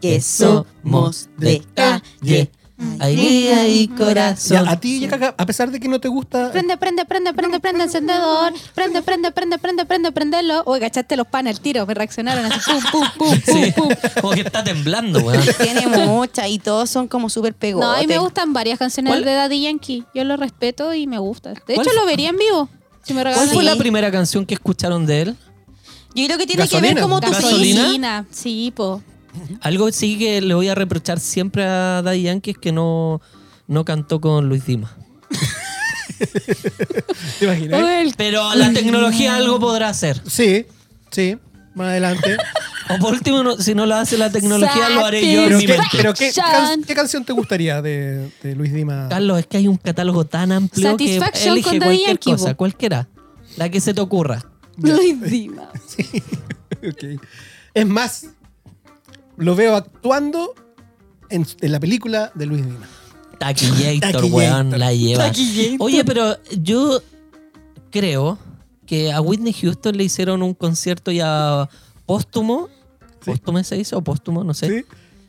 A: que somos de calle.
D: Alegría y
B: Ya,
D: corazón.
B: a ti, Yeka, a pesar de que no te gusta. eh,
C: Prende, prende, prende, prende, prende, encendedor. Prende, prende, prende, prende, prende, prendelo. Uy, gachaste los panes al tiro. Me reaccionaron así. Pum, pum, pum, pum,
D: Sí,
C: pum.
D: como que está temblando, weón.
A: Tiene mucha y todos son como súper pegotes.
C: No, y me gustan varias canciones
D: ¿Cuál?
C: de Daddy Yankee. Yo lo respeto y me gusta. De
D: ¿Cuál
C: hecho,
D: fu-
C: lo vería en vivo. Si me
D: ¿Cuál
C: regalan
D: fue
A: Sí.
D: la primera canción que escucharon de él?
A: Yo creo que tiene que
B: Gasolina.
A: ver como tu
D: Gasolina.
A: gasolina.
C: Sí, po.
D: Algo sí que le voy a reprochar siempre a Daddy Yankee es que no, no cantó con Luis Dima.
B: ¿Te imaginas?
C: Uy,
D: Pero la tecnología algo podrá hacer.
B: Sí, sí. Más adelante.
D: O por último, no- si no lo hace la tecnología, lo haré yo en
B: Pero,
D: mi
B: ¿qué,
D: mente.
B: pero qué,
C: Satisfaction.
B: can- qué canción te gustaría de, de Luis Dima?
D: Carlos, es que hay un catálogo tan amplio que
C: Satisfaction
D: elige
C: con Daddy
D: cualquier
C: Yankee,
D: cosa,
C: po.
D: cualquiera. La que se te ocurra.
C: Luis Dima.
B: Ok. Es más, lo veo actuando en, en la película de Luis Dima.
D: Taquillator,
B: Taquillator.
D: weón, la lleva. Oye, pero yo creo que a Whitney Houston le hicieron un concierto ya póstumo. ¿Póstumo se hizo? ¿O póstumo? No sé.
B: ¿Sí?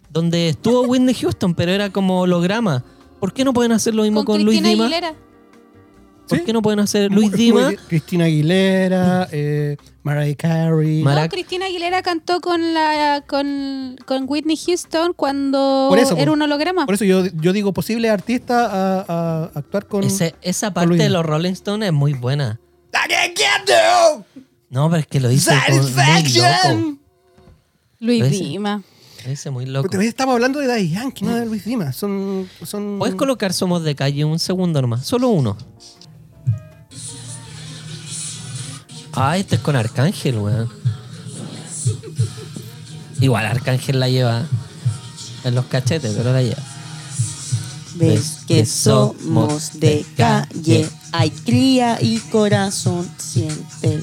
D: Donde estuvo Whitney Houston, pero era como holograma. ¿Por qué no pueden hacer lo mismo
C: Con,
D: con, Luis
C: Cristina
D: Dima?
C: Aguilera.
D: ¿Por
B: Sí.
D: qué no pueden hacer
B: Muy-
D: Luis
B: muy
D: Dima?
B: bien. Cristina Aguilera, eh, Mariah Carey.
D: Mar- Para-
C: No, Cristina Aguilera cantó con la con, con Whitney Houston cuando
B: Por eso,
C: Oh, era
B: por-
C: un holograma.
B: Por eso yo, yo digo posible artista a, a actuar con.
D: Ese- esa
B: con
D: parte
B: Luis
D: de
B: Dima.
D: los Rolling Stones es muy buena.
B: I can't get you.
D: No, pero es que lo hizo con- muy loco.
B: Satisfaction.
C: Luis
D: Ese.
C: Dima.
D: Lo hizo muy
B: Pero
D: loco.
B: también estamos hablando de Daddy Yankee, no de Luis Dima. Son. son...
D: Puedes colocar Somos de Calle un segundo nomás, solo uno. Ah, este es con Arcángel, weón. Igual Arcángel la lleva en los cachetes, pero la lleva.
A: Ves que somos de calle. Hay cría y corazón siente.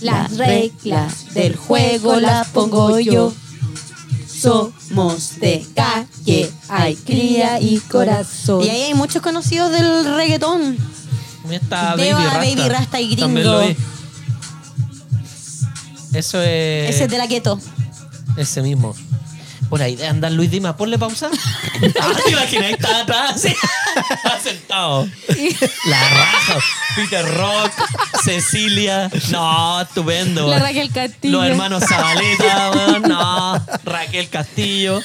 C: Las reglas del juego las pongo yo.
A: Somos de calle, hay cría y corazón. Y ahí hay muchos conocidos del reggaetón.
D: Está Baby
A: Veo a
D: Rasta.
A: Baby Rasta y
D: También
A: Gringo.
D: lo vi. Eso es.
A: Ese es de la gueto.
D: Ese mismo. Por ahí de andar Luis Dimas, ponle pausa. ah, te imaginas, está atrás, así. Está sentado. La raja. Peter Rock, Cecilia. No, estupendo.
C: La
D: weón.
C: Raquel Castillo.
D: Los hermanos Zabaleta, weón. No, Raquel Castillo.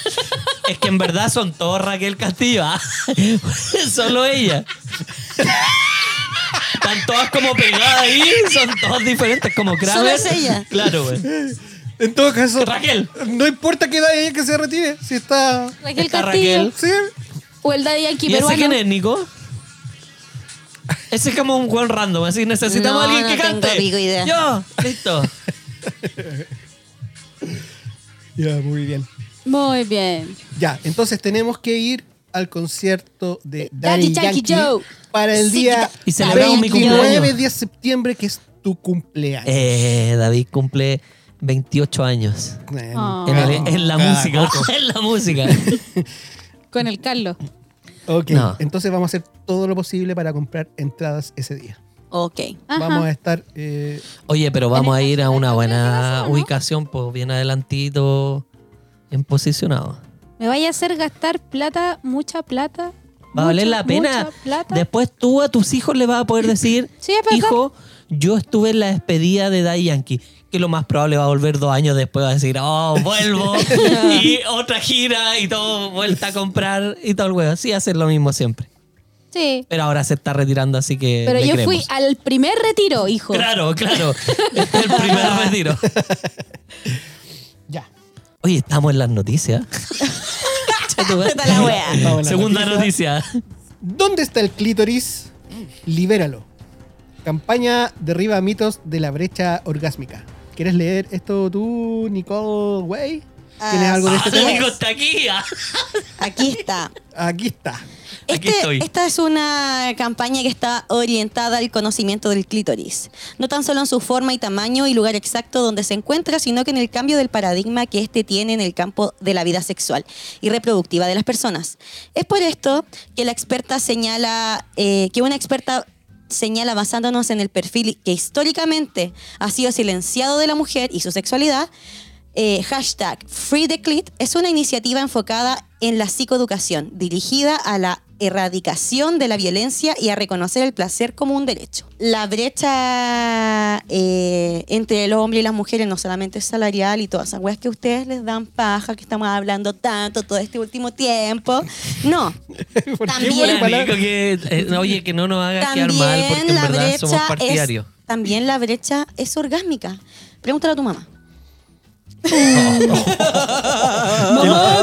D: Es que en verdad son todos Raquel Castillo. ah. Solo ella. Están todas como pegadas ahí, son todas diferentes, como Kramer.
A: es ella.
D: Claro, güey.
B: En todo caso,
D: Raquel.
B: no importa qué edad ella que se retire, si está.
C: Raquel
D: Está
C: Castillo.
D: Raquel.
B: Sí.
C: O el Daddy Yankee
D: ¿Y ese
C: peruano.
D: quién es, Nico? Ese es como un buen random, así necesitamos
A: No,
D: a alguien
A: no
D: que
A: tengo
D: cante.
A: pico idea.
D: Yo, listo.
B: Ya, muy bien.
C: Muy bien.
B: Ya, entonces tenemos que ir al concierto de
C: Daddy
B: Daddy,
C: Yankee
B: Yankee,
C: Joe.
B: para el día
D: Y celebramos mi cumpleaños.
B: 10 de septiembre, que es tu cumpleaños.
D: Eh, David cumple 28 años.
C: Oh.
D: En, el- en la
B: Ah,
D: música.
B: coco.
D: En la música.
C: Con el Carlos.
D: Mm.
B: Ok,
D: No.
B: entonces vamos a hacer todo lo posible para comprar entradas ese día.
A: Ok.
C: Ajá.
B: Vamos a estar... eh,
D: Oye, pero vamos a ir a una buena
C: ¿no?
D: ubicación, pues bien adelantito, bien posicionado.
C: Me vaya a hacer gastar plata, mucha plata.
D: Va a valer
C: mucha,
D: la pena.
C: mucha plata.
D: Después tú a tus hijos le vas a poder decir,
C: Sí, es verdad.
D: hijo, yo estuve en la despedida de Daddy Yankee, que lo más probable va a volver dos años después, va a decir, oh, vuelvo, y otra gira, y todo, vuelta a comprar, y todo el huevo. Sí, hacer lo mismo siempre.
C: Sí.
D: Pero ahora se está retirando, así que
C: Pero
D: le
C: yo
D: eh, creemos.
C: fui al primer retiro, hijo.
D: Claro, claro. Este es el primer retiro.
B: ya.
D: Oye, estamos en las noticias. Chato,
A: Está la wea.
B: Estamos en la
D: Segunda noticia.
B: ¿Dónde está el clítoris? Libéralo. Campaña derriba mitos de la brecha orgásmica. ¿Quieres leer esto tú, Nicole Way? ¿Tienes
A: Ah,
B: algo de este
A: sí.
B: tema?
D: Amigo, está aquí. ah.
A: Aquí está.
B: Aquí está.
D: Aquí
A: Este-
D: estoy.
A: Esta es una campaña que está orientada al conocimiento del clítoris, no tan solo en su forma y tamaño y lugar exacto donde se encuentra, sino que en el cambio del paradigma que éste tiene en el campo de la vida sexual y reproductiva de las personas. Es por esto que la experta señala, eh, que una experta señala basándonos en el perfil que históricamente ha sido silenciado de la mujer y su sexualidad, eh, hashtag Free the Clit es una iniciativa enfocada en la psicoeducación, dirigida a la erradicación de la violencia y a reconocer el placer como un derecho. La brecha eh, entre el hombre y las mujeres no solamente es salarial y todas esas weas que ustedes les dan paja, que estamos hablando tanto todo este último tiempo. No,
B: ¿Por qué
A: También-
B: buena
D: Hola,
B: palabra?
D: Nico, que, eh, oye, que no nos hagas quedar
A: también
D: mal, porque en
A: la
D: verdad somos
A: brecha es
D: partidarios.
A: también la brecha es orgásmica. Pregúntale a tu mamá.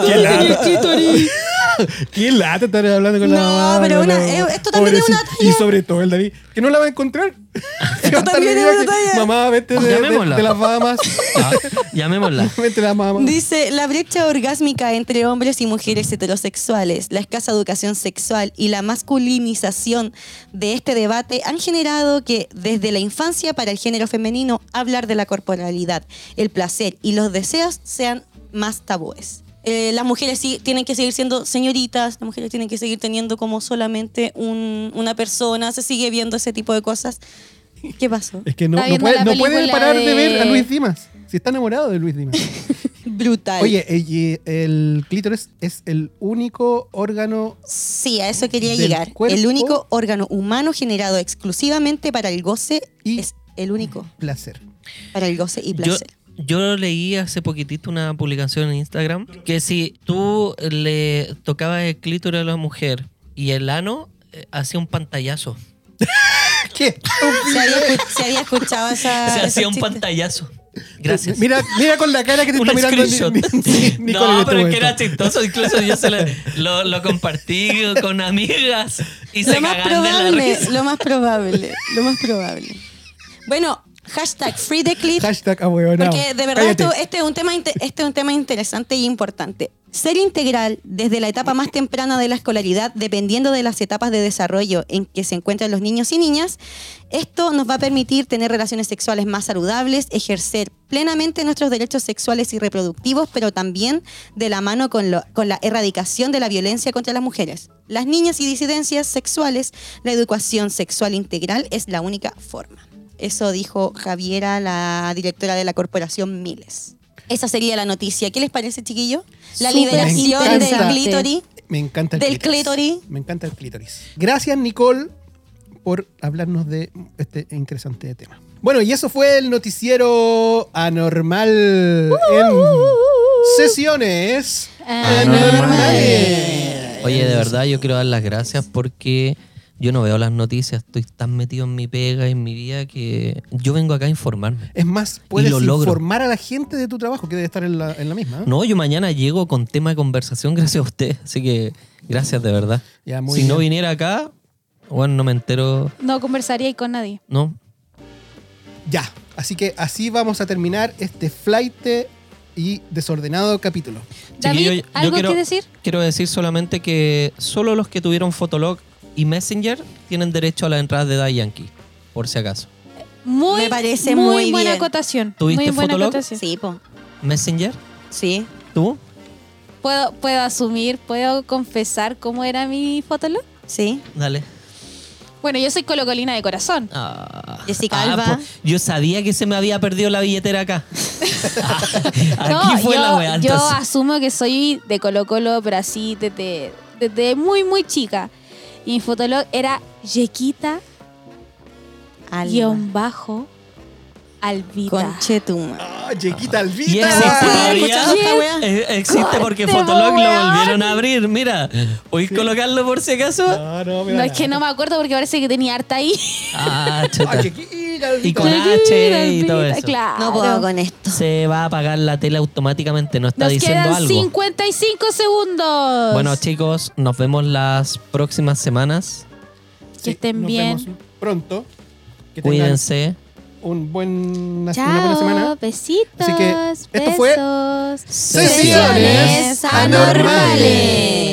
B: ¡Qué lata! ¡Qué lata estar hablando con la
A: No,
B: mamá!
A: pero
B: con la
A: una-
B: mamá.
A: eh, esto también es una
B: Pobrecito.
A: talla.
B: Y sobre todo el David, que no la va a encontrar. Esto
A: también es una talla.
B: Mamá, vete de, de,
D: Llamémosla.
B: de las Bahamas.
D: Ah, llamémosla.
B: vete de las Bahamas.
A: Dice, la brecha orgásmica entre hombres y mujeres heterosexuales, la escasa educación sexual y la masculinización de este debate han generado que desde la infancia para el género femenino hablar de la corporalidad, el placer y los deseos sean más tabúes. Eh, las mujeres sí tienen que seguir siendo señoritas, las mujeres tienen que seguir teniendo como solamente un- una persona, se sigue viendo ese tipo de cosas. ¿Qué pasó?
B: Es que no,
C: Está
B: no,
C: viendo
B: puede,
C: la
B: no puede
C: película
B: parar de...
C: de-
B: ver a Luis Dimas. Si está enamorado de Luis Dimas.
A: Brutal.
B: Oye, eh, y el clítoris es el único órgano.
A: Sí, a eso quería
B: del
A: llegar.
B: cuerpo.
A: El único órgano humano generado exclusivamente para el goce
B: Y-
A: es el único
B: Placer.
A: para el goce y
D: Yo,
A: placer.
D: yo leí hace poquitito una publicación en Instagram que si tú le tocabas el clítoris a la mujer y el ano, eh, hacía un pantallazo.
B: ¿Qué?
A: Se, había, escu- se había escuchado esa.
D: Se
A: esos
D: hacía un
A: chistes.
D: pantallazo. Gracias.
B: Mira, mira con la cara que te
D: un
B: está mirando Ni-
D: screenshot.
B: Ni- Ni- Nicole en
D: no, pero
B: este
D: es que
B: momento.
D: era chistoso. Incluso yo se lo, lo, lo compartí con amigas y se
A: Lo más
D: cagaban de la
A: probable,
D: risa.
A: lo más probable, lo más probable. Bueno, Hashtag free the clip.
B: Hashtag ahueonao.
A: Porque de verdad
B: Cállate.
A: esto- este, es un tema, inte- este es un tema interesante y importante. Ser integral desde la etapa más temprana de la escolaridad, dependiendo de las etapas de desarrollo en que se encuentran los niños y niñas, esto nos va a permitir tener relaciones sexuales más saludables, ejercer plenamente nuestros derechos sexuales y reproductivos, pero también de la mano con, lo- con la erradicación de la violencia contra las mujeres. Las niñas y disidencias sexuales, la educación sexual integral es la única forma. Eso dijo Javiera, la directora de la corporación Miles. Esa sería la noticia. ¿Qué les parece, chiquillo? La
G: Súper
A: liberación del
G: interesante.
A: clítoris.
B: Me encanta el
A: Del clítoris.
B: Me encanta el clítoris. Gracias, Nicole, por hablarnos de este interesante tema. Bueno, y eso fue el noticiero anormal
A: Uh-huh.
B: en sesiones.
C: Ah,
D: Ah, Anormales. Oye, de verdad, yo quiero dar las gracias porque yo no veo las noticias. Estoy tan metido en mi pega, en mi vida, que yo vengo acá a informarme.
B: Es más, puedes
D: lo logro.
B: informar a la gente de tu trabajo que debe estar en la, en la misma. ¿eh?
D: No, yo mañana llego con tema de conversación gracias a usted. Así que gracias de verdad.
B: Ya,
D: si
B: muy
D: no
B: bien.
D: viniera acá, bueno, no me entero.
C: No conversaría ahí con nadie.
D: No.
B: Ya. Así que así vamos a terminar este flight y desordenado capítulo.
C: David,
D: Chiquillo, yo
C: ¿algo
D: quiero-
C: que decir?
D: Quiero decir solamente que solo los que tuvieron Fotolog y Messenger tienen derecho a las entradas de Da Yankee, por si acaso.
C: Muy,
A: Me parece muy
C: buena
A: bien.
C: acotación.
D: ¿Tuviste
C: muy buena
D: Fotolog?
C: acotación.
A: Sí, po.
D: Messenger,
A: Sí.
D: ¿tú?
C: ¿Puedo, ¿Puedo asumir, puedo confesar cómo era mi fotolog?
A: Sí.
D: Dale.
C: Bueno, yo soy colocolina de corazón.
D: Ah.
A: Jessica
D: Ah,
A: Alba.
D: po- yo sabía que se me había perdido la billetera acá. Ah, Aquí
C: No,
D: fue
C: yo,
D: la weá.
C: yo
D: entonces.
C: asumo que soy de Colo Colo, pero así desde, desde muy, muy chica. Y mi fotolog era Yequita,
A: Alba.
C: guión bajo, Alvita.
A: Conchetumare.
B: ¡Ah, Yequita
D: Y
B: Alvita!
D: existe
A: Ah,
D: todavía.
A: escuchando esta weá.
D: Eh, Existe porque
C: Corte,
D: Fotolog lo
C: weón.
D: volvieron a abrir. Mira, ¿puedes colocarlo por si acaso?
B: No, no, mira
C: No es
B: nada.
C: que no me acuerdo porque parece que tenía harta ahí.
D: Ah, chuta.
B: ¡Ah, Yequita
D: Y
B: Alvita!
D: con H y todo eso.
C: Claro.
A: No puedo con esto.
D: Se va a apagar la tele automáticamente, no está
C: Nos
D: diciendo
C: quedan
D: algo.
C: 55 segundos.
D: Bueno, chicos, nos vemos las próximas semanas.
C: que
B: Sí,
C: estén
B: nos
C: bien.
B: vemos pronto. Que tengan
D: Cuídense.
B: un buen, una
C: Chao,
B: buena semana.
C: besitos,
B: Así que esto fue
C: besos.
B: Sesiones
A: Sesiones anormales.